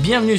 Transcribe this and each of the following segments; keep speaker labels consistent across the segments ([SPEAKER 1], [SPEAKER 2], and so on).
[SPEAKER 1] Bienvenue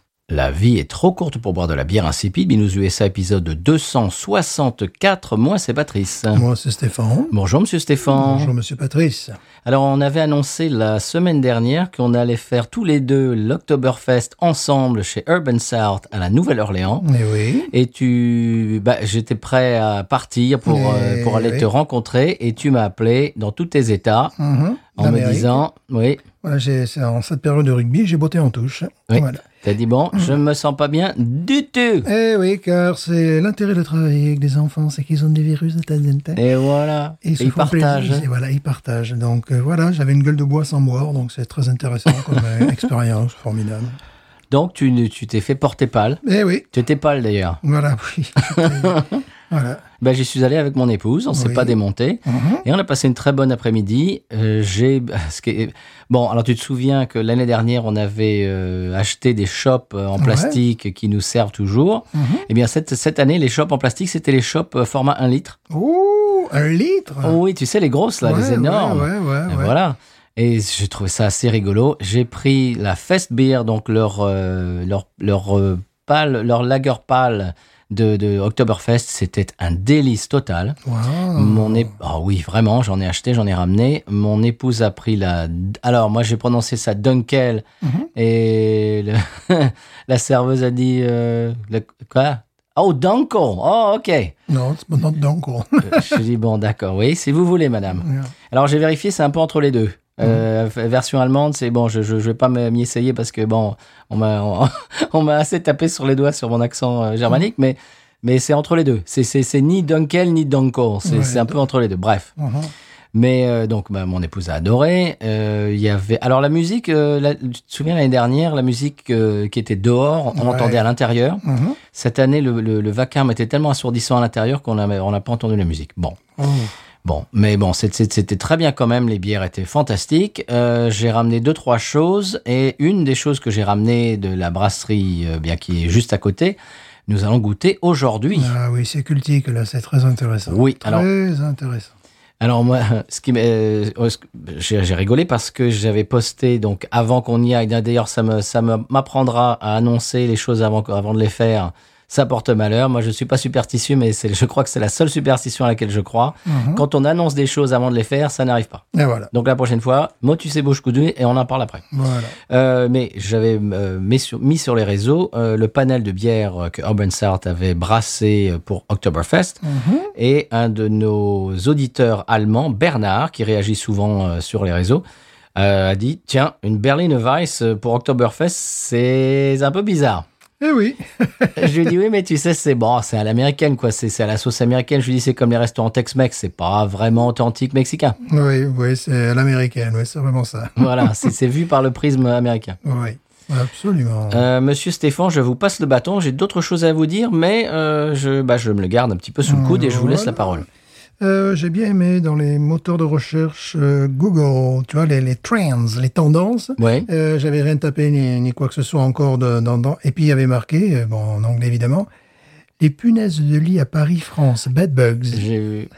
[SPEAKER 1] La vie est trop courte pour boire de la bière insipide. Binous USA épisode 264. Moi, c'est Patrice.
[SPEAKER 2] Moi, c'est Stéphane.
[SPEAKER 1] Bonjour, monsieur Stéphane.
[SPEAKER 2] Bonjour, monsieur Patrice.
[SPEAKER 1] Alors, on avait annoncé la semaine dernière qu'on allait faire tous les deux l'Oktoberfest ensemble chez Urban South à la Nouvelle-Orléans.
[SPEAKER 2] Eh oui.
[SPEAKER 1] Et tu, bah, j'étais prêt à partir pour, euh,
[SPEAKER 2] Eh
[SPEAKER 1] pour aller
[SPEAKER 2] oui.
[SPEAKER 1] te rencontrer et tu m'as appelé dans tous tes états
[SPEAKER 2] Mhm.
[SPEAKER 1] en
[SPEAKER 2] D'Amérique.
[SPEAKER 1] me disant, oui,
[SPEAKER 2] Voilà, j'ai- c'est en cette période de rugby, j'ai botté en touche.
[SPEAKER 1] Oui.
[SPEAKER 2] Voilà.
[SPEAKER 1] t'as dit bon, je
[SPEAKER 2] Mm.
[SPEAKER 1] me sens pas bien du tout.
[SPEAKER 2] Eh oui, car c'est l'intérêt de travailler avec des enfants, c'est qu'ils ont des virus de temps en temps.
[SPEAKER 1] Et voilà,
[SPEAKER 2] Et ils, se
[SPEAKER 1] ils
[SPEAKER 2] font plaisir.
[SPEAKER 1] partagent.
[SPEAKER 2] Et voilà, ils partagent. Donc euh, voilà, j'avais une gueule de bois sans boire, donc c'est très intéressant comme euh, expérience, formidable.
[SPEAKER 1] Donc tu tu t'es fait porter pâle.
[SPEAKER 2] Eh oui,
[SPEAKER 1] Tu étais pâle d'ailleurs.
[SPEAKER 2] voilà, oui. voilà.
[SPEAKER 1] Ben, j'y suis allé avec mon épouse, on s'est
[SPEAKER 2] Oui.
[SPEAKER 1] pas démonté.
[SPEAKER 2] Mhm.
[SPEAKER 1] Et on a passé une très bonne après-midi. Euh, j'ai ce qui est- bon. Alors tu te souviens que l'année dernière on avait euh, acheté des chopes en
[SPEAKER 2] Ouais.
[SPEAKER 1] plastique qui nous servent toujours.
[SPEAKER 2] mhm.
[SPEAKER 1] Eh bien cette cette année les chopes en plastique c'était les chopes euh, format 1 litre.
[SPEAKER 2] Oh, un litre
[SPEAKER 1] Oh oui, tu sais les grosses là,
[SPEAKER 2] Ouais,
[SPEAKER 1] les
[SPEAKER 2] ouais,
[SPEAKER 1] énormes.
[SPEAKER 2] Ouais, ouais, ouais.
[SPEAKER 1] Et Voilà. Et j'ai trouvé ça assez rigolo. J'ai pris la Fest Beer, donc leur euh, leur leur euh, pale- leur lager pâle de, de Oktoberfest. C'était un délice total.
[SPEAKER 2] Wow.
[SPEAKER 1] Mon ép- Ah oui, vraiment, j'en ai acheté, j'en ai ramené. Mon épouse a pris la. Alors, moi, j'ai prononcé ça Dunkel.
[SPEAKER 2] Mhm.
[SPEAKER 1] Et le- la serveuse a dit. euh, le- Quoi Oh, Dunkel Oh, ok
[SPEAKER 2] Non, c'est not Dunkel.
[SPEAKER 1] Je dis, bon, d'accord, oui, si vous voulez, madame. Alors, j'ai vérifié, c'est un peu entre les deux. Euh,
[SPEAKER 2] Mhm.
[SPEAKER 1] f- version allemande, c'est bon, je, je, je vais pas me- m'y essayer parce que bon, on m'a, on, on m'a assez tapé sur les doigts sur mon accent euh, germanique, mais, mais c'est entre les deux. C'est, c'est, c'est ni Dunkel ni Dunkel. C'est,
[SPEAKER 2] Ouais,
[SPEAKER 1] c'est un peu entre les deux. Bref.
[SPEAKER 2] Mhm.
[SPEAKER 1] Mais euh, donc, bah, mon épouse a adoré. Euh, Il y avait. Alors, la musique, euh, la- tu te souviens l'année dernière, la musique euh, qui était dehors, on
[SPEAKER 2] Ouais.
[SPEAKER 1] l'entendait à l'intérieur.
[SPEAKER 2] Mhm.
[SPEAKER 1] Cette année, le, le- le vacarme était tellement assourdissant à l'intérieur qu'on n'a on n'a pas entendu la musique. Bon.
[SPEAKER 2] Oh.
[SPEAKER 1] Bon, mais bon, c'est- c'est- c'était très bien quand même. Les bières étaient fantastiques. Euh, j'ai ramené deux trois choses et une des choses que j'ai ramené de la brasserie, euh, bien qui est juste à côté, nous allons goûter aujourd'hui.
[SPEAKER 2] Ah oui, c'est cultique, là, c'est très intéressant.
[SPEAKER 1] Oui,
[SPEAKER 2] Très
[SPEAKER 1] alors
[SPEAKER 2] intéressant.
[SPEAKER 1] Alors moi, ce qui m'a- euh, ce que- j'ai j'ai rigolé parce que j'avais posté donc avant qu'on y aille. D'ailleurs, ça me ça me- m'apprendra à annoncer les choses avant que- avant de les faire. Ça porte malheur. Moi, je suis pas superstitieux, mais c'est- je crois que c'est la seule superstition à laquelle je crois.
[SPEAKER 2] Mhm.
[SPEAKER 1] Quand on annonce des choses avant de les faire, ça n'arrive pas.
[SPEAKER 2] Et voilà,
[SPEAKER 1] Donc la prochaine fois, motus et bouche coudue et on en parle après.
[SPEAKER 2] voilà.
[SPEAKER 1] Euh, mais j'avais euh, mis, sur, mis sur les réseaux euh, le panel de bières euh, que Urban South avait brassé euh, pour Oktoberfest
[SPEAKER 2] Mhm.
[SPEAKER 1] et un de nos auditeurs allemands, Bernard, qui réagit souvent euh, sur les réseaux, euh, a dit Tiens, une Berliner Weiss euh, pour Oktoberfest, c'est un peu bizarre.
[SPEAKER 2] Eh oui,
[SPEAKER 1] je lui ai dit Oui, mais tu sais, c'est bon, c'est à l'américaine, quoi, c'est c'est à la sauce américaine. Je lui ai dit C'est comme les restaurants Tex-Mex, c'est pas vraiment authentique mexicain.
[SPEAKER 2] oui, oui, c'est à l'américaine, oui, c'est vraiment ça.
[SPEAKER 1] Voilà, c'est c'est vu par le prisme américain.
[SPEAKER 2] Oui, absolument.
[SPEAKER 1] Euh, Monsieur Stéphane, je vous passe le bâton, j'ai d'autres choses à vous dire, mais euh, je, bah, je me le garde un petit peu sous le coude et je vous laisse la
[SPEAKER 2] Voilà.
[SPEAKER 1] parole.
[SPEAKER 2] Euh, J'ai bien aimé dans les moteurs de recherche euh, Google, tu vois, les, les trends, les tendances.
[SPEAKER 1] Oui.
[SPEAKER 2] Euh, J'avais rien tapé ni, ni quoi que ce soit encore de- dans- dans- Et puis il y avait marqué, euh, bon, en anglais évidemment, les punaises de lit à Paris, France, bed bugs.
[SPEAKER 1] J'ai eu-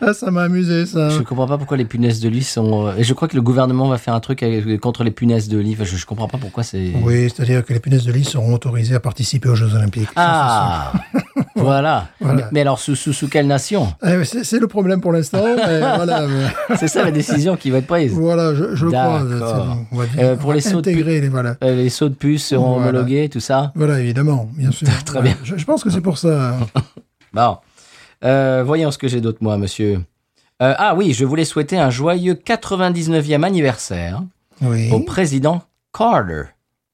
[SPEAKER 2] Ah, ça m'a amusé ça.
[SPEAKER 1] Je comprends pas pourquoi les punaises de lit sont. euh, Et je crois que le gouvernement va faire un truc avec- contre les punaises de lit. Enfin, je, je comprends pas pourquoi c'est.
[SPEAKER 2] Oui, c'est-à-dire que les punaises de lit seront autorisées à participer aux Jeux Olympiques.
[SPEAKER 1] Ah Voilà.
[SPEAKER 2] Voilà.
[SPEAKER 1] Mais, mais alors, sous, sous, sous quelle nation
[SPEAKER 2] Ça, c'est sûr. Eh, c'est c'est le problème pour l'instant. mais voilà, mais-
[SPEAKER 1] C'est ça la décision qui va être prise.
[SPEAKER 2] voilà, je, je le crois.
[SPEAKER 1] D'accord.
[SPEAKER 2] C'est- On va,
[SPEAKER 1] Euh, pour
[SPEAKER 2] on va
[SPEAKER 1] les sauts de
[SPEAKER 2] intégrer les voilà.
[SPEAKER 1] Euh, Les sauts de puce seront
[SPEAKER 2] Voilà.
[SPEAKER 1] homologués, tout ça.
[SPEAKER 2] Voilà, évidemment, bien sûr.
[SPEAKER 1] Très bien.
[SPEAKER 2] Je, je pense que c'est pour ça.
[SPEAKER 1] Bon. Euh, voyons ce que j'ai d'autre, moi, monsieur. Euh, ah oui, je voulais souhaiter un joyeux 99e anniversaire
[SPEAKER 2] Oui.
[SPEAKER 1] au président Carter.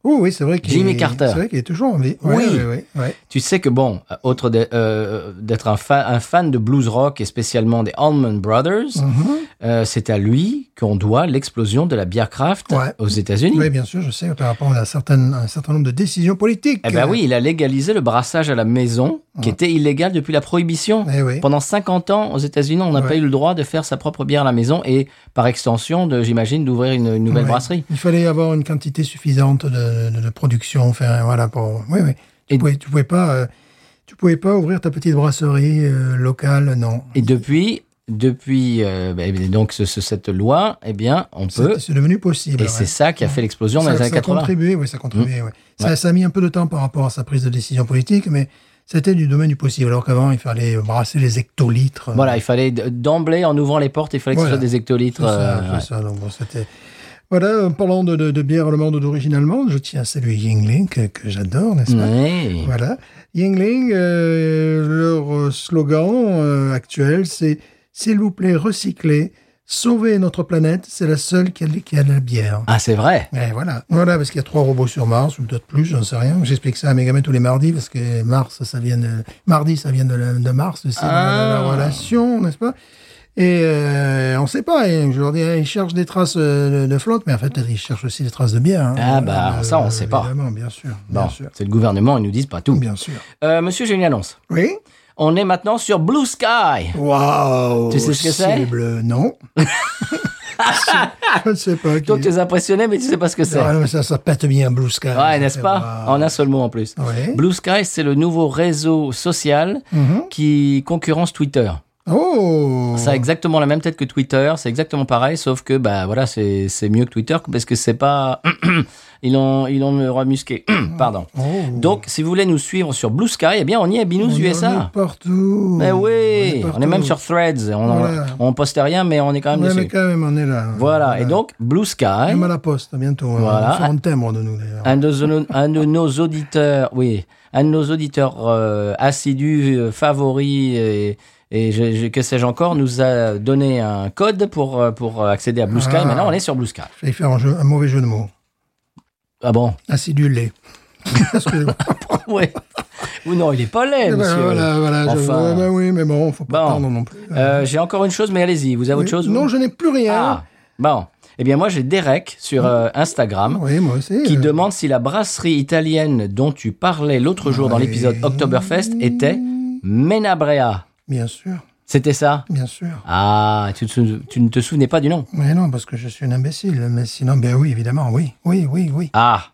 [SPEAKER 2] Oh, oui, c'est vrai qu'il
[SPEAKER 1] Jimmy
[SPEAKER 2] est-
[SPEAKER 1] Carter.
[SPEAKER 2] C'est vrai qu'il est toujours en vie. Ouais,
[SPEAKER 1] Oui.
[SPEAKER 2] ouais, ouais, ouais.
[SPEAKER 1] Tu sais que bon, euh, autre de- euh, d'être un, fa- un fan de blues rock et spécialement des Allman Brothers,
[SPEAKER 2] Mhm.
[SPEAKER 1] Euh, c'est à lui qu'on doit l'explosion de la bière craft
[SPEAKER 2] Ouais.
[SPEAKER 1] aux États-Unis.
[SPEAKER 2] Oui, bien sûr, je sais, par rapport à certaines- un certain nombre de décisions politiques.
[SPEAKER 1] Eh ben oui, il a légalisé le brassage à la maison, qui était illégal depuis la prohibition.
[SPEAKER 2] Eh oui.
[SPEAKER 1] Pendant 50 ans, aux États-Unis, on n'a
[SPEAKER 2] Ouais.
[SPEAKER 1] pas eu le droit de faire sa propre bière à la maison et, par extension, de, j'imagine, d'ouvrir une, une nouvelle
[SPEAKER 2] Ouais.
[SPEAKER 1] brasserie.
[SPEAKER 2] Il fallait avoir une quantité suffisante de, de- de production. Enfin, voilà, pour... Oui, oui.
[SPEAKER 1] Et-
[SPEAKER 2] Tu ne pouvais, tu pouvais pas... euh, tu pouvais pas ouvrir ta petite brasserie euh, locale, non.
[SPEAKER 1] Et depuis, depuis euh, ben, donc ce- ce- cette loi, eh bien, on peut.
[SPEAKER 2] C'est c'est devenu possible.
[SPEAKER 1] Et
[SPEAKER 2] Bah ouais.
[SPEAKER 1] c'est ça qui a fait l'explosion dans
[SPEAKER 2] ça,
[SPEAKER 1] les années
[SPEAKER 2] ça a
[SPEAKER 1] 80.
[SPEAKER 2] contribué, oui, ça a contribué, oui. Ça,
[SPEAKER 1] Ouais.
[SPEAKER 2] ça a mis un peu de temps par rapport à sa prise de décision politique, mais c'était du domaine du possible. Alors qu'avant, il fallait brasser les hectolitres. euh,
[SPEAKER 1] Voilà, il fallait d- d'emblée, en ouvrant les portes, il fallait que
[SPEAKER 2] Voilà.
[SPEAKER 1] ce soit des hectolitres.
[SPEAKER 2] C'est ça,
[SPEAKER 1] euh,
[SPEAKER 2] c'est ça. Donc, bon, c'était- Voilà, euh, parlant de, de, de bière allemande ou d'origine allemande, je tiens à saluer Yingling, que, que j'adore, n'est-ce pas
[SPEAKER 1] ouais.
[SPEAKER 2] Voilà. Yingling, euh, leur euh, slogan euh, actuel, c'est « S'il vous plaît, recyclez, sauvez notre planète, c'est la seule qui a, qui a de la bière ».
[SPEAKER 1] Ah, c'est vrai.
[SPEAKER 2] Et voilà. Voilà, parce qu'il y a trois robots sur Mars, ou peut-être plus, j'en sais rien. J'explique ça à Megaman tous les mardis, parce que Mars, ça vient de, mardi, ça vient de, la- de Mars, c'est la- la, la
[SPEAKER 1] Ah.
[SPEAKER 2] relation, n'est-ce pas? Et, euh, on sait pas, et je leur dis, ah, ils cherchent des traces euh, de, de flotte, mais en fait, ils cherchent aussi des traces de bière. hein.
[SPEAKER 1] Ah, bah, ça, on sait pas.
[SPEAKER 2] Évidemment, bien sûr. Bien
[SPEAKER 1] Bon,
[SPEAKER 2] sûr.
[SPEAKER 1] c'est le gouvernement, ils nous disent pas tout.
[SPEAKER 2] Bien sûr.
[SPEAKER 1] Euh, monsieur, j'ai une annonce.
[SPEAKER 2] Oui?
[SPEAKER 1] On est maintenant sur Blue Sky.
[SPEAKER 2] Waouh!
[SPEAKER 1] Tu sais ce que c'est
[SPEAKER 2] Cible, non. je ne sais pas. qui-
[SPEAKER 1] Toi, tu es impressionné, mais tu sais pas ce que c'est.
[SPEAKER 2] Ah, non, mais ça, ça pète bien Ah. Blue Sky.
[SPEAKER 1] Ouais, n'est-ce pas
[SPEAKER 2] Waouh.
[SPEAKER 1] En un seul mot en plus.
[SPEAKER 2] Ouais.
[SPEAKER 1] Blue Sky, c'est le nouveau réseau social
[SPEAKER 2] Mhm.
[SPEAKER 1] qui concurrence Twitter.
[SPEAKER 2] Oh!
[SPEAKER 1] Ça a exactement la même tête que Twitter, c'est exactement pareil, sauf que bah voilà, c'est c'est mieux que Twitter parce que c'est pas ils l'ont ils l'ont remusqué. Pardon.
[SPEAKER 2] Oh.
[SPEAKER 1] Donc si vous voulez nous suivre sur Blue Sky, eh bien on y est
[SPEAKER 2] On
[SPEAKER 1] Binous
[SPEAKER 2] est- on
[SPEAKER 1] USA.
[SPEAKER 2] est partout.
[SPEAKER 1] Mais Eh oui, on est,
[SPEAKER 2] partout.
[SPEAKER 1] même sur Threads. On,
[SPEAKER 2] Voilà.
[SPEAKER 1] on poste rien, mais on est quand même
[SPEAKER 2] Ouais,
[SPEAKER 1] dessus.
[SPEAKER 2] mais quand même, on est là.
[SPEAKER 1] Voilà. Et donc Blue Sky,
[SPEAKER 2] Même à la poste, bientôt. hein.
[SPEAKER 1] Voilà. Ah.
[SPEAKER 2] On fera un timbre de nous, d'ailleurs.
[SPEAKER 1] un de, nos- un de nos auditeurs, oui, un de nos auditeurs euh, assidus, euh, favoris et, et je- je- que sais-je encore, nous a donné un code pour, euh, pour accéder à Blue Sky.
[SPEAKER 2] Ah.
[SPEAKER 1] Maintenant, on est sur Blue Sky.
[SPEAKER 2] Je vais faire un, jeu- un mauvais jeu de mots.
[SPEAKER 1] Ah bon
[SPEAKER 2] Acidulé. Excusez-moi.
[SPEAKER 1] Ouais. Ou non, il est pas laid,
[SPEAKER 2] Eh ben,
[SPEAKER 1] monsieur.
[SPEAKER 2] voilà, voilà. je-
[SPEAKER 1] Enfin.
[SPEAKER 2] ouais, ben oui, mais bon, faut pas
[SPEAKER 1] Bon.
[SPEAKER 2] attendre non plus.
[SPEAKER 1] Euh, j'ai encore une chose, mais allez-y. Vous avez
[SPEAKER 2] Oui.
[SPEAKER 1] autre chose vous
[SPEAKER 2] Non, je n'ai plus rien.
[SPEAKER 1] Ah, bon. Eh bien, moi, j'ai Derek sur euh, Instagram
[SPEAKER 2] Oui, moi aussi.
[SPEAKER 1] qui
[SPEAKER 2] euh,
[SPEAKER 1] demande si la brasserie italienne dont tu parlais l'autre jour dans
[SPEAKER 2] Oui.
[SPEAKER 1] l'épisode Oktoberfest était Menabrea.
[SPEAKER 2] Bien sûr,
[SPEAKER 1] C'était ça
[SPEAKER 2] bien sûr.
[SPEAKER 1] Ah, tu, te sou- tu ne te souvenais pas du nom
[SPEAKER 2] Mais non, parce que je suis un imbécile. Mais sinon, ben oui, évidemment, oui. Oui, oui, oui.
[SPEAKER 1] Ah.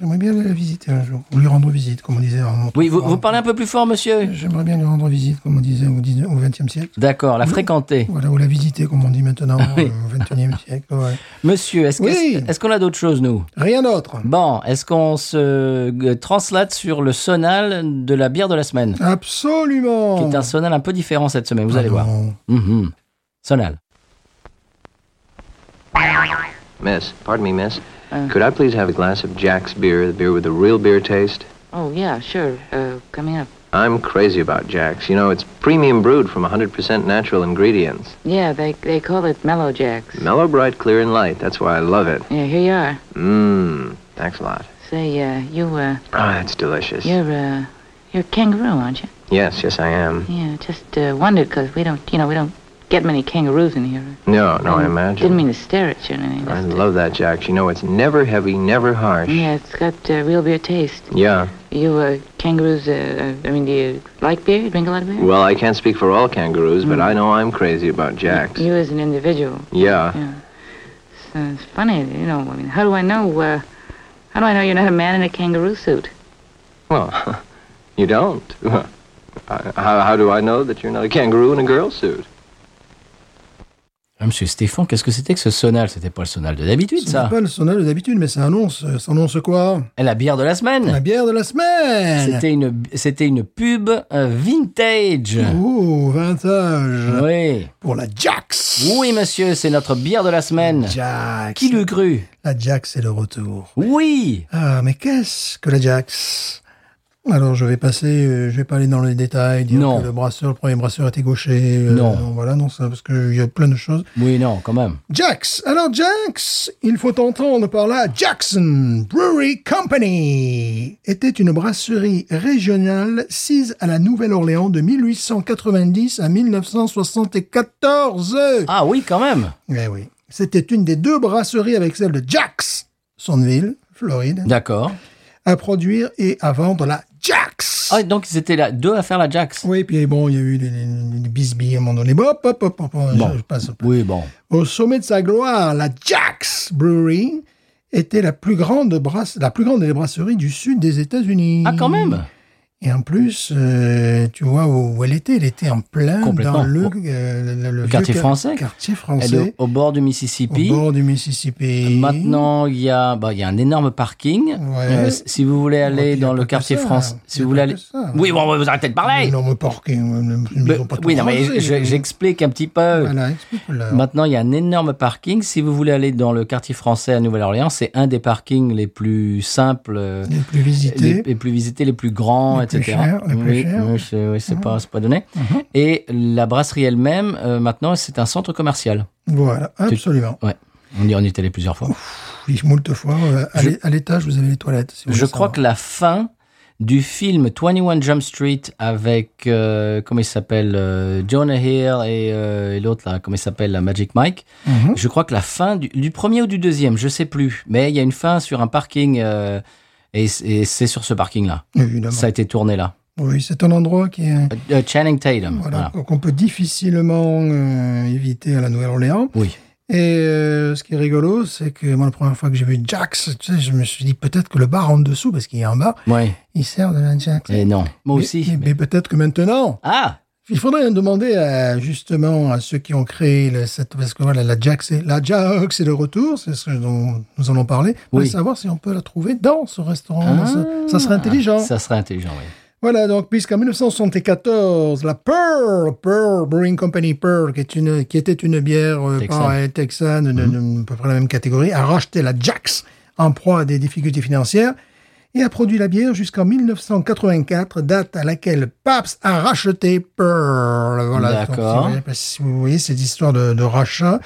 [SPEAKER 2] J'aimerais bien aller la visiter un jour. Ou lui rendre visite, comme on disait. en-
[SPEAKER 1] Oui, vous, vous parlez un peu plus fort, monsieur
[SPEAKER 2] J'aimerais bien lui rendre visite, comme on disait au 19 au XXe siècle.
[SPEAKER 1] D'accord, la fréquenter.
[SPEAKER 2] Voilà, ou la visiter, comme on dit maintenant,
[SPEAKER 1] Ah
[SPEAKER 2] euh, au XXIe siècle. ouais.
[SPEAKER 1] Monsieur, est-ce que-
[SPEAKER 2] Oui.
[SPEAKER 1] est-ce qu'on a d'autres choses, nous
[SPEAKER 2] Rien d'autre.
[SPEAKER 1] Bon, est-ce qu'on se euh, translate sur le sonal de la bière de la semaine
[SPEAKER 2] Absolument.
[SPEAKER 1] Bah. Qui est un sonal un peu différent cette semaine, vous allez voir.
[SPEAKER 2] Non.
[SPEAKER 1] Mhm. Sonal.
[SPEAKER 3] Miss, pardon me, miss.
[SPEAKER 4] Uh.
[SPEAKER 3] Could I please have a glass of Jack's beer, the beer with the real beer taste?
[SPEAKER 4] Oh, yeah, sure. Uh, come here.
[SPEAKER 3] I'm crazy about Jack's. You know, it's premium brewed from 100% natural ingredients.
[SPEAKER 4] Yeah, they, they call it Mellow Jacks.
[SPEAKER 3] Mellow, bright, clear, and light. That's why I love it.
[SPEAKER 4] Yeah, here you are.
[SPEAKER 3] Mmm. Thanks a lot.
[SPEAKER 4] Say, uh, you, uh,
[SPEAKER 3] Ah, it's delicious.
[SPEAKER 4] you're, uh, you're a kangaroo, aren't you?
[SPEAKER 3] Yes, yes, I am.
[SPEAKER 4] Yeah, just, uh, wondered 'cause we don't, you know, we don't get many kangaroos in here.
[SPEAKER 3] No, no, I
[SPEAKER 4] Um,
[SPEAKER 3] imagine.
[SPEAKER 4] Didn't mean to stare at you or anything.
[SPEAKER 3] I
[SPEAKER 4] just, uh,
[SPEAKER 3] love that Jack's. You know, it's never heavy, never harsh.
[SPEAKER 4] Yeah, it's got uh, real beer taste.
[SPEAKER 3] Yeah.
[SPEAKER 4] You, uh, kangaroos, uh, uh, I mean, do you like beer? You drink a lot of beer?
[SPEAKER 3] Well, I can't speak for all kangaroos,
[SPEAKER 4] Mm.
[SPEAKER 3] but I know I'm crazy about Jack's.
[SPEAKER 4] You as an individual.
[SPEAKER 3] Yeah.
[SPEAKER 4] Yeah. It's, uh, it's funny, you know, I mean, how do I know, uh, how do I know you're not a man in a kangaroo suit?
[SPEAKER 3] Well, Oh, you don't. I- How, how do I know that you're not a kangaroo in a girl suit?
[SPEAKER 1] Ah, monsieur Stéphane, qu'est-ce que c'était que ce sonal C'était pas le sonal de
[SPEAKER 2] Ce
[SPEAKER 1] d'habitude,
[SPEAKER 2] n'est
[SPEAKER 1] ça
[SPEAKER 2] pas le sonal d'habitude, mais ça annonce, ça annonce quoi
[SPEAKER 1] Et La bière de la
[SPEAKER 2] La
[SPEAKER 1] semaine
[SPEAKER 2] bière de la semaine.
[SPEAKER 1] C'était une, c'était une pub euh, vintage.
[SPEAKER 2] Oh, vintage.
[SPEAKER 1] Oui.
[SPEAKER 2] Pour la Jax.
[SPEAKER 1] Oui, monsieur, c'est notre bière de la semaine.
[SPEAKER 2] Jax.
[SPEAKER 1] Qui l'eût cru
[SPEAKER 2] La Jax est le retour.
[SPEAKER 1] Oui
[SPEAKER 2] Ah, mais qu'est-ce que la Jax Alors je vais passer, euh, je vais pas aller dans les détails, dire
[SPEAKER 1] Non.
[SPEAKER 2] que le brasseur, le premier brasseur était gaucher. euh,
[SPEAKER 1] Non.
[SPEAKER 2] Voilà, non, ça, parce qu'il y a plein de choses.
[SPEAKER 1] Oui, non, quand même.
[SPEAKER 2] Jax. Alors Jax, il faut entendre par là Jackson Brewery Company était une brasserie régionale sise à la Nouvelle-Orléans de 1890 à 1974.
[SPEAKER 1] Ah oui, quand même.
[SPEAKER 2] Eh oui. C'était une des deux brasseries avec celle de Jax, Sonville, Floride,
[SPEAKER 1] D'accord.
[SPEAKER 2] à produire et à vendre la Jax.
[SPEAKER 1] Ah, donc ils étaient là, deux à faire la Jax.
[SPEAKER 2] Oui, puis bon, il y a eu des, des- des bisbilles à un moment donné. Hop, hop, hop, hop, hop,
[SPEAKER 1] Bon.
[SPEAKER 2] je- je passe.
[SPEAKER 1] Oui, bon.
[SPEAKER 2] Au sommet de sa gloire, la Jack's Brewery était la plus grande, brasse, la plus grande des brasseries du sud des États-Unis.
[SPEAKER 1] Ah, quand
[SPEAKER 2] Mmh.
[SPEAKER 1] même.
[SPEAKER 2] Et en plus, euh, tu vois où, où elle était Elle était en plein
[SPEAKER 1] Complètement.
[SPEAKER 2] dans le,
[SPEAKER 1] Au-
[SPEAKER 2] euh, le- le vieux
[SPEAKER 1] quartier
[SPEAKER 2] quar-
[SPEAKER 1] français.
[SPEAKER 2] quartier
[SPEAKER 1] Elle
[SPEAKER 2] français,
[SPEAKER 1] est au bord du
[SPEAKER 2] au
[SPEAKER 1] Mississippi.
[SPEAKER 2] bord du Mississippi.
[SPEAKER 1] Maintenant, il y a, bah, il y a un énorme parking. Euh, s- si vous voulez aller
[SPEAKER 2] puis, il y a
[SPEAKER 1] dans le
[SPEAKER 2] pas que
[SPEAKER 1] quartier
[SPEAKER 2] ça. hein.
[SPEAKER 1] France,
[SPEAKER 2] Il y
[SPEAKER 1] si
[SPEAKER 2] a
[SPEAKER 1] vous voulez
[SPEAKER 2] pas
[SPEAKER 1] aller.
[SPEAKER 2] que ça.
[SPEAKER 1] Oui, bon, vous arrêtez de parler.
[SPEAKER 2] Non, mais parking, ils ont pas tout
[SPEAKER 1] oui, non, mais
[SPEAKER 2] rasé.
[SPEAKER 1] je- j'explique un petit peu.
[SPEAKER 2] Voilà, explique-leur.
[SPEAKER 1] Maintenant, il y a un énorme parking. Si vous voulez aller dans le quartier français à Nouvelle-Orléans, c'est un des parkings les plus simples, euh,
[SPEAKER 2] Les plus
[SPEAKER 1] les,
[SPEAKER 2] visités.
[SPEAKER 1] les plus visités, les plus grands,
[SPEAKER 2] Les plus
[SPEAKER 1] etc.
[SPEAKER 2] chers, les plus
[SPEAKER 1] oui,
[SPEAKER 2] chers. Ah.
[SPEAKER 1] oui, c'est oui, c'est pas, c'est pas donné. Et la brasserie elle-même, euh, maintenant, c'est un centre commercial.
[SPEAKER 2] Voilà, absolument.
[SPEAKER 1] Ouais. On y, on y est allé plusieurs fois.
[SPEAKER 2] Oui, moult fois. euh, à
[SPEAKER 1] Je-
[SPEAKER 2] l'é- à l'étage, vous avez les toilettes. si vous
[SPEAKER 1] Je
[SPEAKER 2] voulez
[SPEAKER 1] crois que la fin du film 21 Jump Street avec, euh, comment il s'appelle, euh, Jonah Hill et, euh, et l'autre, là, comment il s'appelle, la Magic Mike.
[SPEAKER 2] Mhm.
[SPEAKER 1] Je crois que la fin du, du premier ou du deuxième, je sais plus, mais il y a une fin sur un parking euh, et, c- et c'est sur ce parking-là.
[SPEAKER 2] savoir. Évidemment.
[SPEAKER 1] Ça a été tourné là.
[SPEAKER 2] Oui, c'est un endroit qui est,
[SPEAKER 1] Euh, euh, Channing Tatum.
[SPEAKER 2] voilà,
[SPEAKER 1] Voilà.
[SPEAKER 2] qu'on peut difficilement euh, éviter à la Nouvelle-Orléans.
[SPEAKER 1] Oui.
[SPEAKER 2] Et euh, ce qui est rigolo, c'est que moi, la première fois que j'ai vu Jax, tu sais, je me suis dit peut-être que le bar en dessous, parce qu'il y a un bar,
[SPEAKER 1] Ouais.
[SPEAKER 2] il sert de la Jax.
[SPEAKER 1] Et non. Moi
[SPEAKER 2] Mais-
[SPEAKER 1] aussi.
[SPEAKER 2] Mais,
[SPEAKER 1] mais-
[SPEAKER 2] mais peut-être que maintenant,
[SPEAKER 1] Ah
[SPEAKER 2] il faudrait demander à, justement à ceux qui ont créé le- cette, parce que voilà, la Jax, est, la Jax est de retour, c'est ce dont nous allons parler,
[SPEAKER 1] Oui. Ah,
[SPEAKER 2] de savoir si on peut la trouver dans ce restaurant. dans ce- ça serait intelligent.
[SPEAKER 1] Ça serait intelligent, oui.
[SPEAKER 2] Voilà, donc, puisqu'en 1974, la Pearl, Pearl Brewing Company Pearl, qui, est une, qui était une bière euh,
[SPEAKER 1] Texane.
[SPEAKER 2] pareil, texane, de- de- à peu près la même catégorie, a racheté la Jax en proie à des difficultés financières et a produit la bière jusqu'en 1984, date à laquelle Pabst a racheté Pearl. Voilà, donc,
[SPEAKER 1] D'accord.
[SPEAKER 2] si vous voyez- parce que si vous voyez cette histoire de, de rachat.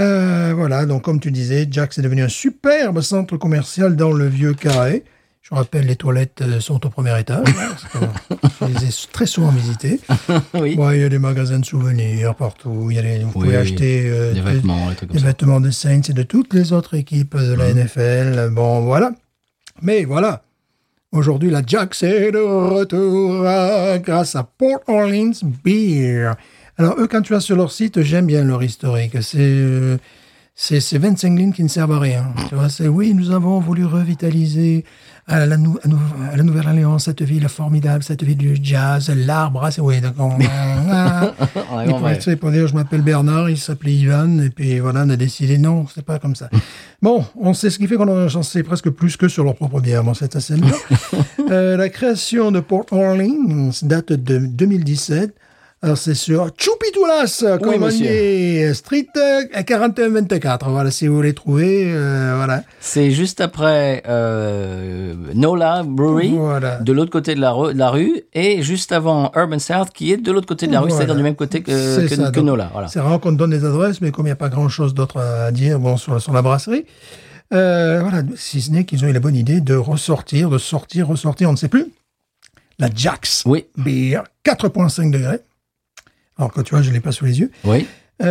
[SPEAKER 2] Euh, voilà, donc comme tu disais, Jax est devenu un superbe centre commercial dans le vieux carré. Je rappelle, les toilettes euh, sont au premier étage. hein, Je les ai très souvent visitées.
[SPEAKER 1] oui.
[SPEAKER 2] Ouais, il y a des magasins de souvenirs partout. Il y a des- vous
[SPEAKER 1] Oui,
[SPEAKER 2] pouvez acheter euh,
[SPEAKER 1] Des
[SPEAKER 2] de-
[SPEAKER 1] vêtements, des trucs
[SPEAKER 2] des
[SPEAKER 1] comme ça. Mhm.
[SPEAKER 2] vêtements de Saints et de toutes les autres équipes de la NFL. Bon, voilà. Mais voilà. Aujourd'hui, la Jax est de retour euh, grâce à Port Orleans Beer. Alors, eux, quand tu vas sur leur site, j'aime bien leur historique. C'est. euh, c'est c'est 25 lignes qui ne servent à rien. Tu vois, c'est oui, nous avons voulu revitaliser à la, nou- à nou- à la Nouvelle-Alliance cette ville formidable, cette ville du jazz, l'arbre. ah, c'est- Oui, d'accord. Ah, ah.
[SPEAKER 1] Ouais,
[SPEAKER 2] Il
[SPEAKER 1] bon,
[SPEAKER 2] pourrait,
[SPEAKER 1] ouais.
[SPEAKER 2] tu sais, pour dire je m'appelle Bernard, il s'appelait Ivan, et puis voilà, on a décidé non, c'est pas comme ça. bon, on sait ce qui fait qu'on en j'en sais presque plus que sur leur propre bière, bon, c'est assez bien. Euh, la création de Port Orleans date de 2017. Alors c'est sur Choupitoulas,
[SPEAKER 1] Oui, monsieur.
[SPEAKER 2] Commandier Street euh, 4124. Voilà, si vous voulez trouver, euh, voilà.
[SPEAKER 1] C'est juste après euh, Nola Brewery,
[SPEAKER 2] Voilà.
[SPEAKER 1] de l'autre côté de la, ru- de la rue, et juste avant Urban South, qui est de l'autre côté de la rue,
[SPEAKER 2] Voilà.
[SPEAKER 1] c'est-à-dire du même côté que,
[SPEAKER 2] C'est
[SPEAKER 1] que,
[SPEAKER 2] ça,
[SPEAKER 1] que
[SPEAKER 2] donc,
[SPEAKER 1] Nola. Voilà.
[SPEAKER 2] C'est rare qu'on te donne des adresses, mais comme il n'y a pas grand-chose d'autre à dire bon, sur, sur la brasserie, euh, voilà, si ce n'est qu'ils ont eu la bonne idée de ressortir, de sortir, ressortir, on ne sait plus, la Jax
[SPEAKER 1] Oui,
[SPEAKER 2] Beer, 4,5 degrés. Alors que tu vois, je ne l'ai pas sous les yeux.
[SPEAKER 1] oui.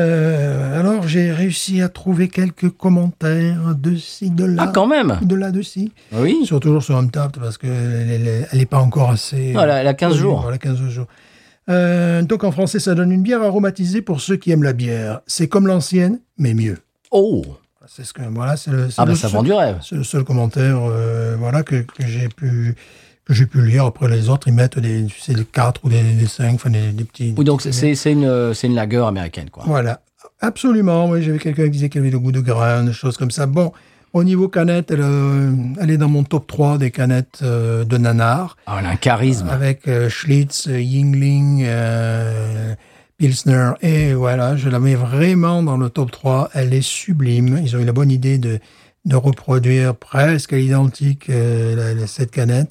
[SPEAKER 2] Euh, alors, j'ai réussi à trouver quelques commentaires de ci, de là,
[SPEAKER 1] Ah, quand même
[SPEAKER 2] de là, de ci.
[SPEAKER 1] Oui.
[SPEAKER 2] Sur, toujours sur Untapped, parce qu'elle n'est pas encore assez...
[SPEAKER 1] Non, elle a- elle a 15 jours.
[SPEAKER 2] Voilà, 15 jours. Euh, donc en français, ça donne une bière aromatisée pour ceux qui aiment la bière. C'est comme l'ancienne, mais mieux.
[SPEAKER 1] Oh
[SPEAKER 2] C'est ce que voilà, c'est le, c'est
[SPEAKER 1] Ah,
[SPEAKER 2] le
[SPEAKER 1] bah ça
[SPEAKER 2] seul-
[SPEAKER 1] vend du rêve.
[SPEAKER 2] c'est le seul commentaire euh, voilà que, que j'ai pu que j'ai pu lire. Après les autres, ils mettent des tu sais, des 4 ou des, des 5, enfin des, des petits.
[SPEAKER 1] Oui, donc
[SPEAKER 2] des
[SPEAKER 1] c'est-
[SPEAKER 2] petits-
[SPEAKER 1] c'est c'est une, euh, c'est une lagueur américaine, quoi.
[SPEAKER 2] voilà, absolument. Oui, j'avais quelqu'un qui disait qu'elle avait le goût de grain, des choses comme ça. Bon, au niveau canette, elle, euh, elle est dans mon top 3 des canettes euh, de nanar.
[SPEAKER 1] Ah, elle a un charisme.
[SPEAKER 2] avec euh, Schlitz, euh, Yingling, euh, Pilsner. Et voilà, je la mets vraiment dans le top 3. Elle est sublime. Ils ont eu la bonne idée de, de reproduire presque à l'identique euh, la- la- cette canette.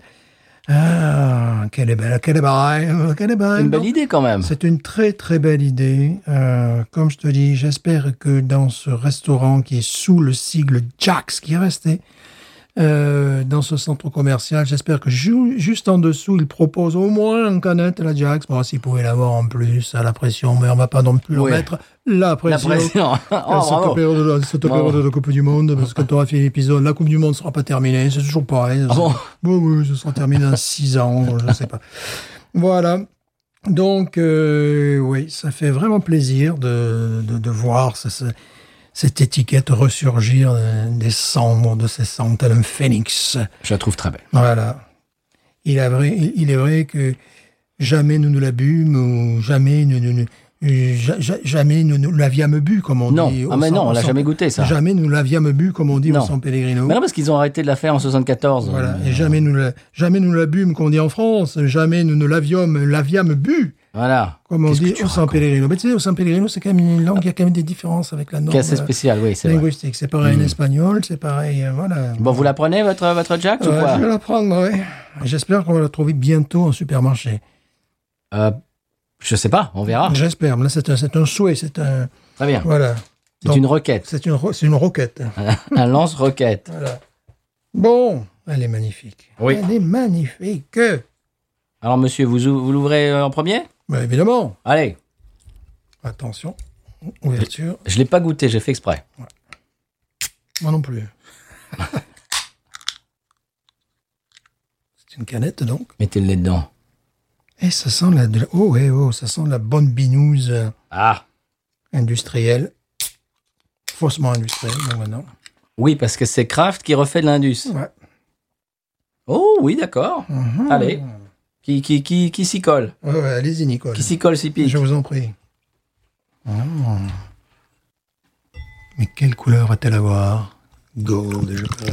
[SPEAKER 2] Ah, quelle est belle, quelle est belle, quelle est belle.
[SPEAKER 1] C'est une belle idée quand même.
[SPEAKER 2] C'est une très très belle idée. Euh, comme je te dis, j'espère que dans ce restaurant qui est sous le sigle Jax qui est resté, euh, dans ce centre commercial, j'espère que ju- juste en dessous, ils proposent au moins une canette à la Jax. Bon, s'ils pouvaient l'avoir en plus à la pression, mais on va pas non plus
[SPEAKER 1] Ouais.
[SPEAKER 2] leur mettre la
[SPEAKER 1] La
[SPEAKER 2] pression.
[SPEAKER 1] pression. Oh,
[SPEAKER 2] À cette
[SPEAKER 1] bravo.
[SPEAKER 2] période, à cette
[SPEAKER 1] Bravo.
[SPEAKER 2] période de Coupe du Monde, parce que tu auras fait l'épisode, la Coupe du Monde sera pas terminée, c'est toujours pareil.
[SPEAKER 1] Ah bon
[SPEAKER 2] Oui, oui, ce sera terminé dans 6 ans, je ne sais pas. Voilà. Donc, euh, oui, ça fait vraiment plaisir de, de, de voir ce- ce- cette étiquette ressurgir euh, des cendres de ces cendres, tel un phénix.
[SPEAKER 1] Je la trouve très belle.
[SPEAKER 2] Voilà. Il est vrai, il- il est vrai que jamais nous ne l'abîmes ou jamais nous, nous- nous- ja- ja- jamais nous, nous l'avions bu, comme on
[SPEAKER 1] Non.
[SPEAKER 2] dit.
[SPEAKER 1] Ah,
[SPEAKER 2] au
[SPEAKER 1] mais
[SPEAKER 2] San-
[SPEAKER 1] non, on
[SPEAKER 2] au
[SPEAKER 1] l'a
[SPEAKER 2] San-
[SPEAKER 1] jamais goûté, ça.
[SPEAKER 2] Jamais nous l'avions bu, comme on dit au
[SPEAKER 1] Non.
[SPEAKER 2] San Pellegrino.
[SPEAKER 1] Mais non, parce qu'ils ont arrêté de la faire en 74.
[SPEAKER 2] Voilà.
[SPEAKER 1] Mais-
[SPEAKER 2] Et jamais nous, la, jamais nous l'abîmes, qu'on dit en France. Jamais nous ne l'avions, l'avions bu,
[SPEAKER 1] Voilà.
[SPEAKER 2] comme on
[SPEAKER 1] Qu'est-ce que
[SPEAKER 2] dit
[SPEAKER 1] tu
[SPEAKER 2] au San
[SPEAKER 1] racontes
[SPEAKER 2] Pellegrino. Mais tu sais, au San Pellegrino, c'est quand même une langue, il y a quand même des différences avec la norme
[SPEAKER 1] Qui est assez
[SPEAKER 2] euh,
[SPEAKER 1] spécial, oui, c'est vrai. Mm.
[SPEAKER 2] linguistique. C'est pareil en espagnol, c'est pareil, euh, voilà.
[SPEAKER 1] Bon, vous la prenez, votre, votre Jack, ou
[SPEAKER 2] Euh,
[SPEAKER 1] quoi
[SPEAKER 2] je vais la prendre, oui. J'espère qu'on va la trouver bientôt en supermarché.
[SPEAKER 1] Euh, Je sais pas, on verra.
[SPEAKER 2] J'espère. mais Là, c'est un, c'est un souhait, c'est un.
[SPEAKER 1] Très bien.
[SPEAKER 2] Voilà.
[SPEAKER 1] C'est
[SPEAKER 2] Donc,
[SPEAKER 1] une requête.
[SPEAKER 2] C'est une, ro- c'est une roquette.
[SPEAKER 1] Un lance-roquette.
[SPEAKER 2] Voilà. Bon, elle est magnifique.
[SPEAKER 1] Oui.
[SPEAKER 2] Elle est magnifique.
[SPEAKER 1] Alors, monsieur, vous, ou- vous l'ouvrez euh, en premier
[SPEAKER 2] Bah, évidemment.
[SPEAKER 1] Allez,
[SPEAKER 2] Attention. Ouverture.
[SPEAKER 1] je l'ai pas goûté, j'ai fait exprès.
[SPEAKER 2] Moi non plus. c'est une canette, donc.
[SPEAKER 1] Mettez le lait dedans.
[SPEAKER 2] Et ça sent la. de la- Oh, eh, oh, ça sent la bonne binouse euh,
[SPEAKER 1] Ah
[SPEAKER 2] industrielle. Faussement industrielle, donc maintenant.
[SPEAKER 1] Oui, parce que c'est Kraft qui refait de l'Indus.
[SPEAKER 2] Ouais.
[SPEAKER 1] Oh, oui, d'accord.
[SPEAKER 2] Mhm.
[SPEAKER 1] Allez. Qui, qui, qui, qui s'y colle
[SPEAKER 2] Ouais, ouais, Allez-y, Nicole.
[SPEAKER 1] Qui s'y colle s'y pique
[SPEAKER 2] Je vous en prie. Ah. Mais quelle couleur a-t-elle à voir Gold, je crois.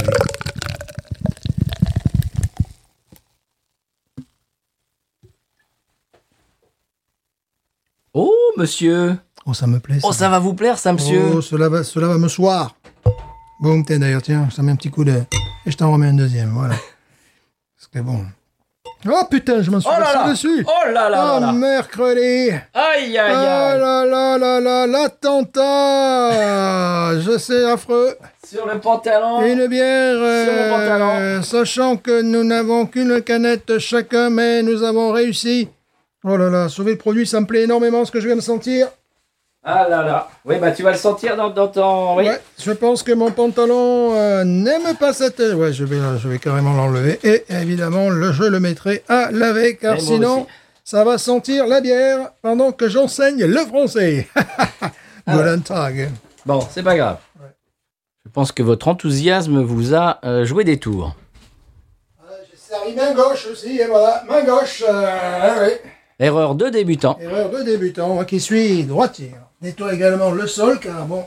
[SPEAKER 1] Oh, monsieur
[SPEAKER 2] Oh, ça me plaît.
[SPEAKER 1] Oh, ça va vous plaire, ça, monsieur
[SPEAKER 2] Oh, cela va, cela va me soir. Bon, tiens, d'ailleurs, tiens, ça met un petit coup de... Et je t'en remets un deuxième, voilà. C'était bon. Oh, putain, je m'en suis
[SPEAKER 1] Oh là
[SPEAKER 2] passé
[SPEAKER 1] là
[SPEAKER 2] dessus
[SPEAKER 1] Oh là là là
[SPEAKER 2] Oh,
[SPEAKER 1] là
[SPEAKER 2] mercredi
[SPEAKER 1] Aïe, aïe,
[SPEAKER 2] Oh
[SPEAKER 1] aïe
[SPEAKER 2] là là là là, l'attentat Je sais, affreux
[SPEAKER 1] Sur le pantalon
[SPEAKER 2] Une bière, euh,
[SPEAKER 1] Sur mon pantalon.
[SPEAKER 2] sachant que nous n'avons qu'une canette chacun, mais nous avons réussi. Oh là là, sauver le produit, ça me plaît énormément ce que je viens de sentir.
[SPEAKER 1] Ah là là Oui, bah tu vas le sentir dans, dans ton... Oui
[SPEAKER 2] Ouais, je pense que mon pantalon euh, n'aime pas cette... Ouais, je vais, je vais carrément l'enlever. Et évidemment, le, je le mettrai à laver, car
[SPEAKER 1] Et moi
[SPEAKER 2] sinon,
[SPEAKER 1] aussi.
[SPEAKER 2] ça va sentir la bière pendant que j'enseigne le français.
[SPEAKER 1] Ah.
[SPEAKER 2] Guten Tag.
[SPEAKER 1] Bon, c'est pas grave. Je pense que votre enthousiasme vous a euh, joué des tours.
[SPEAKER 2] J'ai servi main gauche aussi, et voilà, main gauche. euh,
[SPEAKER 1] Erreur de débutant.
[SPEAKER 2] Erreur de débutant, moi qui suis droitier. Nettoie également le sol, car bon,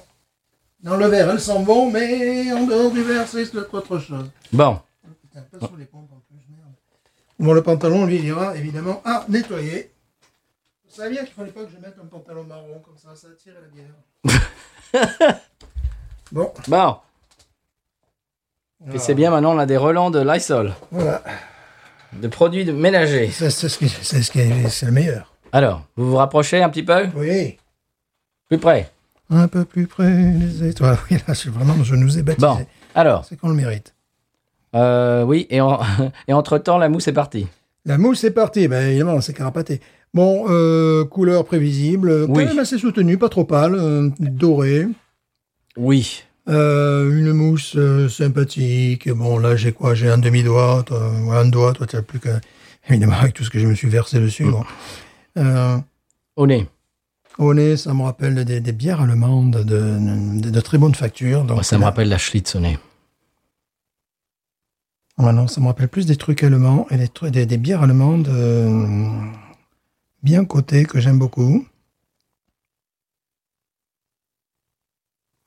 [SPEAKER 2] dans le verre, elles sont bon, mais en dehors du verre, c'est autre chose.
[SPEAKER 1] Bon,
[SPEAKER 2] Putain, pas sur les pompes en plus, merde. Bon, le pantalon, lui, il ira évidemment à nettoyer. Vous saviez qu'il fallait pas que je mette un pantalon marron, comme ça, ça attire la bière. bon,
[SPEAKER 1] bon. Et
[SPEAKER 2] Ah.
[SPEAKER 1] c'est bien, maintenant on a des relents de Lysol,
[SPEAKER 2] voilà.
[SPEAKER 1] de produits de ménagers.
[SPEAKER 2] C'est c'est ce qui, c'est ce qui est, c'est le meilleur.
[SPEAKER 1] Alors, vous vous rapprochez un petit peu
[SPEAKER 2] Oui.
[SPEAKER 1] Plus près
[SPEAKER 2] Un peu plus près des étoiles. Oui, là, c'est vraiment, je nous ai baptisés.
[SPEAKER 1] Bon, alors,
[SPEAKER 2] C'est qu'on le mérite.
[SPEAKER 1] euh, oui, et, en- et entre-temps, la mousse est partie.
[SPEAKER 2] La mousse est partie, ben évidemment, c'est carapaté. Bon, euh, couleur prévisible, euh, quand
[SPEAKER 1] Oui.
[SPEAKER 2] même assez soutenue, pas trop pâle, euh, dorée.
[SPEAKER 1] Oui.
[SPEAKER 2] Euh, une mousse euh, sympathique. Bon, là, j'ai quoi J'ai un demi-doigt, toi, ouais, un doigt, toi, t'as plus qu'un. Évidemment, avec tout ce que je me suis versé dessus. bon. Euh,
[SPEAKER 1] Au nez.
[SPEAKER 2] au nez, ça me rappelle des, des bières allemandes de, de, de très bonne facture. Donc,
[SPEAKER 1] Moi, Oh, ça me
[SPEAKER 2] là-
[SPEAKER 1] rappelle la Schlitz au nez.
[SPEAKER 2] Ouais, non, ça me rappelle plus des trucs allemands et des, tru- des, des bières allemandes euh, bien cotées que j'aime beaucoup.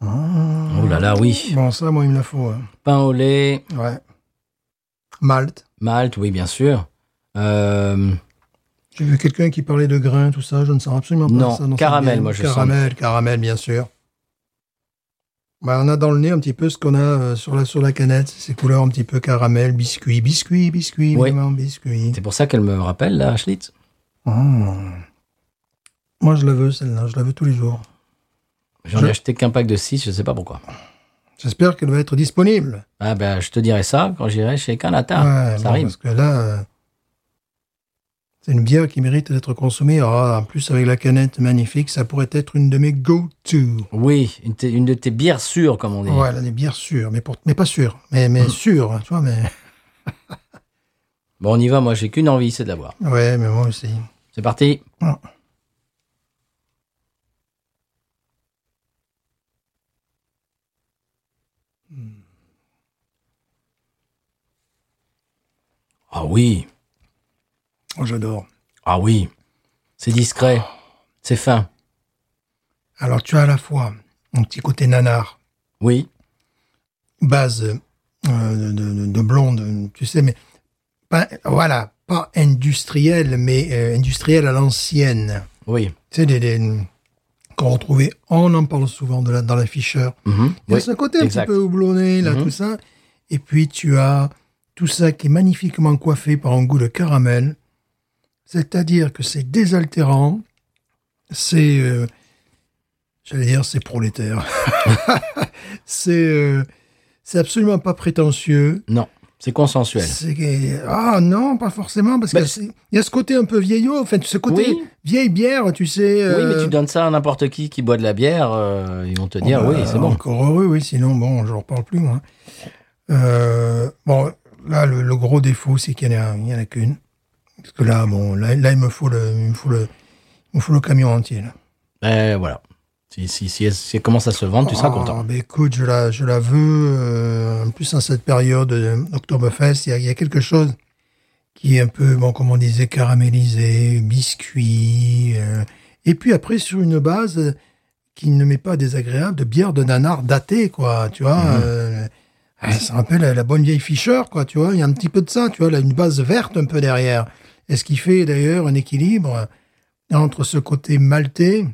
[SPEAKER 2] Ah.
[SPEAKER 1] Oh là là, oui.
[SPEAKER 2] Bon, ça, moi, il me la faut. hein.
[SPEAKER 1] Pain au lait,
[SPEAKER 2] Ouais. Malte.
[SPEAKER 1] Malte, oui, bien sûr. Euh,
[SPEAKER 2] J'ai vu quelqu'un qui parlait de grains, tout ça. Je ne sens absolument pas
[SPEAKER 1] Non,
[SPEAKER 2] ça. dans cette
[SPEAKER 1] caramel,
[SPEAKER 2] bière.
[SPEAKER 1] moi, je
[SPEAKER 2] Caramel, caramel, bien sûr. Bah, on a dans le nez un petit peu ce qu'on a euh, sur, la, sur la canette, ces couleurs un petit peu caramel, biscuit, biscuit, biscuit,
[SPEAKER 1] Oui.
[SPEAKER 2] évidemment, biscuit.
[SPEAKER 1] C'est pour ça qu'elle me rappelle, la Schlitz.
[SPEAKER 2] Mm. Moi, je la veux, celle-là. Je la veux tous les jours.
[SPEAKER 1] J'en
[SPEAKER 2] Je-
[SPEAKER 1] ai acheté qu'un pack de 6, je sais pas pourquoi.
[SPEAKER 2] J'espère qu'elle va être disponible.
[SPEAKER 1] Ah ben, je te dirai ça quand j'irai chez Canada.
[SPEAKER 2] Ouais,
[SPEAKER 1] Ah, ça
[SPEAKER 2] bon,
[SPEAKER 1] arrive.
[SPEAKER 2] Parce que là, euh, c'est une bière qui mérite d'être consommée. Ah, en plus, avec la canette magnifique, ça pourrait être une de mes go-to.
[SPEAKER 1] Oui, une, t- une de tes bières sûres, comme on dit.
[SPEAKER 2] Voilà, des bières sûres, mais, pour, mais pas sûres. Mais, mais sûres, hein, tu vois, mais...
[SPEAKER 1] Bon, on y va, moi j'ai qu'une envie, c'est de la boire.
[SPEAKER 2] Ouais, mais moi aussi.
[SPEAKER 1] C'est parti.
[SPEAKER 2] Ah.
[SPEAKER 1] Ah oui,
[SPEAKER 2] Oh, j'adore.
[SPEAKER 1] ah oui. C'est discret, c'est fin.
[SPEAKER 2] Alors, tu as à la fois un petit côté nanar,
[SPEAKER 1] Oui,
[SPEAKER 2] base euh, de, de- de blonde, tu sais, mais pas, voilà, pas industriel, mais euh, industriel à l'ancienne.
[SPEAKER 1] oui.
[SPEAKER 2] Tu sais, des, des- qu'on retrouvait, on en parle souvent de la, dans l'afficheur.
[SPEAKER 1] Mhm,
[SPEAKER 2] Il y a
[SPEAKER 1] oui,
[SPEAKER 2] ce côté un
[SPEAKER 1] exact.
[SPEAKER 2] petit peu houblonné, là,
[SPEAKER 1] Mhm.
[SPEAKER 2] tout ça. Et puis, tu as tout ça qui est magnifiquement coiffé par un goût de caramel. C'est-à-dire que c'est désaltérant, c'est... euh, J'allais dire, c'est prolétaire. c'est... euh, c'est absolument pas prétentieux.
[SPEAKER 1] Non, c'est consensuel.
[SPEAKER 2] C'est- Ah non, pas forcément, parce
[SPEAKER 1] Bah,
[SPEAKER 2] que c'est- il y a ce côté un peu vieillot, enfin, ce côté
[SPEAKER 1] Oui.
[SPEAKER 2] vieille bière, tu sais.
[SPEAKER 1] Oui, mais
[SPEAKER 2] euh,
[SPEAKER 1] tu donnes ça à n'importe qui qui boit de la bière, euh, ils vont te dire
[SPEAKER 2] Bon,
[SPEAKER 1] oui,
[SPEAKER 2] bah,
[SPEAKER 1] c'est bon.
[SPEAKER 2] Encore heureux, oui, sinon, bon, je ne reparle plus, moi. Euh, bon, là, le, le gros défaut, c'est qu'il n'y en a, il y en a qu'une. Parce que là, bon, là, là, il me faut le, il me faut le, il me faut le camion entier. Là.
[SPEAKER 1] Ben voilà. Si, si, si, si elle commence à se vendre, tu seras
[SPEAKER 2] Ah,
[SPEAKER 1] content.
[SPEAKER 2] ben, écoute, je la, je la veux. euh, en plus, en cette période euh, Oktoberfest, il y, a- il y a quelque chose qui est un peu, bon, comme on disait, caramélisé, biscuit. euh, et puis après, sur une base qui ne m'est pas désagréable, de bière de nanar datée, quoi, tu vois.
[SPEAKER 1] Mhm.
[SPEAKER 2] euh, ah, ça rappelle la bonne vieille Fischer, quoi, tu vois. Il y a un petit peu de ça, tu vois, là, une base verte un peu derrière. Et ce qui fait d'ailleurs un équilibre entre ce côté maltais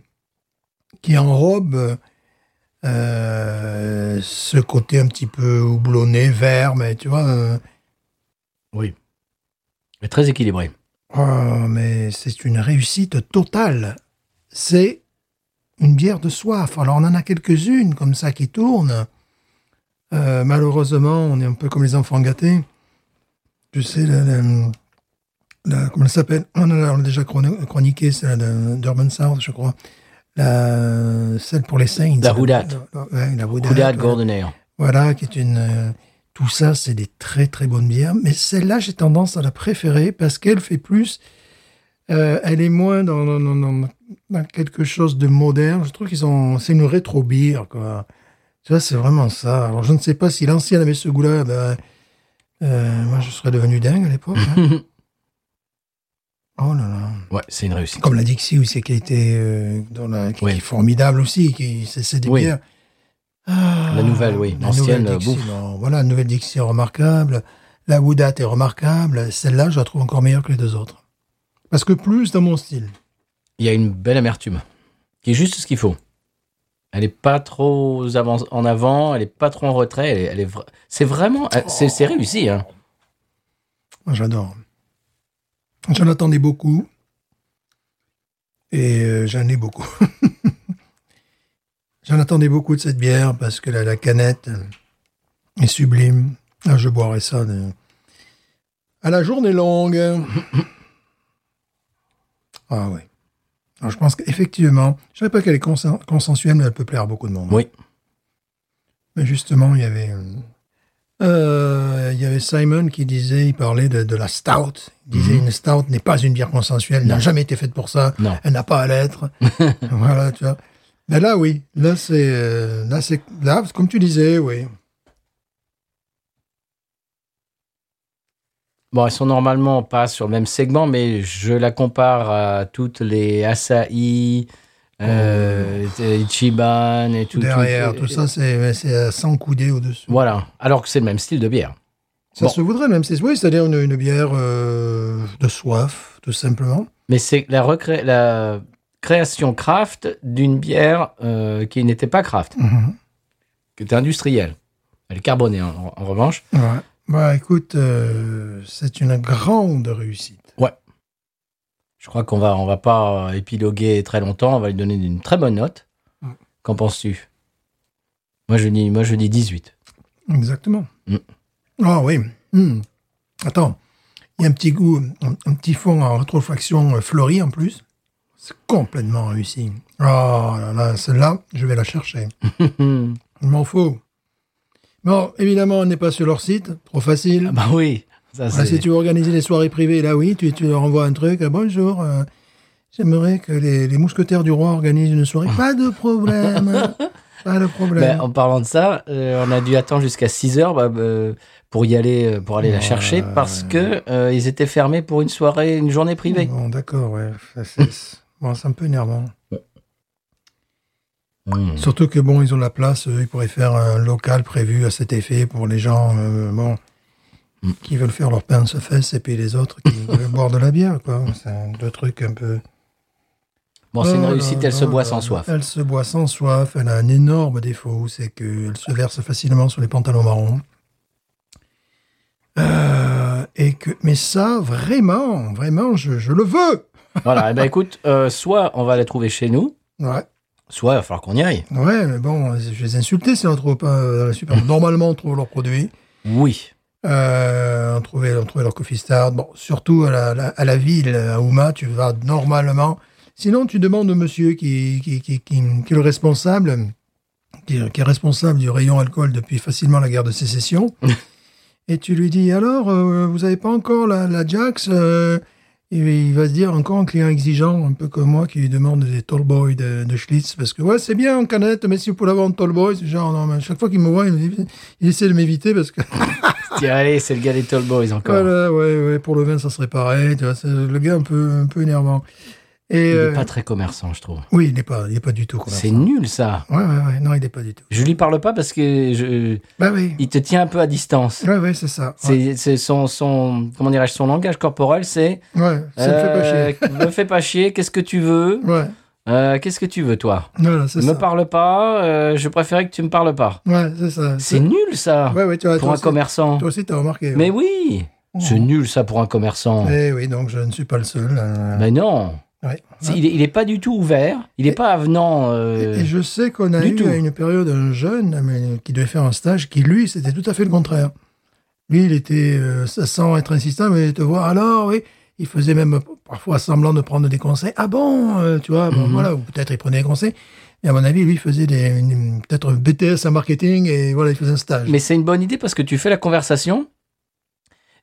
[SPEAKER 2] qui enrobe euh, ce côté un petit peu houblonné, vert, mais tu vois. euh,
[SPEAKER 1] Oui. Mais très équilibré.
[SPEAKER 2] oh, mais c'est une réussite totale. C'est une bière de soif. Alors, on en a quelques-unes comme ça qui tournent. Euh, malheureusement, on est un peu comme les enfants gâtés. Tu sais, la, la- la- comment elle s'appelle On en a on l'a déjà chrono- chroniqué, celle de- d'Urban South, je crois. La, celle pour les Saints.
[SPEAKER 1] La Houdat.
[SPEAKER 2] Ouais, la Houdat,
[SPEAKER 1] Coudat
[SPEAKER 2] ouais.
[SPEAKER 1] Golden Ale.
[SPEAKER 2] Voilà, qui est une. euh, tout ça, c'est des très très bonnes bières. Mais celle-là, j'ai tendance à la préférer parce qu'elle fait plus. euh, elle est moins dans, dans- dans- dans- dans quelque chose de moderne. Je trouve qu'ils ont. C'est une rétro bière, quoi. Tu vois, c'est vraiment ça. Alors, je ne sais pas si l'ancienne avait ce goût-là. ben, euh, moi, je serais devenu dingue à l'époque. hein. oh là là.
[SPEAKER 1] Ouais, c'est une réussite.
[SPEAKER 2] Comme la Dixie aussi, qui a été euh, dans la, qui,
[SPEAKER 1] Oui.
[SPEAKER 2] qui est formidable aussi, qui c'est c'est des
[SPEAKER 1] Oui.
[SPEAKER 2] bières. Ah,
[SPEAKER 1] La nouvelle, oui.
[SPEAKER 2] la
[SPEAKER 1] L'ancienne,
[SPEAKER 2] nouvelle Dixie,
[SPEAKER 1] bouffe.
[SPEAKER 2] non. Voilà, la nouvelle Dixie est remarquable. La Woudat est remarquable. Celle-là, je la trouve encore meilleure que les deux autres. Parce que plus dans mon style.
[SPEAKER 1] Il y a une belle amertume, qui est juste ce qu'il faut. Elle n'est pas trop avan- en avant, elle n'est pas trop en retrait. Elle est, elle est vra- C'est vraiment. euh, C'est c'est réussi. Hein.
[SPEAKER 2] Moi, J'adore. J'en attendais beaucoup. Et euh, j'en ai beaucoup. j'en attendais beaucoup de cette bière parce que la, la canette euh, est sublime. Ah, je boirai ça de- à la journée longue. ah oui. Alors, je pense qu'effectivement, je ne savais pas qu'elle est consen- consensuelle, mais elle peut plaire à beaucoup de monde.
[SPEAKER 1] Oui.
[SPEAKER 2] Mais justement, il y avait. euh, euh, il y avait Simon qui disait, il parlait de, de la stout. Il disait une stout n'est pas une bière consensuelle, elle n'a jamais été faite pour ça,
[SPEAKER 1] Mhm. Non.
[SPEAKER 2] elle n'a pas à l'être. voilà, tu vois. Mais là, oui, là, c'est. euh, Là, c'est. Là, comme tu disais, oui.
[SPEAKER 1] Bon, elles sont normalement pas sur le même segment, mais je la compare à toutes les Asahi, euh, Ichiban et tout.
[SPEAKER 2] Derrière, tout ça, c'est c'est à 100 coudées au-dessus.
[SPEAKER 1] Voilà. Alors que c'est le même style de bière.
[SPEAKER 2] Ça
[SPEAKER 1] Bon.
[SPEAKER 2] se voudrait même, c'est oui, c'est-à-dire une, une bière euh, de soif, tout simplement.
[SPEAKER 1] Mais c'est la, recré- la création craft d'une bière euh, qui n'était pas craft. que tu es industriel. Elle est carbonée, en, en revanche.
[SPEAKER 2] Ouais. Bah, écoute, euh, c'est une grande réussite.
[SPEAKER 1] Je crois qu'on va, on va pas euh, épiloguer très longtemps. On va lui donner une très bonne note.
[SPEAKER 2] Mm.
[SPEAKER 1] Qu'en penses-tu moi je, dis, moi, je dis 18.
[SPEAKER 2] Exactement.
[SPEAKER 1] Mm.
[SPEAKER 2] Ah oui. Hmm. Attends, il y a un petit goût, un, un petit fond en rétrofraction euh, fleurie en plus. C'est complètement réussi. Oh là là, celle-là, je vais la chercher. Il m'en faut. Bon, évidemment, on n'est pas sur leur site. Trop facile.
[SPEAKER 1] Ah bah oui. Ça,
[SPEAKER 2] Voilà,
[SPEAKER 1] c'est-
[SPEAKER 2] si tu veux organiser des soirées privées, là oui, tu, tu leur envoies un truc. euh, Bonjour, euh, j'aimerais que les, les mousquetaires du roi organisent une soirée. Pas de problème. pas de problème.
[SPEAKER 1] Ben, en parlant de ça, euh, on a dû attendre jusqu'à 6 heures bah, euh, pour y aller, euh, pour aller la chercher parce que euh, ils étaient fermés pour une soirée, une journée privée.
[SPEAKER 2] Bon, Oh, d'accord, ouais. Ça, c'est- Bon, c'est un peu énervant.
[SPEAKER 1] Mm.
[SPEAKER 2] Surtout que bon, ils ont la place, eux, ils pourraient faire un local prévu à cet effet pour les gens, euh, bon, qui veulent faire leur pain se fesse et puis les autres qui veulent boire de la bière, quoi. C'est un- deux trucs un peu.
[SPEAKER 1] Bon, c'est une
[SPEAKER 2] Oh là
[SPEAKER 1] réussite, elle
[SPEAKER 2] là
[SPEAKER 1] se boit
[SPEAKER 2] là
[SPEAKER 1] sans
[SPEAKER 2] là.
[SPEAKER 1] soif.
[SPEAKER 2] Elle se boit sans soif. Elle a un énorme défaut, c'est qu'elle se verse facilement sur les pantalons marrons. Euh, et que, mais ça, vraiment, vraiment, je, je le veux.
[SPEAKER 1] voilà, eh ben, écoute, euh, soit on va la trouver chez nous,
[SPEAKER 2] Ouais,
[SPEAKER 1] soit il va falloir qu'on y aille.
[SPEAKER 2] ouais, mais bon, je vais les insulter si on ne trouve pas euh, dans la super. Normalement, on trouve leurs produits.
[SPEAKER 1] Oui.
[SPEAKER 2] Euh, on, trouvait, on trouvait leur coffee star. Bon, surtout à la, la- à la ville, à Houma, tu vas normalement. Sinon, tu demandes au monsieur qui, qui, qui, qui- qui est le responsable, qui, qui est responsable du rayon alcool depuis facilement la guerre de sécession. et tu lui dis Alors, euh, vous avez pas encore la, la Jax euh, et il va se dire encore un client exigeant, un peu comme moi, qui lui demande des tall boys de, de Schlitz, parce que ouais, c'est bien en canette, mais si vous pouvez avoir un tall boy, c'est genre, non, mais à chaque fois qu'il me voit, il, me dit- il essaie de m'éviter parce que
[SPEAKER 1] Tiens, allez, c'est le gars des Tall Boys encore.
[SPEAKER 2] voilà, ouais, ouais, pour le vin, ça serait pareil. Tu vois, c'est le gars un peu, un peu énervant. Et,
[SPEAKER 1] Il
[SPEAKER 2] euh,
[SPEAKER 1] est pas très commerçant, je trouve.
[SPEAKER 2] Oui, il n'est pas, il est pas du tout.
[SPEAKER 1] C'est
[SPEAKER 2] commerçant.
[SPEAKER 1] nul ça.
[SPEAKER 2] Ouais, ouais, ouais, non, il n'est pas du tout.
[SPEAKER 1] Je lui parle pas parce que je...
[SPEAKER 2] Bah oui.
[SPEAKER 1] il te tient un peu à distance.
[SPEAKER 2] Ouais, ouais, c'est ça. Ouais,
[SPEAKER 1] C'est c'est son, son comment dirais-je son langage corporel, c'est
[SPEAKER 2] Ouais, ça me fait pas chier.
[SPEAKER 1] Euh, me fais pas chier, qu'est-ce que tu veux
[SPEAKER 2] Ouais,
[SPEAKER 1] Euh, Qu'est-ce que tu veux, toi
[SPEAKER 2] voilà, c'est
[SPEAKER 1] Me
[SPEAKER 2] ça.
[SPEAKER 1] parle pas, euh, je préférais que tu me parles pas.
[SPEAKER 2] Ouais, c'est ça.
[SPEAKER 1] C'est nul, ça,
[SPEAKER 2] Ouais, ouais, tu vois,
[SPEAKER 1] pour
[SPEAKER 2] toi
[SPEAKER 1] un
[SPEAKER 2] aussi-
[SPEAKER 1] commerçant.
[SPEAKER 2] Toi aussi, t'as remarqué.
[SPEAKER 1] Mais
[SPEAKER 2] ouais. Oh.
[SPEAKER 1] oui C'est nul, ça, pour un commerçant.
[SPEAKER 2] Eh oui, donc je ne suis pas le seul. euh,
[SPEAKER 1] Mais non
[SPEAKER 2] ouais.
[SPEAKER 1] C'est- il, est, il est pas du tout ouvert, il est pas avenant. euh,
[SPEAKER 2] Et et je sais qu'on a
[SPEAKER 1] du
[SPEAKER 2] eu
[SPEAKER 1] tout.
[SPEAKER 2] à une période un jeune euh, mais, qui devait faire un stage qui, lui, c'était tout à fait le contraire. Lui, il était, euh, sans être insistant, mais il te voit alors, oui. Il faisait même parfois semblant de prendre des conseils. Ah bon, euh, tu vois,
[SPEAKER 1] Mhm.
[SPEAKER 2] bon, voilà, ou peut-être il prenait des conseils. Mais à mon avis, lui, il faisait des, une- peut-être un BTS en marketing et voilà, il faisait un stage.
[SPEAKER 1] Mais c'est une bonne idée parce que tu fais la conversation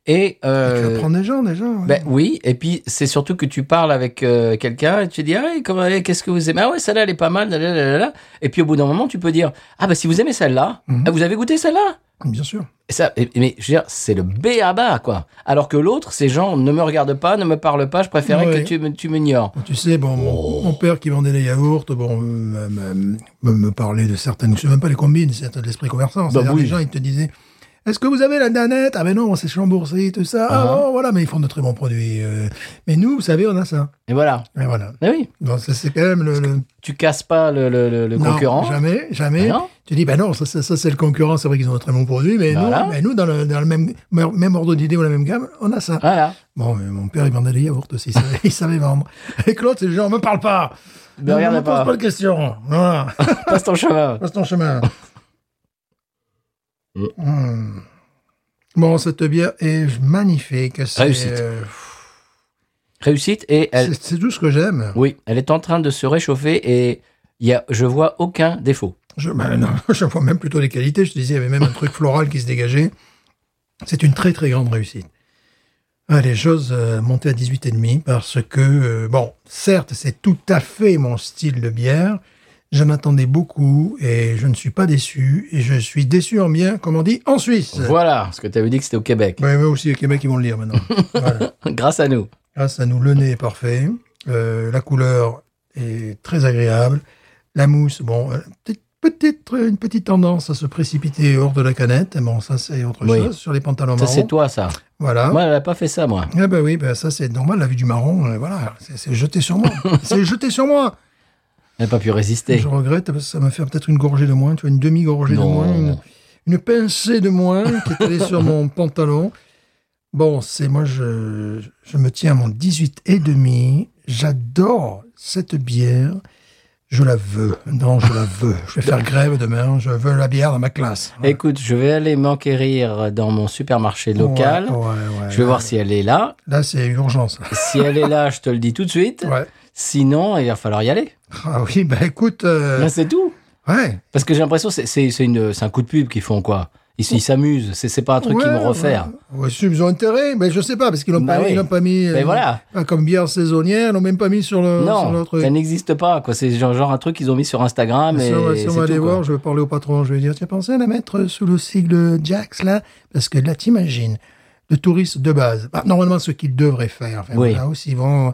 [SPEAKER 1] et.
[SPEAKER 2] Et Tu
[SPEAKER 1] euh,
[SPEAKER 2] apprends des gens, déjà. ouais.
[SPEAKER 1] Ben oui, et puis c'est surtout que tu parles avec euh, quelqu'un et tu dis ah ouais, comment eh, qu'est-ce que vous aimez ah ouais celle-là elle est pas mal là, là, là, là, là. et puis au bout d'un moment tu peux dire ah bah si vous aimez celle-là
[SPEAKER 2] Mhm.
[SPEAKER 1] ah, vous avez goûté celle-là
[SPEAKER 2] Bien sûr.
[SPEAKER 1] et ça et- mais je veux dire c'est le B à bas quoi alors que l'autre ces gens ne me regardent pas ne me parlent pas je préférais
[SPEAKER 2] Ouais.
[SPEAKER 1] que tu me- tu m'ignores
[SPEAKER 2] Tu sais, bon,
[SPEAKER 1] Oh.
[SPEAKER 2] mon, mon père qui vendait les yaourts, bon, euh, me, me- me parlait de certaines, je sais même pas les combines, c'est de l'esprit conversant. C'est-à-dire,
[SPEAKER 1] Bah oui.
[SPEAKER 2] les gens, ils te disaient, est-ce que vous avez la danette Ah ben non, c'est chambourcy, tout ça. Ah,
[SPEAKER 1] Ah.
[SPEAKER 2] bon, voilà, mais ils font de très bons produits. euh. mais nous, vous savez, on a ça.
[SPEAKER 1] et voilà
[SPEAKER 2] Et voilà.
[SPEAKER 1] mais oui
[SPEAKER 2] Bon, ça, c'est quand même le, le-
[SPEAKER 1] tu casses pas le, le, le, le
[SPEAKER 2] Non,
[SPEAKER 1] concurrent
[SPEAKER 2] Jamais, jamais.
[SPEAKER 1] Ah non
[SPEAKER 2] tu dis, ben non, ça, ça, ça, c'est le concurrent, c'est vrai qu'ils ont de très bons produits, mais
[SPEAKER 1] Voilà.
[SPEAKER 2] nous, mais nous dans, le, dans le même, même ordre d'idée ou la même gamme, on a ça.
[SPEAKER 1] voilà
[SPEAKER 2] Bon, mais mon père, il vendait des yaourts aussi, il savait, il savait vendre. Et Claude, c'est le genre, me parle pas
[SPEAKER 1] ne
[SPEAKER 2] Non,
[SPEAKER 1] regarde
[SPEAKER 2] ne me
[SPEAKER 1] pas
[SPEAKER 2] pose pas de questions. Voilà.
[SPEAKER 1] passe ton chemin
[SPEAKER 2] Passe ton chemin.
[SPEAKER 1] Mm.
[SPEAKER 2] Mm. Bon, cette bière est magnifique. C'est,
[SPEAKER 1] Réussite.
[SPEAKER 2] euh,
[SPEAKER 1] réussite et elle
[SPEAKER 2] c'est, c'est tout ce que j'aime.
[SPEAKER 1] oui elle est en train de se réchauffer et il y a je vois aucun défaut
[SPEAKER 2] Je, ben non, je vois même plutôt les qualités. Je te disais, il y avait même un truc floral qui se dégageait. C'est une très, très grande réussite. Ah, les choses euh, montées à 18,5 parce que, euh, bon, certes, c'est tout à fait mon style de bière. J'en attendais beaucoup et je ne suis pas déçu. Et je suis déçu en bien, comme on dit, en Suisse.
[SPEAKER 1] voilà ce que tu avais dit que c'était au Québec
[SPEAKER 2] Ouais, mais Ben, aussi, les Québec, ils vont le lire maintenant. Voilà.
[SPEAKER 1] Grâce à nous.
[SPEAKER 2] Grâce à nous, le nez est parfait. Euh, la couleur est très agréable. La mousse, bon, euh, peut-être peut-être une petite tendance à se précipiter hors de la canette. Bon, ça, c'est autre
[SPEAKER 1] Oui.
[SPEAKER 2] chose. Sur les pantalons
[SPEAKER 1] Ça, c'est
[SPEAKER 2] marrons.
[SPEAKER 1] toi, ça.
[SPEAKER 2] Voilà.
[SPEAKER 1] Moi, elle n'a pas fait ça, moi.
[SPEAKER 2] Ah bah oui, bah ça c'est normal, la vue du marron, euh, voilà, c'est c'est jeté sur moi. c'est jeté sur moi.
[SPEAKER 1] n'a pas pu résister.
[SPEAKER 2] Je regrette parce que ça m'a fait peut-être une gorgée de moins, tu vois, une demi-gorgée de
[SPEAKER 1] Non.
[SPEAKER 2] moins, une, une pincée de moins qui est allée sur mon pantalon. Bon, c'est moi, je, je me tiens à mon 18 et demi. J'adore cette bière. Je la veux. Non, je la veux. Je vais faire grève demain. Je veux la bière dans ma classe. Ouais.
[SPEAKER 1] Écoute, je vais aller m'enquérir dans mon supermarché local.
[SPEAKER 2] Ouais, ouais, ouais.
[SPEAKER 1] Je vais voir si elle est là.
[SPEAKER 2] Là, c'est une urgence.
[SPEAKER 1] Si elle est là, je te le dis tout de suite.
[SPEAKER 2] Ouais.
[SPEAKER 1] Sinon, il va falloir y aller.
[SPEAKER 2] Ah oui, bah écoute, euh,
[SPEAKER 1] Là, c'est tout.
[SPEAKER 2] ouais.
[SPEAKER 1] Parce que j'ai l'impression que c'est- c'est c'est une- c'est un coup de pub qu'ils font, quoi. Ils s- ils s'amusent. C'est c'est pas un truc qu'ils vont refaire.
[SPEAKER 2] Ouais, si, ils ont intérêt, mais je sais pas, parce qu'ils l'ont
[SPEAKER 1] Bah
[SPEAKER 2] pas,
[SPEAKER 1] oui.
[SPEAKER 2] ils l'ont pas mis. euh,
[SPEAKER 1] Mais voilà.
[SPEAKER 2] pas comme bière saisonnière, ils l'ont même pas mis sur le, sur
[SPEAKER 1] Non,
[SPEAKER 2] l'autre.
[SPEAKER 1] ça n'existe pas. quoi. C'est genre, genre un truc qu'ils ont mis sur Instagram.
[SPEAKER 2] Si
[SPEAKER 1] Et
[SPEAKER 2] on, va- si on
[SPEAKER 1] c'est
[SPEAKER 2] va
[SPEAKER 1] tout,
[SPEAKER 2] aller
[SPEAKER 1] quoi.
[SPEAKER 2] voir, je vais parler au patron, je vais dire, tu as pensé à la mettre sous le sigle Jax, là? Parce que là, t'imagines, le touriste de base, bah, normalement, ce qu'il devrait faire, enfin,
[SPEAKER 1] Oui.
[SPEAKER 2] voilà, aussi, bon,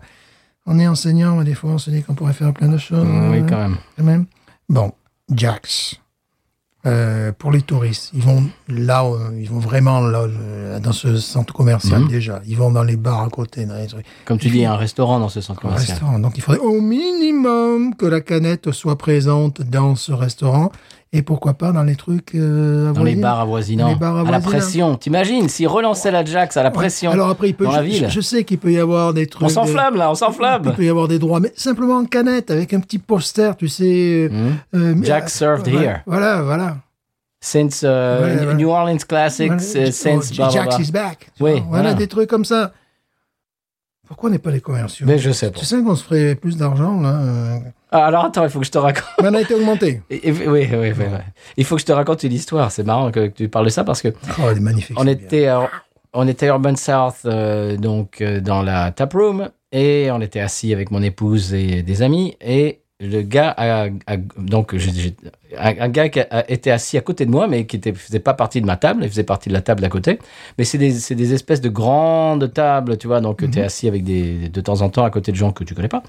[SPEAKER 2] on est enseignant, mais des fois, on se dit qu'on pourrait faire plein de choses.
[SPEAKER 1] Oui, quand même.
[SPEAKER 2] Quand même. Bon, Jax. Euh, pour les touristes, ils vont là, euh, ils vont vraiment là, euh, dans ce centre commercial
[SPEAKER 1] Mhm.
[SPEAKER 2] déjà. Ils vont dans les bars à côté, dans les trucs.
[SPEAKER 1] Comme tu dis, un restaurant dans ce centre commercial.
[SPEAKER 2] Restaurant. Donc il faudrait au minimum que la canette soit présente dans ce restaurant et pourquoi pas dans les trucs euh,
[SPEAKER 1] Dans les
[SPEAKER 2] avoisinants.
[SPEAKER 1] bars avoisinants.
[SPEAKER 2] Dans les bars
[SPEAKER 1] À la
[SPEAKER 2] avoisinants.
[SPEAKER 1] pression. T'imagines, s'ils relançaient la Jax à la pression
[SPEAKER 2] Alors après, il peut,
[SPEAKER 1] dans la
[SPEAKER 2] je,
[SPEAKER 1] ville.
[SPEAKER 2] je sais qu'il peut y avoir des trucs.
[SPEAKER 1] on
[SPEAKER 2] de-
[SPEAKER 1] s'enflamme, là, on
[SPEAKER 2] Il
[SPEAKER 1] s'enflamme.
[SPEAKER 2] peut y avoir des droits, mais simplement en canette avec un petit poster, tu sais. euh,
[SPEAKER 1] Hmm.
[SPEAKER 2] euh, mais-
[SPEAKER 1] Mm. Jack served
[SPEAKER 2] voilà,
[SPEAKER 1] here.
[SPEAKER 2] Voilà, voilà.
[SPEAKER 1] Since euh,
[SPEAKER 2] Ouais, ouais.
[SPEAKER 1] New Orleans Classics,
[SPEAKER 2] Voilà,
[SPEAKER 1] euh, since
[SPEAKER 2] oh,
[SPEAKER 1] blah, blah,
[SPEAKER 2] Jax
[SPEAKER 1] blah.
[SPEAKER 2] is back.
[SPEAKER 1] Oui,
[SPEAKER 2] voilà,
[SPEAKER 1] voilà.
[SPEAKER 2] des trucs comme ça. Pourquoi on n'est pas les commerciaux
[SPEAKER 1] Mais je sais pas.
[SPEAKER 2] Tu sais qu'on se ferait plus d'argent, là. euh,
[SPEAKER 1] Ah, alors attends, il faut que je te raconte.
[SPEAKER 2] Mais on a été augmenté.
[SPEAKER 1] Et- et- oui, oui, oui, oui, oui. Il faut que je te raconte une histoire. C'est marrant que, que tu parles de ça parce que
[SPEAKER 2] Oh, elle est magnifique.
[SPEAKER 1] on
[SPEAKER 2] cette bière.
[SPEAKER 1] était, à- on était à Urban South, euh, donc euh, dans la tap room, et on était assis avec mon épouse et des amis, et le gars, a, a- donc j'ai- j'ai- un, un gars qui a- a- était assis à côté de moi, mais qui ne faisait pas partie de ma table, il faisait partie de la table d'à côté, mais c'est des, c'est des espèces de grandes tables, tu vois, donc tu es assis avec des, de temps en temps à côté de gens que tu connais pas.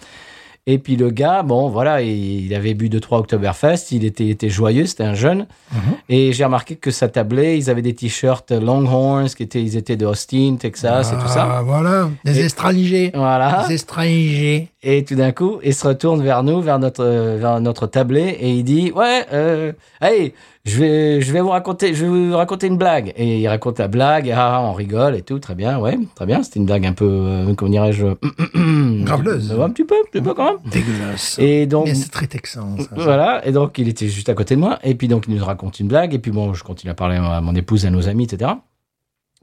[SPEAKER 1] Et puis le gars, bon, voilà, il, il avait bu 2-3 Oktoberfest, il était, il était joyeux, c'était un jeune. Et j'ai remarqué que sa tablée, ils avaient des t-shirts Longhorns, qui étaient, ils étaient de Austin, Texas et tout ça.
[SPEAKER 2] Ah, voilà. Des
[SPEAKER 1] Et- Ah.
[SPEAKER 2] estraligés.
[SPEAKER 1] Voilà.
[SPEAKER 2] Des estraligés.
[SPEAKER 1] Et tout d'un coup, il se retourne vers nous, vers notre, euh, vers notre tablée, et il dit Ouais, euh, hey, je vais, je vais vous raconter, je vais vous raconter une blague. Et il raconte la blague, et ah, on rigole et tout, très bien, ouais, très bien. C'était une blague un peu, euh, comment dirais-je,
[SPEAKER 2] Graveleuse.
[SPEAKER 1] Un petit peu, un petit peu quand même.
[SPEAKER 2] Dégueulasse.
[SPEAKER 1] Et donc,
[SPEAKER 2] Mais c'est très texan, ça.
[SPEAKER 1] Voilà, et donc il était juste à côté de moi, et puis donc il nous raconte une blague, et puis bon, je continue à parler à mon épouse, à nos amis, etc.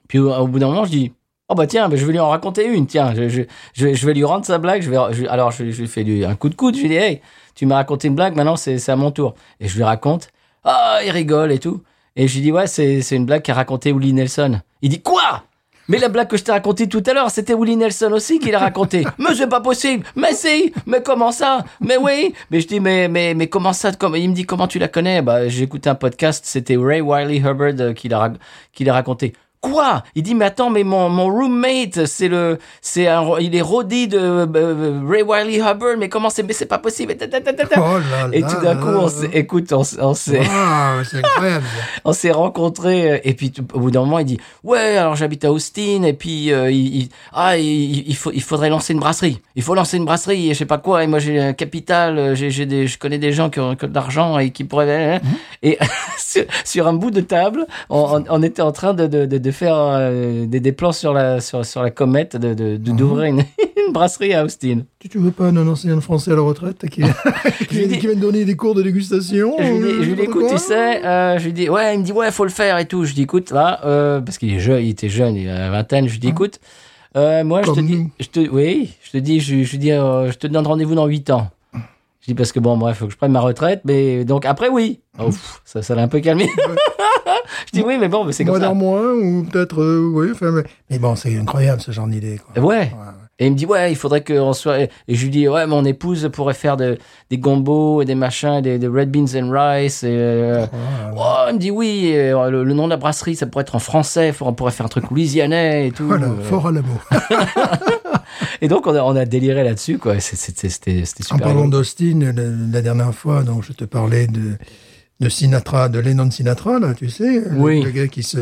[SPEAKER 1] Puis au, au bout d'un moment, je dis, oh bah tiens, bah, je vais lui en raconter une, tiens, je, je, je, vais- je vais lui rendre sa blague, je vais, je- alors je, je lui fais du- un coup de coude, je lui dis, hey, tu m'as raconté une blague, maintenant c'est c'est à mon tour. Et je lui raconte, ah, il rigole et tout. Et je lui dis, ouais, c'est c'est une blague qu'a racontée Willie Nelson. Il dit, quoi mais la blague que je t'ai racontée tout à l'heure, c'était Willie Nelson aussi qui l'a racontée. mais c'est pas possible. Mais si. Mais comment ça Mais oui. Mais je dis mais mais mais comment ça comme Il me dit comment tu la connais Bah j'ai écouté un podcast. C'était Ray Wiley Hubbard euh, qui l'a ra- qui l'a raconté. Quoi Il dit mais attends mais mon mon roommate c'est le c'est un ro- il est rodé de euh, euh, Ray Wiley Hubbard. Mais comment c'est Mais c'est pas possible. Et ta- ta- ta- ta- ta.
[SPEAKER 2] Oh là
[SPEAKER 1] Et
[SPEAKER 2] là
[SPEAKER 1] tout d'un coup,
[SPEAKER 2] là
[SPEAKER 1] on
[SPEAKER 2] là.
[SPEAKER 1] s'est- écoute, on s- on s'est,
[SPEAKER 2] Ah, c'est incroyable. ça.
[SPEAKER 1] on s'est rencontrés euh, et puis tout- au bout d'un moment il dit ouais alors j'habite à Austin et puis euh, il, il- ah il, il faut il faudrait lancer une brasserie il faut lancer une brasserie et je sais pas quoi et moi j'ai un capital euh, j'ai j'ai des je connais des gens qui ont, qui ont de l'argent et qui pourraient hein, et sur, sur un bout de table on, on- on était en train de de, de, de faire euh, des, des plans sur la sur, sur la comète de de- de- d'ouvrir une, une brasserie à Austin
[SPEAKER 2] Tu, tu veux pas un ancien français à la retraite qui, qui,
[SPEAKER 1] lui dis-
[SPEAKER 2] qui vient de donner des cours de dégustation
[SPEAKER 1] Je lui dis,
[SPEAKER 2] euh,
[SPEAKER 1] je lui dis,
[SPEAKER 2] n'importe
[SPEAKER 1] écoute, tu
[SPEAKER 2] quoi
[SPEAKER 1] sais, euh, je lui dis, ouais, il me dit, ouais, faut le faire et tout. Je lui dis, écoute, là, euh, parce qu'il est jeune, il était jeune, il a la vingtaine. Je lui dis, écoute, euh, moi, je te
[SPEAKER 2] Ah. Comme
[SPEAKER 1] dis,
[SPEAKER 2] nous.
[SPEAKER 1] je te, oui, je te dis, je, je lui dis, euh, je te donne rendez-vous dans 8 ans. Je dis, parce que bon, bref, faut que je prenne ma retraite, mais donc après, oui. Oh, pff, ça, ça l'a un peu calmé. je dis, oui, mais bon, mais c'est comme
[SPEAKER 2] Moi
[SPEAKER 1] ça.
[SPEAKER 2] dans moins, ou peut-être, euh, oui, enfin, mais, mais bon, c'est incroyable ce genre d'idée. quoi.
[SPEAKER 1] Ouais. Et il me dit, ouais, il faudrait qu'on soit. Et je lui dis, ouais, mon épouse pourrait faire de- des gombos et des machins, des, des red beans and rice. Et, euh, oh, il me dit, oui, et, euh, le, le nom de la brasserie, ça pourrait être en français, faut- on pourrait faire un truc louisianais et tout.
[SPEAKER 2] Voilà,
[SPEAKER 1] Euh,
[SPEAKER 2] fort à la bourre.
[SPEAKER 1] Et donc, on a, on a déliré là-dessus, quoi. C'est- c'est- C'était c'était
[SPEAKER 2] En
[SPEAKER 1] super.
[SPEAKER 2] parlant
[SPEAKER 1] rigolo.
[SPEAKER 2] d'Austin, la, la dernière fois, donc, je te parlais de, de Sinatra, de Lennon Sinatra, là, tu sais, le-
[SPEAKER 1] Oui.
[SPEAKER 2] le, gars qui se,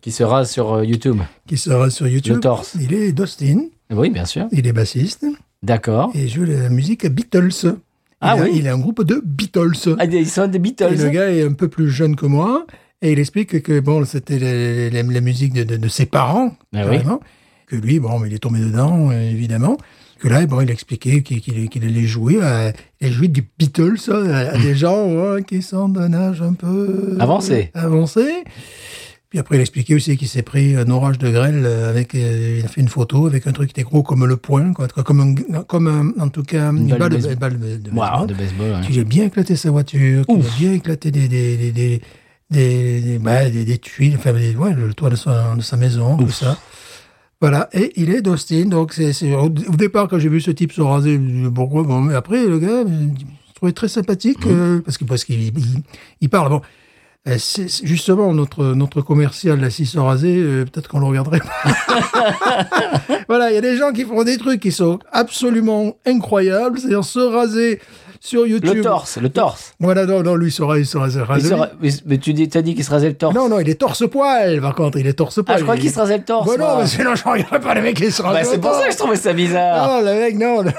[SPEAKER 1] Qui sera sur euh, YouTube.
[SPEAKER 2] qui sera sur YouTube.
[SPEAKER 1] Le torse.
[SPEAKER 2] Il est d'Austin,
[SPEAKER 1] Oui, bien sûr.
[SPEAKER 2] il est bassiste,
[SPEAKER 1] D'accord.
[SPEAKER 2] et il joue la musique Beatles.
[SPEAKER 1] Ah
[SPEAKER 2] il, a,
[SPEAKER 1] oui.
[SPEAKER 2] il a un groupe de Beatles.
[SPEAKER 1] Ah, ils sont des Beatles.
[SPEAKER 2] Et le gars est un peu plus jeune que moi, et il explique que- que bon, c'était la, la- la musique de, de- de ses parents,
[SPEAKER 1] Ah oui.
[SPEAKER 2] carrément. que lui, bon, il est tombé dedans, euh, évidemment. Que là, bon, il expliquait qu'il qu'il- qu'il allait jouer, à, il allait jouer du Beatles euh, à, à des gens ouais, qui sont d'un âge un peu
[SPEAKER 1] Avancé.
[SPEAKER 2] avancé. Puis après, il expliquait aussi qu'il s'est pris un orage de grêle euh, avec, euh, il a fait une photo avec un truc qui était gros comme le poing, quoi, comme, un- comme un- en tout cas, une,
[SPEAKER 1] balle
[SPEAKER 2] balle,
[SPEAKER 1] de
[SPEAKER 2] de-
[SPEAKER 1] baseball.
[SPEAKER 2] balle de- de
[SPEAKER 1] Wow,
[SPEAKER 2] baseball.
[SPEAKER 1] de baseball. ouais.
[SPEAKER 2] Il a bien éclaté sa voiture, il a bien éclaté des, des, des, des, des, des- bah, des- des tuiles, enfin, des- ouais, le toit de sa, de sa maison, tout ça. Voilà, et il est d'Austin. Donc, c'est c'est- au, au départ, quand j'ai vu ce type se raser, je me suis dit, pourquoi bon, mais Après, le gars, euh, je trouvais très sympathique, euh, parce qu'il parce qu'il il, il parle. Bon, euh, c'est- c'est justement, notre, notre commercial, là, s'il se rasait, euh, peut-être qu'on le regarderait voilà, il y a des gens qui font des trucs qui sont absolument incroyables, c'est-à-dire se raser sur YouTube.
[SPEAKER 1] Le torse, le torse.
[SPEAKER 2] Voilà, non, non, lui, il sera, il sera, il sera-
[SPEAKER 1] Il se ra- mais- Mais tu dis, t'as dit qu'il se rasait le torse.
[SPEAKER 2] Non, non, il est torse-poil, par contre, il est torse-poil.
[SPEAKER 1] Ah, je crois qu'il se rasait le torse.
[SPEAKER 2] Bah non,
[SPEAKER 1] moi.
[SPEAKER 2] mais sinon, je regarderais pas les mecs qui se rasent
[SPEAKER 1] Bah,
[SPEAKER 2] le
[SPEAKER 1] c'est pour
[SPEAKER 2] torse.
[SPEAKER 1] ça que je trouvais ça bizarre.
[SPEAKER 2] Non, le mec, non. le-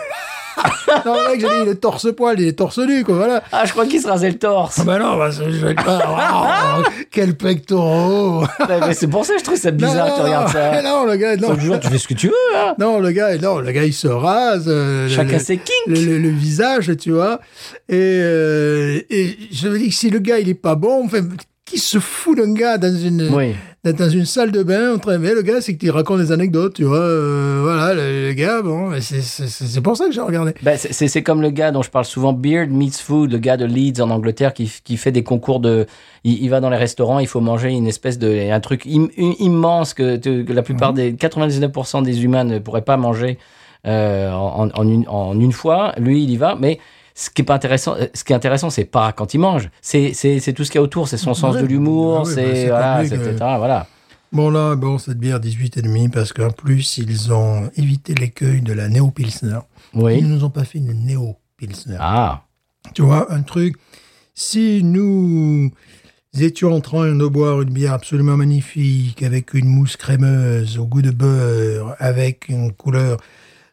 [SPEAKER 2] non, le mec, j'ai dit, il est torse-poil, il est torse nu, quoi, voilà.
[SPEAKER 1] Ah, je crois qu'il se rasait le torse.
[SPEAKER 2] Ah bah non, bah, je je vais pas. Oh, quel pectoraux
[SPEAKER 1] Ouais, mais c'est pour ça que je trouve ça bizarre
[SPEAKER 2] bah. non,
[SPEAKER 1] que tu regardes
[SPEAKER 2] non,
[SPEAKER 1] ça.
[SPEAKER 2] Non, le gars, non.
[SPEAKER 1] Faut que je- tu fais ce que tu veux, hein.
[SPEAKER 2] Non, le gars, non, le gars, il se rase. euh,
[SPEAKER 1] Chacun
[SPEAKER 2] le-
[SPEAKER 1] ses kinks.
[SPEAKER 2] Le, le- le visage, tu vois. Et, euh, et je veux dire que si le gars, il est pas bon, enfin, qui se fout d'un gars dans une,
[SPEAKER 1] Oui.
[SPEAKER 2] dans- dans une salle de bain en train. Mais le gars, c'est qu'il raconte des anecdotes, tu vois. euh, voilà, le, le gars, bon, mais c'est- c'est c'est- c'est pour ça que j'ai regardé.
[SPEAKER 1] Bah, c'est- c'est c'est comme le gars dont je parle souvent, Beard Meets Food, le gars de Leeds en Angleterre qui, f- qui fait des concours de. Il, il va dans les restaurants, il faut manger une espèce de. un truc im- im- immense que, te- que la
[SPEAKER 2] Mhm.
[SPEAKER 1] plupart des. 99% des humains ne pourraient pas manger euh, en, en une, en une fois. Lui, il y va, mais. Ce qui est pas intéressant, euh, ce qui est intéressant, c'est pas quand il mange, c'est c'est c'est tout ce qu'il y a autour, c'est son sens
[SPEAKER 2] Ouais.
[SPEAKER 1] de l'humour,
[SPEAKER 2] Ah oui, bah,
[SPEAKER 1] c'est
[SPEAKER 2] c'est
[SPEAKER 1] voilà,
[SPEAKER 2] comme
[SPEAKER 1] c'est
[SPEAKER 2] lui que-
[SPEAKER 1] etc. Voilà.
[SPEAKER 2] Bon, là, bon, cette bière 18,5, parce qu'en plus, ils ont évité l'écueil de la néo-pilsner.
[SPEAKER 1] Oui.
[SPEAKER 2] Ils nous ont pas fait une néo-pilsner.
[SPEAKER 1] Ah.
[SPEAKER 2] Tu vois, un truc. Si nous étions en train de boire une bière absolument magnifique, avec une mousse crémeuse, au goût de beurre, avec une couleur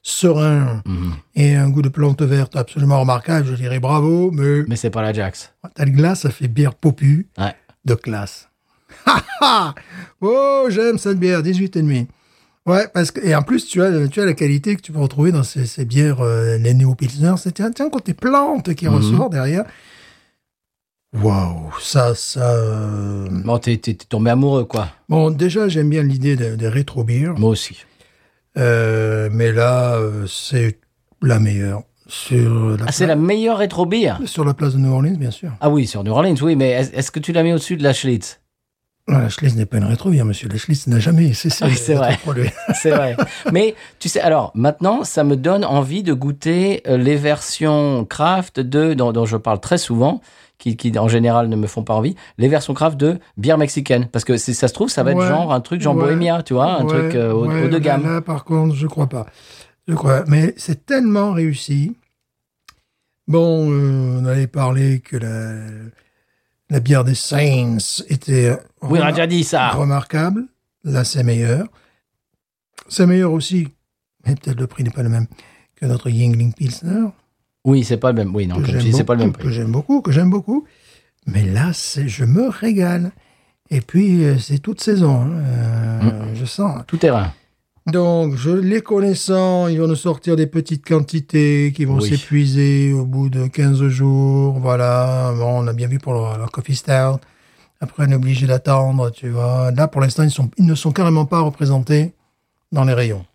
[SPEAKER 2] serein
[SPEAKER 1] mm.
[SPEAKER 2] et un goût de plante verte absolument remarquable, je dirais bravo, mais
[SPEAKER 1] Mais c'est pas la Jax.
[SPEAKER 2] ta glace, ça fait bière popu
[SPEAKER 1] Ouais.
[SPEAKER 2] de classe. Ha, ha oh, j'aime cette bière, 18,5. Ouais, parce que, et en plus, tu as, tu as la qualité que tu peux retrouver dans ces, ces bières, euh, les néo-pilsners. C'est un, tiens, côté plante
[SPEAKER 1] Mhm.
[SPEAKER 2] qui ressort derrière. Waouh, ça, ça. euh,
[SPEAKER 1] Bon, t'es t'es- t'es tombé amoureux, quoi.
[SPEAKER 2] Bon, déjà, j'aime bien l'idée des des rétro-bières.
[SPEAKER 1] Moi aussi.
[SPEAKER 2] Euh, mais là, euh, c'est la meilleure. Sur la,
[SPEAKER 1] Ah, c'est
[SPEAKER 2] pla-
[SPEAKER 1] la meilleure rétro bière.
[SPEAKER 2] sur la place de New Orleans, bien sûr.
[SPEAKER 1] Ah oui, sur New Orleans, oui, mais est- est-ce que tu l'as mis au-dessus de la Schlitz
[SPEAKER 2] Ah, la Schlitz n'est pas une rétro-bière, monsieur. La Schlitz n'a jamais cessé
[SPEAKER 1] Ah,
[SPEAKER 2] de-
[SPEAKER 1] c'est
[SPEAKER 2] d'être
[SPEAKER 1] vrai.
[SPEAKER 2] produite.
[SPEAKER 1] C'est vrai. mais tu sais, alors maintenant, ça me donne envie de goûter euh, les versions craft de, dont, dont je parle très souvent, qui, qui en général ne me font pas envie, les versions craft de bière mexicaine. Parce que si ça se trouve, ça va être
[SPEAKER 2] Ouais,
[SPEAKER 1] genre un truc genre
[SPEAKER 2] ouais,
[SPEAKER 1] bohémien, tu vois, un
[SPEAKER 2] Ouais,
[SPEAKER 1] truc euh, haut,
[SPEAKER 2] ouais, bah
[SPEAKER 1] haut de
[SPEAKER 2] là,
[SPEAKER 1] gamme.
[SPEAKER 2] Là, par contre, je crois pas. Je crois. Mais c'est tellement réussi. Bon, euh, on avait parlé que la, la bière des Saints était
[SPEAKER 1] Oui, on a
[SPEAKER 2] remar-
[SPEAKER 1] déjà dit ça.
[SPEAKER 2] remarquable. Là, c'est meilleur. C'est meilleur aussi, mais peut-être le prix n'est pas le même que notre Yingling Pilsner,
[SPEAKER 1] Oui, c'est pas le même. Oui, non,
[SPEAKER 2] que
[SPEAKER 1] comme
[SPEAKER 2] j'aime
[SPEAKER 1] je dis, c'est
[SPEAKER 2] beaucoup,
[SPEAKER 1] pas le même
[SPEAKER 2] que
[SPEAKER 1] prix.
[SPEAKER 2] j'aime beaucoup, que j'aime beaucoup. Mais là, c'est, je me régale. Et puis, euh, c'est toute saison. hein. Euh,
[SPEAKER 1] Mm.
[SPEAKER 2] Je sens.
[SPEAKER 1] Tout terrain.
[SPEAKER 2] Donc, je les connaissant, ils vont nous sortir des petites quantités qui vont
[SPEAKER 1] Oui.
[SPEAKER 2] s'épuiser au bout de 15 jours. Voilà, bon, on a bien vu pour leur, leur coffee stout. Après, on est obligé d'attendre, tu vois. Là, pour l'instant, ils, sont, ils ne sont carrément pas représentés dans les rayons.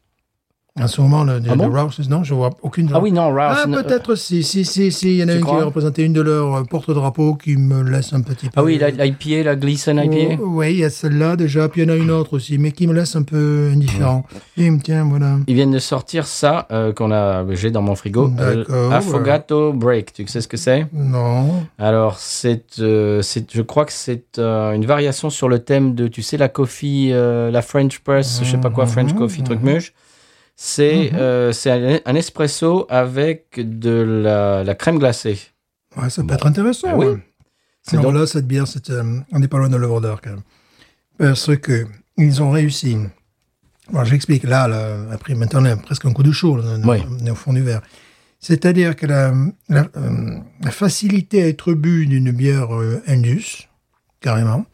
[SPEAKER 2] En ce moment, le, le-
[SPEAKER 1] Ah
[SPEAKER 2] le
[SPEAKER 1] bon
[SPEAKER 2] Rouse's, non, je vois aucune.
[SPEAKER 1] Ah oui, non, Ralph.
[SPEAKER 2] Ah,
[SPEAKER 1] non,
[SPEAKER 2] peut-être si, si, si, si. Il y en a
[SPEAKER 1] Tu
[SPEAKER 2] une qui
[SPEAKER 1] crois
[SPEAKER 2] est représentée, une de leurs euh, porte-drapeaux qui me laisse un petit peu.
[SPEAKER 1] Ah oui, la- l'IPA, la Gleason IPA.
[SPEAKER 2] Oh, oui, il y a celle-là déjà, puis il y en a une autre aussi, mais qui me laisse un peu indifférent. Et me tient, voilà.
[SPEAKER 1] Ils viennent de sortir ça euh, qu'on a, j'ai dans mon frigo. Euh,
[SPEAKER 2] D'accord.
[SPEAKER 1] Affogato Break. Tu sais ce que c'est
[SPEAKER 2] Non.
[SPEAKER 1] Alors, c'est, euh, c'est, je crois que c'est euh, une variation sur le thème de, tu sais, la coffee, euh, la French press, je sais pas quoi, French
[SPEAKER 2] Mhm,
[SPEAKER 1] coffee, truc muche. C'est, euh, c'est un, un espresso avec de la, la crème glacée.
[SPEAKER 2] Ouais, ça peut être intéressant. hein.
[SPEAKER 1] Ah oui.
[SPEAKER 2] ouais.
[SPEAKER 1] C'est
[SPEAKER 2] Alors
[SPEAKER 1] donc-
[SPEAKER 2] là, cette bière, c'est, euh, on n'est pas loin de l'œuvre d'art quand même. Parce que ils ont réussi. Bon, j'explique. Là, là, après, maintenant, on a presque un coup de chaud là,
[SPEAKER 1] Oui.
[SPEAKER 2] on est au fond du verre. C'est-à-dire que la, la, euh, la facilité à être bu d'une bière euh, Indus, carrément,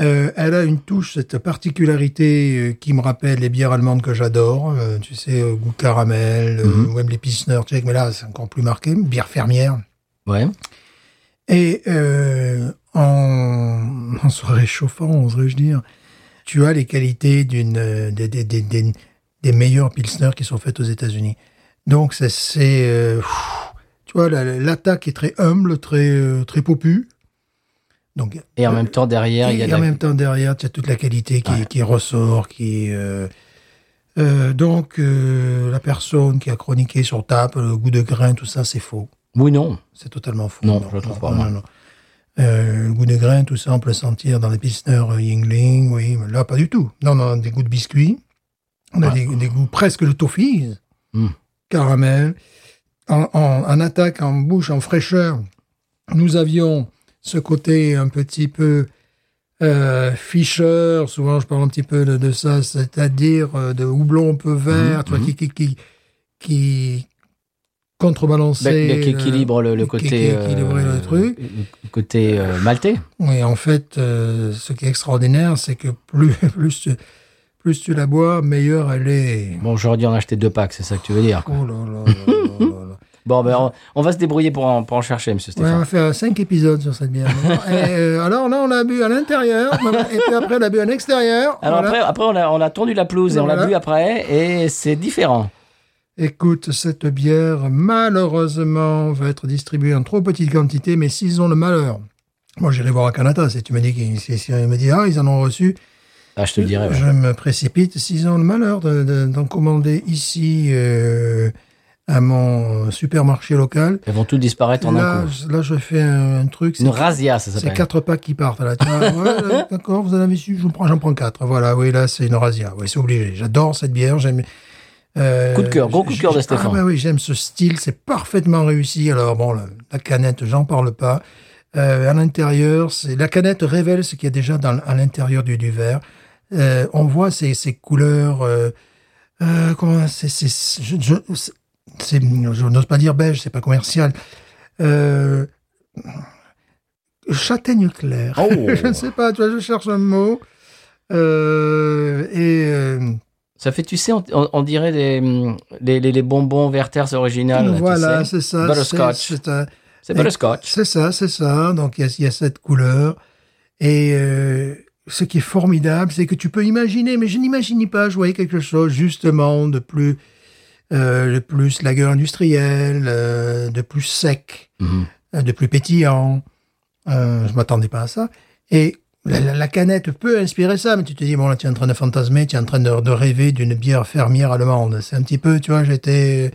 [SPEAKER 2] euh, elle a une touche, cette particularité euh, qui me rappelle les bières allemandes que j'adore. euh, tu sais, euh, goût caramel, euh, ou même les Pilsner tchèques, mais là, c'est encore plus marqué. Bière fermière.
[SPEAKER 1] Ouais.
[SPEAKER 2] Et euh, en, en se réchauffant, oserais-je dire, tu as les qualités d'une euh, des, des, des, des, des meilleures pilsner qui sont faites aux États-Unis. Donc c'est, c'est euh, pff, tu vois, la- la- l'attaque est très humble, très euh, très popu. Donc
[SPEAKER 1] Et en même temps, derrière, il y a
[SPEAKER 2] Euh, et
[SPEAKER 1] de la-
[SPEAKER 2] en même temps, derrière, tu as toute la qualité qui,
[SPEAKER 1] Ouais.
[SPEAKER 2] qui ressort, qui... euh, euh, donc, euh, la personne qui a chroniqué sur tape, le goût de grain, tout ça, c'est faux.
[SPEAKER 1] Oui, non.
[SPEAKER 2] C'est totalement faux.
[SPEAKER 1] Non, je le trouve pas, moi.
[SPEAKER 2] Euh, le goût de grain, tout ça, on peut le sentir dans les Pilsner euh, Yingling, oui. mais Là, pas du tout. Là, on a des goûts de biscuits. On a
[SPEAKER 1] Ouais.
[SPEAKER 2] des, des goûts presque de toffees.
[SPEAKER 1] Mm.
[SPEAKER 2] Caramel. En, en- en attaque, en bouche, en fraîcheur, nous avions ce côté un petit peu euh, Fischer, souvent je parle un petit peu de, de ça, c'est-à-dire euh, de houblon un peu vert,
[SPEAKER 1] Hmm.
[SPEAKER 2] tu vois, qui, qui, qui, qui contrebalançait.
[SPEAKER 1] Bah, qui
[SPEAKER 2] le-
[SPEAKER 1] équilibre le, le
[SPEAKER 2] qui-
[SPEAKER 1] côté.
[SPEAKER 2] qui équilibrait
[SPEAKER 1] euh,
[SPEAKER 2] euh, le truc.
[SPEAKER 1] le côté euh, maltais.
[SPEAKER 2] Oui, en fait, euh, ce qui est extraordinaire, c'est que plus, plus, tu- plus tu la bois, meilleure elle est.
[SPEAKER 1] Bon, aujourd'hui, on a acheté deux packs, c'est ça que tu veux dire. quoi.
[SPEAKER 2] Oh là là là là là là.
[SPEAKER 1] Bon, ben, on, on va se débrouiller pour en, pour en chercher, monsieur
[SPEAKER 2] Ouais, on
[SPEAKER 1] Stéphane.
[SPEAKER 2] va faire cinq épisodes sur cette bière. Et, euh, alors là, on l'a bu à l'intérieur, voilà, et puis après, on l'a bu à l'extérieur.
[SPEAKER 1] Alors
[SPEAKER 2] voilà.
[SPEAKER 1] après, après on, a, on a tendu la pelouse et on l'a
[SPEAKER 2] Voilà.
[SPEAKER 1] bu après, et c'est différent.
[SPEAKER 2] Écoute, cette bière, malheureusement, va être distribuée en trop petite quantité, mais s'ils ont le malheur. Moi, j'irai voir à Canada, si tu me dis qu'ils si- si on me dit, ah, ils en ont reçu.
[SPEAKER 1] Ah, je te le dirai. ouais.
[SPEAKER 2] Je me précipite. S'ils ont le malheur de- de- d'en commander ici, euh, à mon supermarché local,
[SPEAKER 1] Elles vont toutes disparaître en un
[SPEAKER 2] là,
[SPEAKER 1] coup.
[SPEAKER 2] je- là, je fais un, un truc.
[SPEAKER 1] Une
[SPEAKER 2] c'est-
[SPEAKER 1] razzia, ça
[SPEAKER 2] C'est
[SPEAKER 1] s'appelle.
[SPEAKER 2] quatre packs qui partent. Là. Tu vois, ouais, là, d'accord, vous en avez su, j'en prends, j'en prends quatre. Voilà, oui, là, c'est une razzia. Oui, c'est obligé. J'adore cette bière. J'aime. euh,
[SPEAKER 1] Coup de cœur, gros coup de cœur de
[SPEAKER 2] j'ai-
[SPEAKER 1] Stéphane.
[SPEAKER 2] Ah, bah oui, j'aime ce style. C'est parfaitement réussi. Alors, bon, la, la canette, j'en parle pas. Euh, à l'intérieur, c'est la canette révèle ce qu'il y a déjà dans, à l'intérieur du, du verre. Euh, on voit ces, ces couleurs. euh, euh, comment c'est c'est je, je, c'est- c'est- je n'ose pas dire beige, c'est pas commercial. Euh, châtaigne clair.
[SPEAKER 1] Oh.
[SPEAKER 2] je ne sais pas, tu vois, je cherche un mot. Euh, et euh,
[SPEAKER 1] Ça fait, tu sais, on, on- on dirait les, hum, les, les- les bonbons Werther's original. là, tu
[SPEAKER 2] voilà,
[SPEAKER 1] sais.
[SPEAKER 2] c'est ça.
[SPEAKER 1] Butterscotch.
[SPEAKER 2] c'est- c'est un-
[SPEAKER 1] C'est pas le scotch.
[SPEAKER 2] C'est ça, c'est ça. Donc il y a- il y, a cette couleur. Et euh, ce qui est formidable, c'est que tu peux imaginer, mais je n'imagine pas, je voyais quelque chose justement de plus, euh, de plus slagueur industriel, euh, de plus sec,
[SPEAKER 1] Mhm.
[SPEAKER 2] euh, de plus pétillant. Euh, je m'attendais pas à ça. Et la, la- la canette peut inspirer ça, mais tu te dis, bon là, tu es en train de fantasmer, tu es en train de, de rêver d'une bière fermière allemande. C'est un petit peu, tu vois, j'étais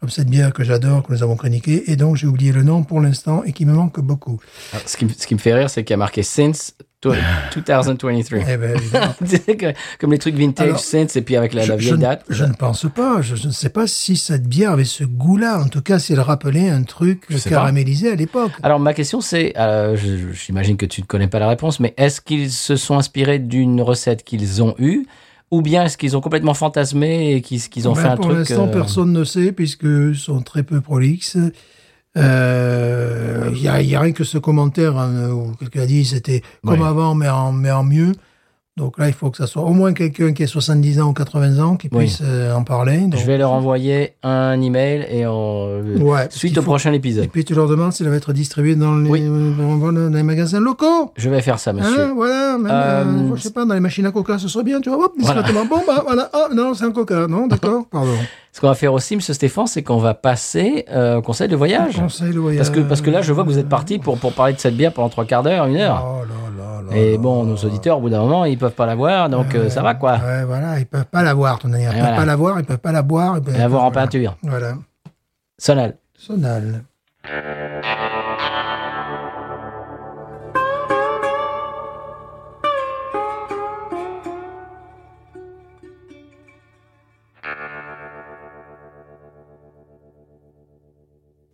[SPEAKER 2] comme cette bière que j'adore, que nous avons chroniquée, et donc j'ai oublié le nom pour l'instant et qui me manque beaucoup.
[SPEAKER 1] Ah, Ce, qui, me- ce qui me fait rire, c'est qu'il y a marqué Since to- 2023.
[SPEAKER 2] Eh ben, évidemment.
[SPEAKER 1] Tu sais, que- Comme les trucs vintage,
[SPEAKER 2] Alors,
[SPEAKER 1] Since, et puis avec la, la
[SPEAKER 2] je, je
[SPEAKER 1] vieille
[SPEAKER 2] ne-
[SPEAKER 1] date.
[SPEAKER 2] je ne pense pas. Je, je ne sais pas si cette bière avait ce goût-là. En tout cas, si elle rappelait un truc
[SPEAKER 1] Je sais pas.
[SPEAKER 2] caramélisé à l'époque.
[SPEAKER 1] Alors ma question c'est, euh, je- je- j'imagine que tu ne connais pas la réponse, mais est-ce qu'ils se sont inspirés d'une recette qu'ils ont eue ou bien est-ce qu'ils ont complètement fantasmé et qu'ils qu'ils ont
[SPEAKER 2] Ben,
[SPEAKER 1] fait un
[SPEAKER 2] pour
[SPEAKER 1] truc
[SPEAKER 2] l'instant,
[SPEAKER 1] euh,
[SPEAKER 2] personne ne sait, puisqu'ils sont très peu prolixes. Euh, Il n'y a, il y a rien que ce commentaire hein, où quelqu'un a dit c'était comme
[SPEAKER 1] Ouais.
[SPEAKER 2] avant, mais en, mais en mieux. Donc là, il faut que ça soit au moins quelqu'un qui ait 70 ans ou 80 ans qui
[SPEAKER 1] Oui.
[SPEAKER 2] puisse euh, en parler. Donc,
[SPEAKER 1] Je vais leur envoyer un email et on... euh,
[SPEAKER 2] Ouais, parce
[SPEAKER 1] suite
[SPEAKER 2] qu'il
[SPEAKER 1] au
[SPEAKER 2] faut-
[SPEAKER 1] prochain
[SPEAKER 2] Et
[SPEAKER 1] épisode.
[SPEAKER 2] puis tu leur demandes s'il va être distribué dans les,
[SPEAKER 1] Oui.
[SPEAKER 2] dans- voilà, dans les magasins locaux.
[SPEAKER 1] Je vais faire ça, monsieur.
[SPEAKER 2] Hein, voilà, même,
[SPEAKER 1] Euh,
[SPEAKER 2] euh, je sais pas, dans les machines à coca, ce serait bien, tu vois, hop, discrètement. Bon, bah voilà, ah non, c'est un coca, non, d'accord, pardon.
[SPEAKER 1] Ce qu'on va faire aussi, monsieur Stéphane, c'est qu'on va passer euh, au conseil de voyage.
[SPEAKER 2] Conseil euh, de voyage.
[SPEAKER 1] Parce que, parce que là, je vois que vous êtes parti pour, pour parler de cette bière pendant trois quarts d'heure, une
[SPEAKER 2] Oh
[SPEAKER 1] heure.
[SPEAKER 2] là là là.
[SPEAKER 1] Et
[SPEAKER 2] là
[SPEAKER 1] bon,
[SPEAKER 2] là.
[SPEAKER 1] nos auditeurs, au bout d'un moment, ils peuvent pas la voir, donc euh, ça va quoi.
[SPEAKER 2] Ah, Ouais, voilà, ils peuvent pas la voir, ton dernière. Ils
[SPEAKER 1] Et
[SPEAKER 2] peuvent
[SPEAKER 1] voilà.
[SPEAKER 2] pas la voir, ils peuvent pas la boire. Ils peuvent
[SPEAKER 1] La voir en
[SPEAKER 2] voilà.
[SPEAKER 1] peinture.
[SPEAKER 2] Voilà.
[SPEAKER 1] Sonal.
[SPEAKER 2] Sonal.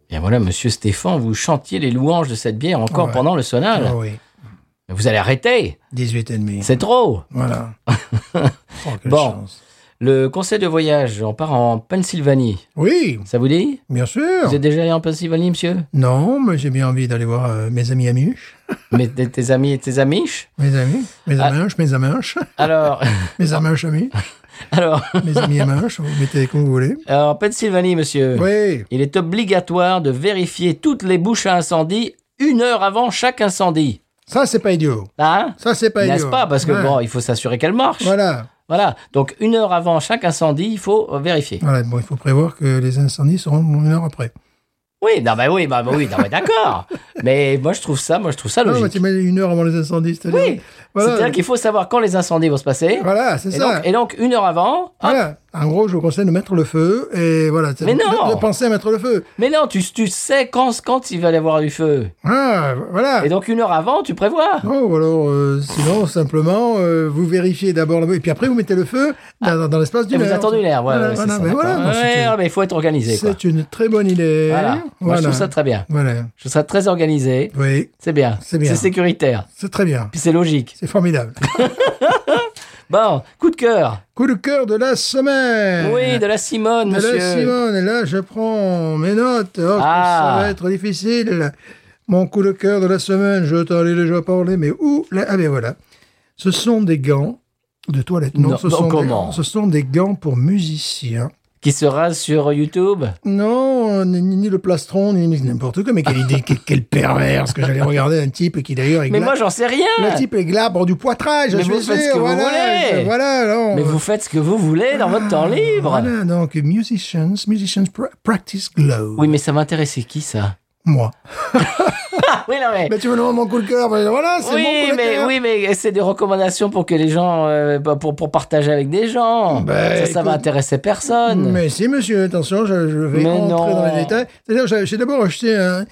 [SPEAKER 1] Bien voilà, monsieur Stéphane, vous chantiez les louanges de cette bière encore
[SPEAKER 2] Ouais.
[SPEAKER 1] pendant le sonal.
[SPEAKER 2] Ah oui.
[SPEAKER 1] Mais Vous allez arrêter
[SPEAKER 2] 18 et demi.
[SPEAKER 1] C'est trop
[SPEAKER 2] Voilà. oh, quelle
[SPEAKER 1] Bon.
[SPEAKER 2] chance.
[SPEAKER 1] Le conseil de voyage, on part en Pennsylvanie.
[SPEAKER 2] Oui,
[SPEAKER 1] Ça vous dit
[SPEAKER 2] bien sûr.
[SPEAKER 1] Vous êtes déjà allé en Pennsylvanie, monsieur
[SPEAKER 2] Non, mais j'ai bien envie d'aller voir euh, mes amis amish.
[SPEAKER 1] Mais tes tes amis et tes amiches
[SPEAKER 2] Mes amis, mes
[SPEAKER 1] Ah.
[SPEAKER 2] aminches, mes aminches,
[SPEAKER 1] Alors,
[SPEAKER 2] mes aminches amis,
[SPEAKER 1] alors,
[SPEAKER 2] mes amis aminches, vous mettez comme vous voulez.
[SPEAKER 1] en Pennsylvanie, monsieur,
[SPEAKER 2] Oui,
[SPEAKER 1] il est obligatoire de vérifier toutes les bouches à incendie une heure avant chaque incendie.
[SPEAKER 2] ça c'est pas idiot.
[SPEAKER 1] Hein
[SPEAKER 2] Ça c'est pas idiot.
[SPEAKER 1] N'est-ce pas Parce que
[SPEAKER 2] Ouais.
[SPEAKER 1] bon, il faut s'assurer qu'elle marche.
[SPEAKER 2] Voilà.
[SPEAKER 1] Voilà. Donc, une heure avant chaque incendie, il faut euh, vérifier.
[SPEAKER 2] Voilà, bon, il faut prévoir que les incendies seront une heure après.
[SPEAKER 1] Oui, non, bah oui, bah, bah oui, non, mais d'accord. mais moi, je trouve ça, moi, je trouve ça
[SPEAKER 2] Ah Non, mais
[SPEAKER 1] logique.
[SPEAKER 2] t'imagines une heure avant les incendies, c'est-à-dire.
[SPEAKER 1] oui.
[SPEAKER 2] voilà,
[SPEAKER 1] C'est-à-dire qu'il faut savoir quand les incendies vont se passer.
[SPEAKER 2] voilà c'est
[SPEAKER 1] Et
[SPEAKER 2] ça.
[SPEAKER 1] donc, et donc, une heure avant. hein. hop.
[SPEAKER 2] Voilà. En gros, je vous conseille de mettre le feu et voilà.
[SPEAKER 1] Mais
[SPEAKER 2] de-
[SPEAKER 1] non
[SPEAKER 2] de penser à mettre le feu.
[SPEAKER 1] Mais non, tu, tu sais quand, quand il va y avoir du feu.
[SPEAKER 2] Ah, voilà.
[SPEAKER 1] Et donc, une heure avant, tu prévois.
[SPEAKER 2] Oh, ou alors, euh, sinon, simplement, euh, vous vérifiez d'abord le feu, et puis après, vous mettez le feu dans, dans- dans l'espace
[SPEAKER 1] Et
[SPEAKER 2] d'une
[SPEAKER 1] Ah. vous
[SPEAKER 2] heure.
[SPEAKER 1] attendez une heure. Ouais,
[SPEAKER 2] Voilà,
[SPEAKER 1] ouais, c'est
[SPEAKER 2] voilà,
[SPEAKER 1] ça,
[SPEAKER 2] mais
[SPEAKER 1] d'accord.
[SPEAKER 2] voilà, moi, c'est
[SPEAKER 1] Ouais,
[SPEAKER 2] une-
[SPEAKER 1] non, mais il faut être organisé. quoi.
[SPEAKER 2] C'est une très bonne idée.
[SPEAKER 1] Voilà. Moi, je trouve ça très bien.
[SPEAKER 2] Voilà.
[SPEAKER 1] Je trouve ça très organisé.
[SPEAKER 2] Oui,
[SPEAKER 1] C'est bien.
[SPEAKER 2] C'est bien.
[SPEAKER 1] sécuritaire.
[SPEAKER 2] c'est très bien.
[SPEAKER 1] Puis c'est logique.
[SPEAKER 2] C'est formidable.
[SPEAKER 1] Bon, coup de cœur.
[SPEAKER 2] Coup de cœur de la semaine.
[SPEAKER 1] Oui, de la Simone,
[SPEAKER 2] de
[SPEAKER 1] monsieur.
[SPEAKER 2] la Simone. Et là, je prends mes notes. Oh,
[SPEAKER 1] Ah.
[SPEAKER 2] Ça va être difficile. Mon coup de cœur de la semaine, je t'en ai déjà parlé, mais où la- Ah ben voilà. Ce sont des gants de toilette. Non,
[SPEAKER 1] Non,
[SPEAKER 2] ce,
[SPEAKER 1] non,
[SPEAKER 2] sont
[SPEAKER 1] comment
[SPEAKER 2] des, ce sont des gants pour musiciens.
[SPEAKER 1] Qui sera sur YouTube.
[SPEAKER 2] Non, ni, ni le plastron, ni, ni n'importe quoi. Mais quelle idée, quel, quel pervers que j'allais regarder un type qui d'ailleurs est
[SPEAKER 1] Mais
[SPEAKER 2] gla-
[SPEAKER 1] moi, j'en sais rien.
[SPEAKER 2] le type est glabre du poitrage,
[SPEAKER 1] Mais
[SPEAKER 2] je
[SPEAKER 1] vous
[SPEAKER 2] suis
[SPEAKER 1] faites ce
[SPEAKER 2] sûr,
[SPEAKER 1] que vous
[SPEAKER 2] voilà,
[SPEAKER 1] voulez.
[SPEAKER 2] je- voilà, non.
[SPEAKER 1] Mais vous faites ce que vous voulez dans votre temps libre.
[SPEAKER 2] Voilà, donc musicians, musicians pra- practice glow.
[SPEAKER 1] Oui, mais ça m'intéresse. C'est qui ça
[SPEAKER 2] Moi.
[SPEAKER 1] Ah, Oui, non, mais.
[SPEAKER 2] Mais tu me demandes mon coup de cœur, mais voilà, c'est
[SPEAKER 1] oui,
[SPEAKER 2] mon coup de
[SPEAKER 1] mais,
[SPEAKER 2] cœur.
[SPEAKER 1] oui, mais c'est des recommandations pour que les gens. euh, bah, pour, pour partager avec des gens.
[SPEAKER 2] Ben,
[SPEAKER 1] ça, ça va
[SPEAKER 2] écoute-
[SPEAKER 1] intéresser personne.
[SPEAKER 2] Mais si, monsieur, attention, je, je vais
[SPEAKER 1] Mais
[SPEAKER 2] entrer
[SPEAKER 1] non.
[SPEAKER 2] dans les détails. C'est-à-dire, j'ai- j'ai d'abord acheté un.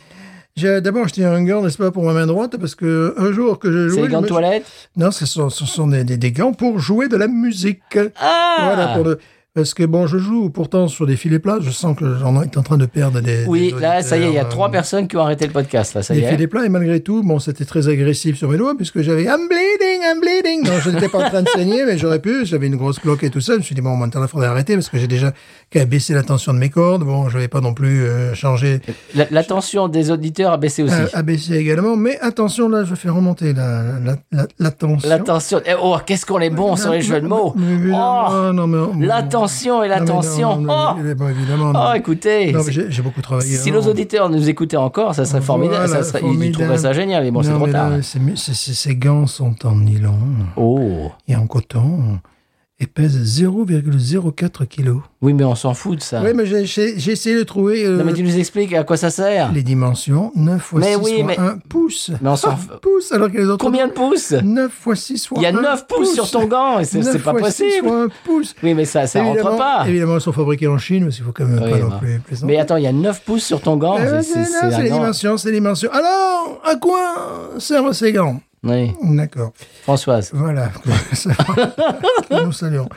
[SPEAKER 2] J'ai d'abord acheté un gant, n'est-ce pas, pour ma main droite, parce que un jour que je jouais.
[SPEAKER 1] C'est les
[SPEAKER 2] je
[SPEAKER 1] gants de
[SPEAKER 2] me-
[SPEAKER 1] toilette
[SPEAKER 2] Non, ce sont, ce sont des, des- des gants pour jouer de la musique.
[SPEAKER 1] Ah
[SPEAKER 2] Voilà, pour le- Parce que bon, je joue pourtant sur des filets plats, je sens que j'en est en train de perdre des.
[SPEAKER 1] Oui,
[SPEAKER 2] des
[SPEAKER 1] là, ça y est, il y a
[SPEAKER 2] auditeurs,
[SPEAKER 1] trois
[SPEAKER 2] euh,
[SPEAKER 1] personnes qui ont arrêté le podcast, là, ça y
[SPEAKER 2] J'ai fait
[SPEAKER 1] est.
[SPEAKER 2] des plats et malgré tout, bon, c'était très agressif sur mes doigts puisque j'avais I'm bleeding, I'm bleeding. Non, je n'étais pas en train de saigner, mais j'aurais pu. J'avais une grosse cloque et tout ça. Je me suis dit bon, maintenant il faudrait arrêter parce que j'ai déjà qu'à baissé la tension de mes cordes. Bon, je n'avais pas non plus euh, changé,
[SPEAKER 1] La- L'attention des auditeurs a baissé aussi.
[SPEAKER 2] euh, abaissé également. Mais attention, là, je fais remonter la, la, la, la tension.
[SPEAKER 1] L'attention. eh, Oh, qu'est-ce qu'on est bon sur les jeux de mots.
[SPEAKER 2] Mais évidemment,
[SPEAKER 1] Oh,
[SPEAKER 2] non, mais-
[SPEAKER 1] l'attention et
[SPEAKER 2] Non, mais
[SPEAKER 1] l'attention.
[SPEAKER 2] non, non,
[SPEAKER 1] Oh,
[SPEAKER 2] mais évidemment, évidemment, non.
[SPEAKER 1] Oh, écoutez.
[SPEAKER 2] Non, mais
[SPEAKER 1] c'est-
[SPEAKER 2] j'ai j'ai beaucoup travaillé. Oh,
[SPEAKER 1] Si
[SPEAKER 2] avant.
[SPEAKER 1] nos auditeurs nous écoutaient encore, ça serait formidable.
[SPEAKER 2] Bah, Voilà,
[SPEAKER 1] ça serait- Ils
[SPEAKER 2] formidable.
[SPEAKER 1] trouveraient ça génial, mais bon, c'est
[SPEAKER 2] Non,
[SPEAKER 1] trop
[SPEAKER 2] mais là,
[SPEAKER 1] tard.
[SPEAKER 2] c'est mieux, c'est- c'est- ces gants sont en nylon.
[SPEAKER 1] Oh.
[SPEAKER 2] et en coton et pèse 0,04 kg.
[SPEAKER 1] Oui, mais on s'en fout de ça.
[SPEAKER 2] Oui, mais j'ai- j'ai j'ai essayé de trouver euh,
[SPEAKER 1] Ah. Non, mais tu nous expliques à quoi ça sert.
[SPEAKER 2] les dimensions. 9 fois
[SPEAKER 1] Mais
[SPEAKER 2] 6
[SPEAKER 1] oui,
[SPEAKER 2] fois
[SPEAKER 1] mais-
[SPEAKER 2] 1 pouce.
[SPEAKER 1] Mais on s'en
[SPEAKER 2] Ah,
[SPEAKER 1] f-
[SPEAKER 2] pouce, alors que les autres...
[SPEAKER 1] Combien de pouces
[SPEAKER 2] 9 fois 6 fois
[SPEAKER 1] Il y a
[SPEAKER 2] 1
[SPEAKER 1] 9 pouces sur ton gant, et c'est
[SPEAKER 2] 9
[SPEAKER 1] c'est pas
[SPEAKER 2] fois 6
[SPEAKER 1] possible.
[SPEAKER 2] fois 1 pouce.
[SPEAKER 1] Oui, mais ça, ça rentre
[SPEAKER 2] évidemment,
[SPEAKER 1] pas.
[SPEAKER 2] Évidemment, ils sont fabriqués en Chine, parce qu'il faut quand même
[SPEAKER 1] Oui,
[SPEAKER 2] pas non
[SPEAKER 1] bah.
[SPEAKER 2] plus plaisanter.
[SPEAKER 1] Mais attends, il y a 9 pouces sur ton gant.
[SPEAKER 2] Euh,
[SPEAKER 1] c'est-
[SPEAKER 2] non,
[SPEAKER 1] C'est
[SPEAKER 2] c'est
[SPEAKER 1] un
[SPEAKER 2] les
[SPEAKER 1] gant.
[SPEAKER 2] dimensions, c'est les dimensions. Alors, à quoi servent ces gants
[SPEAKER 1] Oui,
[SPEAKER 2] D'accord.
[SPEAKER 1] Françoise.
[SPEAKER 2] Voilà, que nous saluons,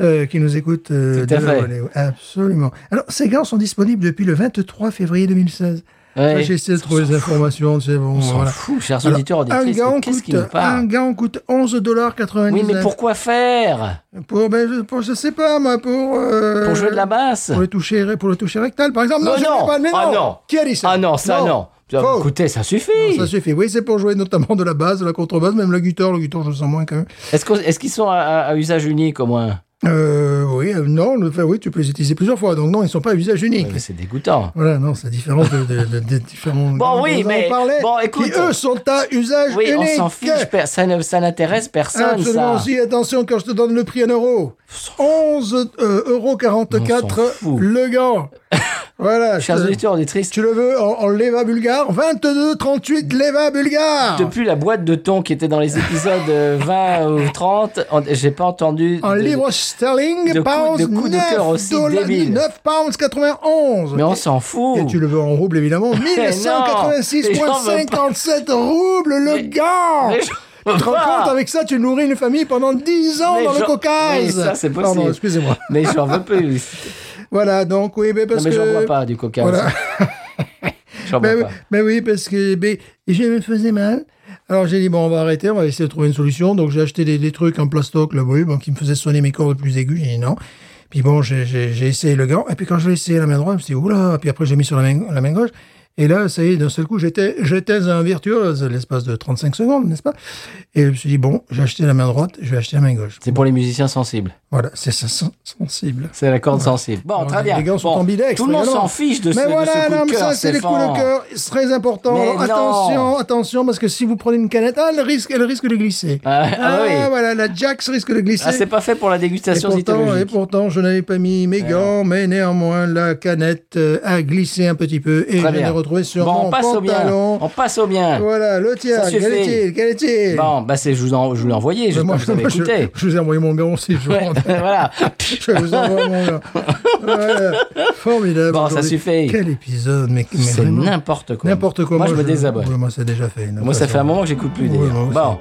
[SPEAKER 2] Euh, qui nous écoute euh,
[SPEAKER 1] Tout à
[SPEAKER 2] de
[SPEAKER 1] fait.
[SPEAKER 2] la Valais, ouais, Absolument. Alors, ces gants sont disponibles depuis le 23 février 2016.
[SPEAKER 1] Ouais.
[SPEAKER 2] Là, J'ai essayé de trouver les informations, c'est bon,
[SPEAKER 1] On s'en
[SPEAKER 2] voilà.
[SPEAKER 1] fout, chers
[SPEAKER 2] Alors,
[SPEAKER 1] auditeurs,
[SPEAKER 2] un,
[SPEAKER 1] auditrices, mais
[SPEAKER 2] gant
[SPEAKER 1] qu'est-ce
[SPEAKER 2] coûte,
[SPEAKER 1] qui nous
[SPEAKER 2] un
[SPEAKER 1] parle
[SPEAKER 2] gant coûte 11,99$.
[SPEAKER 1] Oui, mais pourquoi faire
[SPEAKER 2] pour, ben, je- pour- Je sais pas, moi, pour... euh,
[SPEAKER 1] Pour jouer de la basse
[SPEAKER 2] Pour le toucher, pour le toucher rectal, par exemple. Non,
[SPEAKER 1] Mais
[SPEAKER 2] je
[SPEAKER 1] non.
[SPEAKER 2] sais pas, mais
[SPEAKER 1] Ah
[SPEAKER 2] non.
[SPEAKER 1] non.
[SPEAKER 2] Qui a dit ça
[SPEAKER 1] Ah non, ça non. Putain,
[SPEAKER 2] Faux.
[SPEAKER 1] Écoutez, ça suffit.
[SPEAKER 2] Ça suffit. Oui, c'est pour jouer notamment de la basse, de la contrebasse, même le guitare. Le guitare, je le sens moins quand même.
[SPEAKER 1] Est-ce qu'on- est-ce qu'ils sont à, à- à usage unique au moins
[SPEAKER 2] Euh, oui, euh, non, le, enfin, oui, tu peux les utiliser plusieurs fois, donc non, ils ne sont pas à usage unique.
[SPEAKER 1] Ouais, mais C'est dégoûtant.
[SPEAKER 2] Voilà, non, c'est différent de, de- de- des différents.
[SPEAKER 1] Bon,
[SPEAKER 2] dont
[SPEAKER 1] oui,
[SPEAKER 2] nous
[SPEAKER 1] mais-
[SPEAKER 2] avons parlé,
[SPEAKER 1] bon, écoute.
[SPEAKER 2] Qui, eux, sont à usage
[SPEAKER 1] Oui,
[SPEAKER 2] unique.
[SPEAKER 1] on s'en fiche, per- ça ne- ça n'intéresse personne,
[SPEAKER 2] Absolument,
[SPEAKER 1] ça.
[SPEAKER 2] si, attention, quand je te donne le prix en euros. 11 euh, euros
[SPEAKER 1] On s'en
[SPEAKER 2] 44
[SPEAKER 1] fout.
[SPEAKER 2] le gant. voilà. je
[SPEAKER 1] Chers
[SPEAKER 2] te-
[SPEAKER 1] auditeurs, auditrices,
[SPEAKER 2] Tu le veux en, en leva bulgare 22, 38 leva bulgare
[SPEAKER 1] depuis la boîte de thon qui était dans les épisodes euh, 20 ou 30, on- j'ai pas entendu.
[SPEAKER 2] En
[SPEAKER 1] de-
[SPEAKER 2] livre sterling,
[SPEAKER 1] de coup-
[SPEAKER 2] pounds,
[SPEAKER 1] de coup de cœur
[SPEAKER 2] 9
[SPEAKER 1] aussi
[SPEAKER 2] dollars-
[SPEAKER 1] débile.
[SPEAKER 2] 9 pounds 91.
[SPEAKER 1] Mais on s'en fout.
[SPEAKER 2] Et tu le veux en rouble, évidemment. 1186,57 roubles le gars
[SPEAKER 1] Mais je-
[SPEAKER 2] Tu te rends
[SPEAKER 1] Voilà.
[SPEAKER 2] compte, avec ça, tu nourris une famille pendant 10 ans
[SPEAKER 1] Mais
[SPEAKER 2] dans le
[SPEAKER 1] j'en-
[SPEAKER 2] Caucase
[SPEAKER 1] mais ça, c'est possible.
[SPEAKER 2] Pardon, excusez-moi.
[SPEAKER 1] Mais j'en veux plus.
[SPEAKER 2] Voilà, donc, oui, mais
[SPEAKER 1] Non,
[SPEAKER 2] parce
[SPEAKER 1] mais j'en
[SPEAKER 2] que...
[SPEAKER 1] bois pas du coca.
[SPEAKER 2] Voilà.
[SPEAKER 1] aussi. J'en bois
[SPEAKER 2] Ben, oui,
[SPEAKER 1] pas.
[SPEAKER 2] ben oui, parce que ben, je me faisais mal Alors j'ai dit, bon, on va arrêter, on va essayer de trouver une solution. Donc j'ai acheté des, des trucs en plastoc, le bruit, bon, qui me faisait sonner mes cordes plus aiguës. J'ai dit non. Puis bon, j'ai- j'ai j'ai essayé le gant. Et puis quand je l'ai essayé la main droite, je me suis dit, oula. Puis après, j'ai mis sur la main, la main gauche. Et là, ça y est, d'un seul coup, j'étais j'étais un virtuose, l'espace de 35 secondes, n'est-ce pas Et je me suis dit, bon, j'ai acheté la main droite, je vais acheter la main gauche.
[SPEAKER 1] C'est pour les musiciens sensibles.
[SPEAKER 2] Voilà, c'est ça, sen- sensible.
[SPEAKER 1] C'est la corde sensible. Bon,
[SPEAKER 2] Alors,
[SPEAKER 1] très
[SPEAKER 2] les-
[SPEAKER 1] bien.
[SPEAKER 2] Les gars sont
[SPEAKER 1] Bon,
[SPEAKER 2] ambidextres.
[SPEAKER 1] Tout le monde
[SPEAKER 2] également.
[SPEAKER 1] s'en fiche de ce,
[SPEAKER 2] Mais
[SPEAKER 1] de
[SPEAKER 2] voilà,
[SPEAKER 1] ce coup
[SPEAKER 2] non,
[SPEAKER 1] de
[SPEAKER 2] mais
[SPEAKER 1] cœur,
[SPEAKER 2] ça, c'est les coups
[SPEAKER 1] Stéphane.
[SPEAKER 2] de cœur. C'est très important.
[SPEAKER 1] Mais
[SPEAKER 2] Alors,
[SPEAKER 1] non.
[SPEAKER 2] attention, attention, parce que si vous prenez une canette, ah, elle risque, elle risque de glisser.
[SPEAKER 1] Ah, ah oui.
[SPEAKER 2] voilà, la Jax risque de glisser.
[SPEAKER 1] Ah, c'est pas fait pour la
[SPEAKER 2] et
[SPEAKER 1] dégustation
[SPEAKER 2] pourtant, et
[SPEAKER 1] italienne.
[SPEAKER 2] pourtant, je n'avais pas mis mes gants, mais néanmoins, la canette euh, a glissé un petit peu et je
[SPEAKER 1] Très
[SPEAKER 2] l'ai
[SPEAKER 1] bien.
[SPEAKER 2] retrouvée sur
[SPEAKER 1] Bon,
[SPEAKER 2] mon
[SPEAKER 1] on passe au bien.
[SPEAKER 2] pantalon.
[SPEAKER 1] On passe au bien.
[SPEAKER 2] Voilà, le tien,
[SPEAKER 1] Ça
[SPEAKER 2] quel
[SPEAKER 1] suffit.
[SPEAKER 2] est-il Quel est-il
[SPEAKER 1] Bon, bah c'est, je vous, en, je vous l'ai envoyé,
[SPEAKER 2] Mais
[SPEAKER 1] j'espère
[SPEAKER 2] moi,
[SPEAKER 1] que vous avez
[SPEAKER 2] moi, je,
[SPEAKER 1] écouté.
[SPEAKER 2] je vous ai envoyé mon gant aussi, je
[SPEAKER 1] Ouais,
[SPEAKER 2] rentre.
[SPEAKER 1] voilà.
[SPEAKER 2] Je vous envoie mon gars. Voilà. Formidable.
[SPEAKER 1] Bon, ça
[SPEAKER 2] aujourd'hui.
[SPEAKER 1] suffit.
[SPEAKER 2] Quel épisode, mais, mais
[SPEAKER 1] C'est
[SPEAKER 2] vraiment,
[SPEAKER 1] n'importe quoi.
[SPEAKER 2] n'importe quoi.
[SPEAKER 1] Moi, je me
[SPEAKER 2] je-
[SPEAKER 1] désabonne.
[SPEAKER 2] ouais, moi, c'est déjà fait.
[SPEAKER 1] Moi, ça fait un moment que j'écoute plus
[SPEAKER 2] Ouais,
[SPEAKER 1] d'ailleurs.
[SPEAKER 2] moi aussi.
[SPEAKER 1] bon.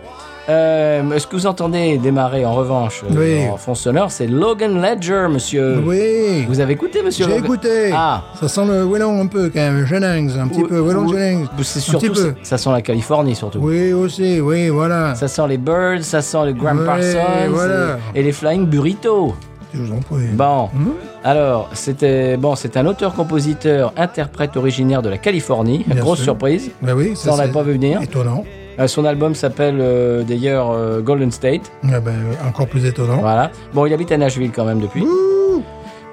[SPEAKER 1] Euh, ce que vous entendez démarrer en revanche euh,
[SPEAKER 2] Oui.
[SPEAKER 1] en fond sonore, c'est Logan Ledger, monsieur.
[SPEAKER 2] Oui.
[SPEAKER 1] Vous avez écouté, monsieur
[SPEAKER 2] J'ai
[SPEAKER 1] Logan
[SPEAKER 2] écouté.
[SPEAKER 1] Ah.
[SPEAKER 2] Ça sent le Wellon un peu, quand même. Jennings, un petit
[SPEAKER 1] Ou-
[SPEAKER 2] peu. Wellon
[SPEAKER 1] ou-
[SPEAKER 2] Jennings.
[SPEAKER 1] C'est
[SPEAKER 2] un
[SPEAKER 1] surtout,
[SPEAKER 2] petit peu.
[SPEAKER 1] ça sent la Californie surtout.
[SPEAKER 2] Oui, aussi, oui, voilà.
[SPEAKER 1] Ça sent les Birds, ça sent le Grand
[SPEAKER 2] Ouais,
[SPEAKER 1] Parsons
[SPEAKER 2] voilà.
[SPEAKER 1] et, et les Flying Burrito.
[SPEAKER 2] Je vous en prie. Mhm.
[SPEAKER 1] Bon, alors, c'était bon, c'est un auteur-compositeur, interprète originaire de la Californie.
[SPEAKER 2] Bien
[SPEAKER 1] Grosse
[SPEAKER 2] sûr.
[SPEAKER 1] surprise.
[SPEAKER 2] Bah oui,
[SPEAKER 1] Ça, on l'avait
[SPEAKER 2] c'est
[SPEAKER 1] pas vu venir.
[SPEAKER 2] Étonnant.
[SPEAKER 1] Euh, son album s'appelle euh, d'ailleurs euh, Golden State.
[SPEAKER 2] Ah ben, encore plus étonnant.
[SPEAKER 1] Voilà. Bon, il habite à Nashville quand même depuis.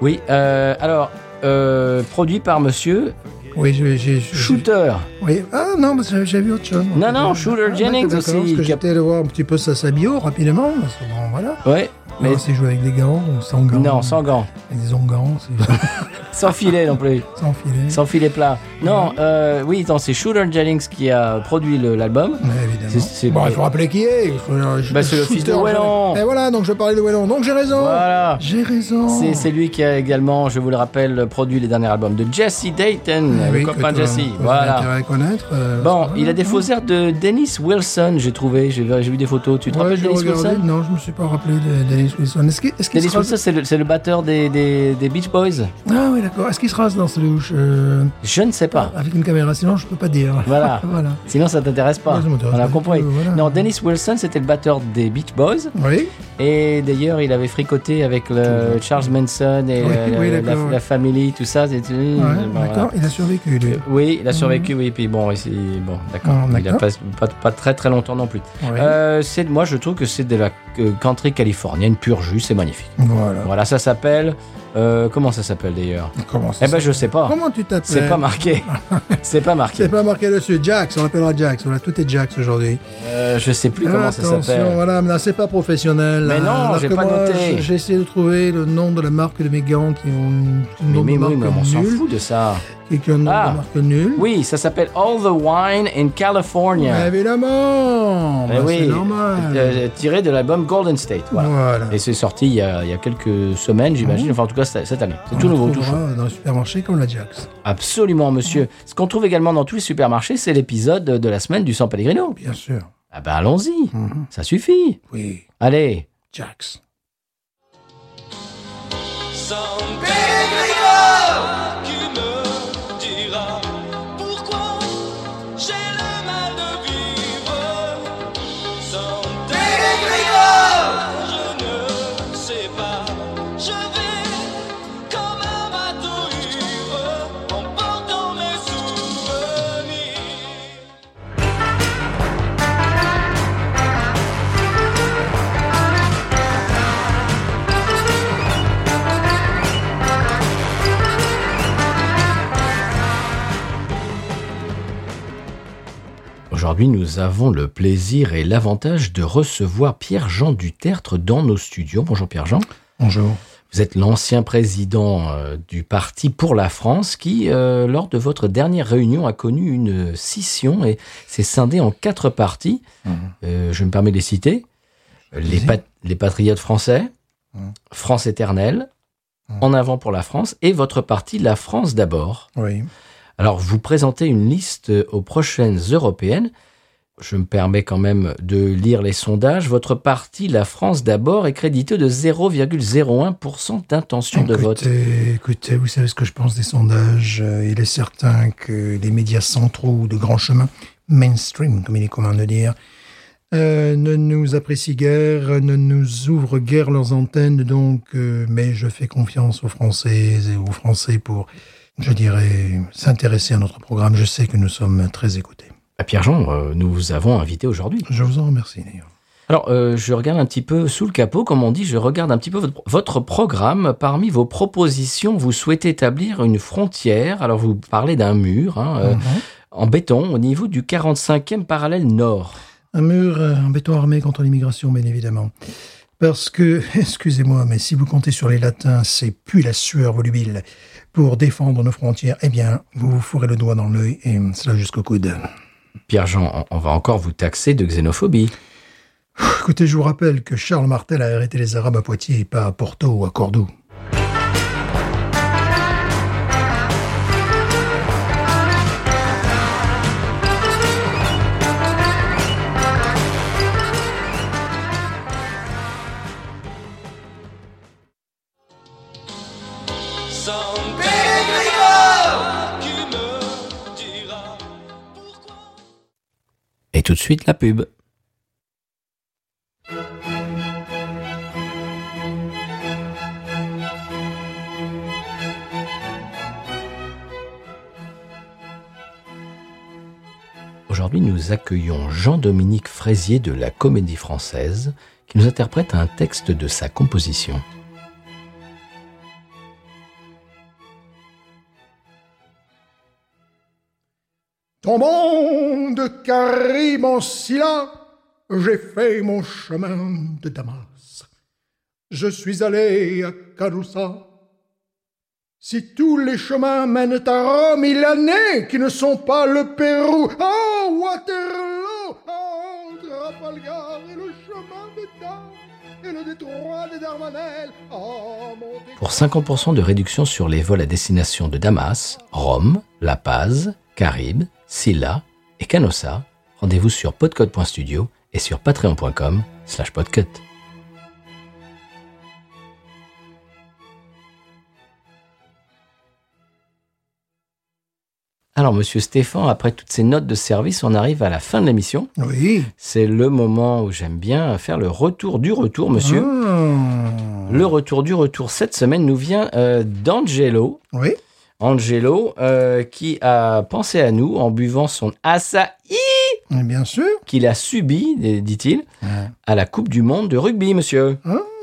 [SPEAKER 1] Oui. euh, alors, euh, produit par Monsieur
[SPEAKER 2] Oui, j'ai. j'ai- j'ai-
[SPEAKER 1] Shooter.
[SPEAKER 2] Oui. Ah non, mais j'ai- j'ai vu autre chose.
[SPEAKER 1] Non, non, Shooter
[SPEAKER 2] Ah,
[SPEAKER 1] Jennings
[SPEAKER 2] d'accord,
[SPEAKER 1] aussi,
[SPEAKER 2] Parce que
[SPEAKER 1] qui a-
[SPEAKER 2] j'étais allé voir un petit peu sa, sa bio rapidement. parce que bon, voilà.
[SPEAKER 1] Ouais. Mais
[SPEAKER 2] Mais c'est joué avec des gants ou sans gants
[SPEAKER 1] non, sans gants,
[SPEAKER 2] Avec des ongans, c'est
[SPEAKER 1] sans filet non plus,
[SPEAKER 2] sans filet.
[SPEAKER 1] sans filet plat. Non, euh, oui, attends, c'est Shooter Jennings qui a produit le- l'album.
[SPEAKER 2] Ouais, évidemment.
[SPEAKER 1] C'est- c'est-
[SPEAKER 2] Bon, il faut rappeler qui est. il faut- je-
[SPEAKER 1] Bah, c'est le fils de
[SPEAKER 2] Shooter
[SPEAKER 1] Whelan.
[SPEAKER 2] Jennings. Et voilà, donc je parlais de Wellon. Donc j'ai raison.
[SPEAKER 1] Voilà.
[SPEAKER 2] J'ai raison.
[SPEAKER 1] C'est, c'est lui qui a également, je vous le rappelle, produit les derniers albums de Jesse Dayton,
[SPEAKER 2] Eh
[SPEAKER 1] le
[SPEAKER 2] oui,
[SPEAKER 1] copain
[SPEAKER 2] que toi,
[SPEAKER 1] Jesse.
[SPEAKER 2] toi, t'as
[SPEAKER 1] Voilà.
[SPEAKER 2] intérêt à connaître. euh,
[SPEAKER 1] Bon,
[SPEAKER 2] parce que
[SPEAKER 1] il a
[SPEAKER 2] voilà.
[SPEAKER 1] des faux airs de Dennis Wilson, j'ai trouvé, j'ai, j'ai vu des photos. Tu te
[SPEAKER 2] Ouais,
[SPEAKER 1] rappelles
[SPEAKER 2] j'ai
[SPEAKER 1] Dennis
[SPEAKER 2] regardé.
[SPEAKER 1] Wilson
[SPEAKER 2] Non, je me suis pas rappelé de Dennis Wilson. Est-ce qu'il est-ce qu'il
[SPEAKER 1] Dennis
[SPEAKER 2] se rase
[SPEAKER 1] Wilson, c'est le, c'est le batteur des, des, des Beach Boys
[SPEAKER 2] Ah oui, d'accord. Est-ce qu'il se rase dans ce louche euh,
[SPEAKER 1] Je ne sais pas.
[SPEAKER 2] Avec une caméra, sinon je peux pas dire.
[SPEAKER 1] Voilà.
[SPEAKER 2] voilà.
[SPEAKER 1] Sinon, ça t'intéresse pas.
[SPEAKER 2] Ouais, ça m'intéresse
[SPEAKER 1] On a
[SPEAKER 2] pas du
[SPEAKER 1] compris.
[SPEAKER 2] tout, voilà.
[SPEAKER 1] Non, Dennis Wilson, c'était le batteur des Beach Boys.
[SPEAKER 2] Oui.
[SPEAKER 1] Et d'ailleurs, il avait fricoté avec le Charles Manson et
[SPEAKER 2] Oui,
[SPEAKER 1] euh,
[SPEAKER 2] oui,
[SPEAKER 1] la- la,
[SPEAKER 2] d'accord.
[SPEAKER 1] la famille, tout ça. c'est-
[SPEAKER 2] Ouais,
[SPEAKER 1] Bon, Hmm, voilà. Euh,
[SPEAKER 2] d'accord. Il a survécu, lui.
[SPEAKER 1] Oui, il a survécu, oui, puis bon, et c'est- bon d'accord.
[SPEAKER 2] Ah,
[SPEAKER 1] il a pas,
[SPEAKER 2] d'accord.
[SPEAKER 1] pas, pas très très longtemps non plus.
[SPEAKER 2] Ouais.
[SPEAKER 1] Euh, c'est, moi, je trouve que c'est de la euh, country californienne pure jus, c'est magnifique.
[SPEAKER 2] Voilà.
[SPEAKER 1] Voilà, ça s'appelle. euh, comment ça s'appelle d'ailleurs
[SPEAKER 2] Comment ça
[SPEAKER 1] Eh ben,
[SPEAKER 2] s'appelle
[SPEAKER 1] je sais pas.
[SPEAKER 2] Comment tu t'appelles
[SPEAKER 1] C'est pas marqué. c'est pas marqué.
[SPEAKER 2] C'est pas marqué dessus. Jax, on l'appellera Jax. Voilà, tout est Jax aujourd'hui.
[SPEAKER 1] Euh, je sais plus comment ça
[SPEAKER 2] Attention,
[SPEAKER 1] s'appelle.
[SPEAKER 2] voilà, mais là, c'est pas professionnel.
[SPEAKER 1] Mais
[SPEAKER 2] là.
[SPEAKER 1] non,
[SPEAKER 2] Alors
[SPEAKER 1] j'ai
[SPEAKER 2] que
[SPEAKER 1] pas
[SPEAKER 2] moi,
[SPEAKER 1] noté.
[SPEAKER 2] j- J'ai essayé de trouver le nom de la marque de mes gants qui ont une- une nom
[SPEAKER 1] Mais, mais
[SPEAKER 2] de
[SPEAKER 1] oui, mais
[SPEAKER 2] marque
[SPEAKER 1] on s'en
[SPEAKER 2] nulle.
[SPEAKER 1] fout de ça.
[SPEAKER 2] Et qui ont un nom
[SPEAKER 1] Ah.
[SPEAKER 2] de marque nulle.
[SPEAKER 1] Oui, ça s'appelle All the Wine in California.
[SPEAKER 2] Évidemment
[SPEAKER 1] Eh
[SPEAKER 2] bah,
[SPEAKER 1] oui,
[SPEAKER 2] C'est normal.
[SPEAKER 1] euh, tiré de l'album Golden State. Voilà.
[SPEAKER 2] Voilà.
[SPEAKER 1] Et c'est sorti il y, a, il y a quelques semaines, j'imagine. Enfin, en tout cas, cette cette année. C'est tout
[SPEAKER 2] On
[SPEAKER 1] nouveau,
[SPEAKER 2] le
[SPEAKER 1] tout chaud.
[SPEAKER 2] trouvera Dans le supermarché comme la Jax.
[SPEAKER 1] Absolument, monsieur. Ce qu'on trouve également dans tous les supermarchés, c'est l'épisode de la semaine du San Pellegrino.
[SPEAKER 2] Bien sûr.
[SPEAKER 1] Ah ben allons-y,
[SPEAKER 2] Mhm.
[SPEAKER 1] ça suffit.
[SPEAKER 2] Oui,
[SPEAKER 1] Allez,
[SPEAKER 2] Jax.
[SPEAKER 5] San Pellegrino qui me dira pourquoi j'ai le mal de vivre. San Pellegrino, je ne sais pas, je vais comme un bateau ivre en portant mes souvenirs.
[SPEAKER 1] aujourd'hui nous avons le plaisir et l'avantage de recevoir Pierre-Jean Dutertre dans nos studios. Bonjour Pierre-Jean.
[SPEAKER 2] Bonjour.
[SPEAKER 1] Vous êtes l'ancien président euh, du Parti pour la France qui, euh, lors de votre dernière réunion, a connu une scission et s'est scindé en quatre partis. Euh, je me permets de les citer. Les,
[SPEAKER 2] Vas-y.
[SPEAKER 1] pat- les Patriotes français,
[SPEAKER 2] Mhm.
[SPEAKER 1] France éternelle, En avant pour la France et votre parti La France d'abord.
[SPEAKER 2] Oui.
[SPEAKER 1] Alors, vous présentez une liste euh, aux prochaines européennes. Je me permets quand même de lire les sondages. Votre parti, la France d'abord, est crédité de 0,01% d'intention de
[SPEAKER 2] écoutez,
[SPEAKER 1] vote.
[SPEAKER 2] Écoutez, vous savez ce que je pense des sondages. euh, Il est certain que les médias centraux ou de grands chemins mainstream, comme il est commun de dire, euh, ne nous apprécient guère, ne nous ouvrent guère leurs antennes, donc, euh, mais je fais confiance aux Français et aux Français pour, je dirais, s'intéresser à notre programme. Je sais que nous sommes très écoutés.
[SPEAKER 1] Pierre-Jean, euh, nous vous avons invité aujourd'hui.
[SPEAKER 2] Je vous en remercie d'ailleurs.
[SPEAKER 1] Alors, euh, je regarde un petit peu sous le capot, comme on dit, je regarde un petit peu votre, votre programme. Parmi vos propositions, vous souhaitez établir une frontière. Alors, vous parlez d'un mur hein,
[SPEAKER 2] Mm.
[SPEAKER 1] euh, en béton au niveau du 45e parallèle nord.
[SPEAKER 2] Un mur euh, en béton armé contre l'immigration, bien évidemment. Parce que, excusez-moi, mais si vous comptez sur les latins, c'est plus la sueur volubile pour défendre nos frontières, eh bien, vous vous fourrez le doigt dans l'œil et cela jusqu'au coude.
[SPEAKER 1] Pierre-Jean, on, on va encore vous taxer de xénophobie.
[SPEAKER 2] Écoutez, je vous rappelle que Charles Martel a arrêté les Arabes à Poitiers et pas à Porto ou à Cordoue.
[SPEAKER 5] Sans Pégricor qui me dira pourquoi.
[SPEAKER 1] Et tout de suite, la pub. Aujourd'hui, nous accueillons Jean-Dominique Frézier de la Comédie Française, qui nous interprète un texte de sa composition.
[SPEAKER 2] Tombant de Caribe en Scylla, j'ai fait mon chemin de Damas. Je suis allé à Caroussa. Si tous les chemins mènent à Rome, il y en a qui ne sont pas le Pérou. Oh, Waterloo, oh, Trafalgar et le chemin de Damas et le détroit des Dardanelles. Oh, mon Dieu.
[SPEAKER 1] Pour 50% de réduction sur les vols à destination de Damas, Rome, La Paz, Caribe, Silla et Canossa, rendez-vous sur podcut.studio et sur patreon.com slash podcut. Alors, monsieur Stéphane, après toutes ces notes de service, on arrive à la fin de l'émission.
[SPEAKER 2] Oui.
[SPEAKER 1] C'est le moment où j'aime bien faire le retour du retour, monsieur.
[SPEAKER 2] Ah, Hmm.
[SPEAKER 1] Le retour du retour cette semaine nous vient euh, d'Angelo.
[SPEAKER 2] Oui.
[SPEAKER 1] Angelo, euh, qui a pensé à nous en buvant son acai
[SPEAKER 2] Mais bien sûr.
[SPEAKER 1] qu'il a subi, eh, dit-il,
[SPEAKER 2] Ouais.
[SPEAKER 1] à la Coupe du Monde de rugby, monsieur.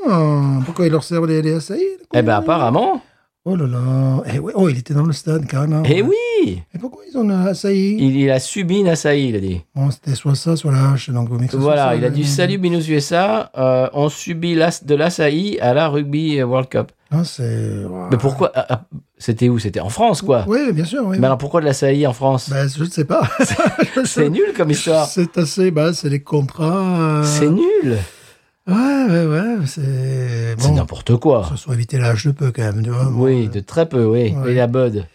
[SPEAKER 2] Ah, pourquoi il leur sert des, des assaillés
[SPEAKER 1] Eh ben apparemment.
[SPEAKER 2] Oh là là. Eh ouais, oh, il était dans le stade, carrément.
[SPEAKER 1] Eh oui
[SPEAKER 2] Mais pourquoi ils en ont euh, assailli
[SPEAKER 1] il, il a subi une acai, il a dit.
[SPEAKER 2] Bon, c'était soit ça, soit la hache. Donc, vaut mieux que ce soit
[SPEAKER 1] Voilà,
[SPEAKER 2] ça,
[SPEAKER 1] il a
[SPEAKER 2] mais-
[SPEAKER 1] dit salut Binous USA, euh, on subit l'as- de l'acai à la Rugby World Cup.
[SPEAKER 2] Ah, c'est.
[SPEAKER 1] Mais pourquoi ah, ah, C'était où C'était en France, quoi.
[SPEAKER 2] Oui, bien sûr. Oui.
[SPEAKER 1] Mais alors pourquoi de l'acai en France
[SPEAKER 2] Ben, je ne sais pas. Je-
[SPEAKER 1] C'est nul comme histoire.
[SPEAKER 2] C'est assez. Ben, c'est les contrats. euh,
[SPEAKER 1] C'est nul.
[SPEAKER 2] Ouais, ouais, ouais. C'est.
[SPEAKER 1] C'est
[SPEAKER 2] Bon.
[SPEAKER 1] n'importe quoi.
[SPEAKER 2] Ce soit éviter l'âge de peu, quand même. tu vois.
[SPEAKER 1] Oui, de très peu, oui.
[SPEAKER 2] Ouais.
[SPEAKER 1] Et la Bud.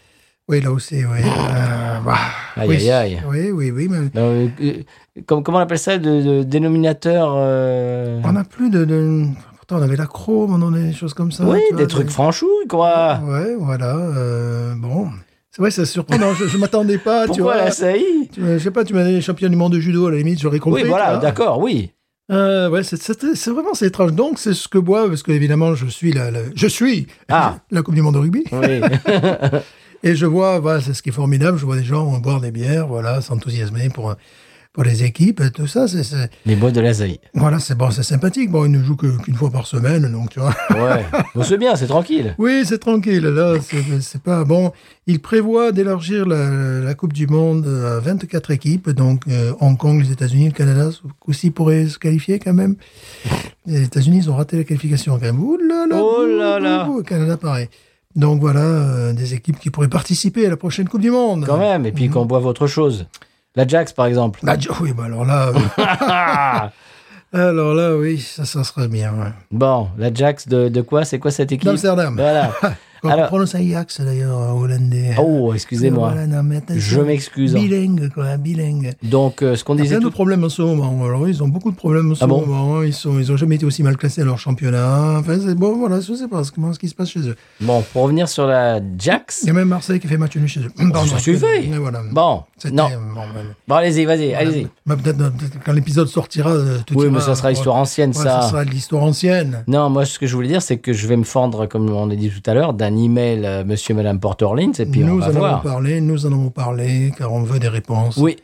[SPEAKER 2] Oui, là aussi, oui. Euh, bah,
[SPEAKER 1] Aïe,
[SPEAKER 2] oui.
[SPEAKER 1] aïe, aïe.
[SPEAKER 2] Oui, oui, oui. Mais
[SPEAKER 1] Non, euh, euh, comme- comment on appelle ça de, de- dénominateur euh,
[SPEAKER 2] on n'a plus de, de- Pourtant, on avait la chrome, on en a des choses comme ça.
[SPEAKER 1] Oui,
[SPEAKER 2] tu
[SPEAKER 1] des
[SPEAKER 2] vois,
[SPEAKER 1] trucs franchouilles, quoi.
[SPEAKER 2] Ouais, voilà. euh, bon. C'est vrai, c'est surprenant. je ne m'attendais pas, tu
[SPEAKER 1] Pourquoi
[SPEAKER 2] vois.
[SPEAKER 1] la saillie
[SPEAKER 2] Tu, m'as- je sais pas, tu m'as donné champion du monde de judo, à la limite, j'aurais compris.
[SPEAKER 1] Oui,
[SPEAKER 2] tu
[SPEAKER 1] voilà,
[SPEAKER 2] vois.
[SPEAKER 1] d'accord, oui.
[SPEAKER 2] Euh, ouais, c'est- c'est c'est vraiment c'est étrange. Donc, c'est ce que boit, parce que évidemment, je suis la, la- je suis
[SPEAKER 1] Ah.
[SPEAKER 2] la Coupe du Monde de rugby.
[SPEAKER 1] Oui.
[SPEAKER 2] Et je vois, voilà, c'est ce qui est formidable, je vois des gens boire des bières, voilà, s'enthousiasmer pour, pour les équipes, et tout ça. c'est c'est-
[SPEAKER 1] Les bois de la saillie.
[SPEAKER 2] voilà, c'est bon, c'est sympathique. Bon, ils ne jouent que- qu'une fois par semaine, donc tu vois.
[SPEAKER 1] Ouais. Bon, c'est bien, c'est tranquille.
[SPEAKER 2] Oui, c'est tranquille. Là, c'est- c'est pas bon. Il prévoit d'élargir la, la Coupe du Monde à 24 équipes. Donc, euh, Hong Kong, les États-Unis, le Canada aussi pourraient se qualifier quand même. Les États-Unis, ils ont raté la qualification quand même. Ouh là là.
[SPEAKER 1] Oh
[SPEAKER 2] ouh,
[SPEAKER 1] là là.
[SPEAKER 2] ouh, ouh, Canada, pareil. Donc voilà, euh, des équipes qui pourraient participer à la prochaine Coupe du Monde.
[SPEAKER 1] Quand même, et
[SPEAKER 2] Mhm.
[SPEAKER 1] puis qu'on boive autre chose. L'Ajax, par exemple.
[SPEAKER 2] Bah, jo- oui, bah alors là, euh,
[SPEAKER 1] Ah
[SPEAKER 2] alors là, oui, ça, ça serait bien. ouais.
[SPEAKER 1] bon, l'Ajax de, de quoi C'est quoi cette équipe
[SPEAKER 2] D'Amsterdam.
[SPEAKER 1] Voilà.
[SPEAKER 6] Quand
[SPEAKER 1] Alors-
[SPEAKER 6] on prononce Ajax, d'ailleurs, en hollandais.
[SPEAKER 1] Oh, excusez-moi.
[SPEAKER 6] Voilà, non, mais attention.
[SPEAKER 1] Je m'excuse. hein.
[SPEAKER 6] Bilingue, quoi, bilingue.
[SPEAKER 1] Donc, euh, ce qu'on
[SPEAKER 6] Il y a
[SPEAKER 1] disait
[SPEAKER 6] plein de
[SPEAKER 1] tout
[SPEAKER 6] problèmes en ce moment. Alors, ils ont beaucoup de problèmes en ce
[SPEAKER 1] Ah bon
[SPEAKER 6] moment. Ils n'ont ils ont jamais été aussi mal classés à leur championnat. Enfin, c'est bon, voilà, je sais pas ce- comment ce qui se passe chez eux.
[SPEAKER 1] Bon, pour revenir sur la Jax.
[SPEAKER 6] Il y a même Marseille qui fait match nul chez eux.
[SPEAKER 1] Oh, ça suffit.
[SPEAKER 6] Mais Voilà.
[SPEAKER 1] Bon,
[SPEAKER 6] C'était- euh,
[SPEAKER 1] non.
[SPEAKER 6] bon, voilà.
[SPEAKER 1] Bon, allez-y, vas-y, allez-y.
[SPEAKER 6] Bah, peut-être euh, peut-être quand l'épisode sortira. euh, tout
[SPEAKER 1] Oui,
[SPEAKER 6] ira-
[SPEAKER 1] mais ça sera l'histoire ancienne,
[SPEAKER 6] Ouais,
[SPEAKER 1] ça.
[SPEAKER 6] Ça sera de l'histoire ancienne.
[SPEAKER 1] Non, moi, ce que je voulais dire, c'est que je vais me fendre, comme on l'a dit tout à l'heure, d'un email euh, monsieur et madame Porterlin, et puis on
[SPEAKER 6] nous
[SPEAKER 1] va
[SPEAKER 6] en avons
[SPEAKER 1] voir.
[SPEAKER 6] parlé, nous en avons parlé, car on veut des réponses.
[SPEAKER 1] Oui,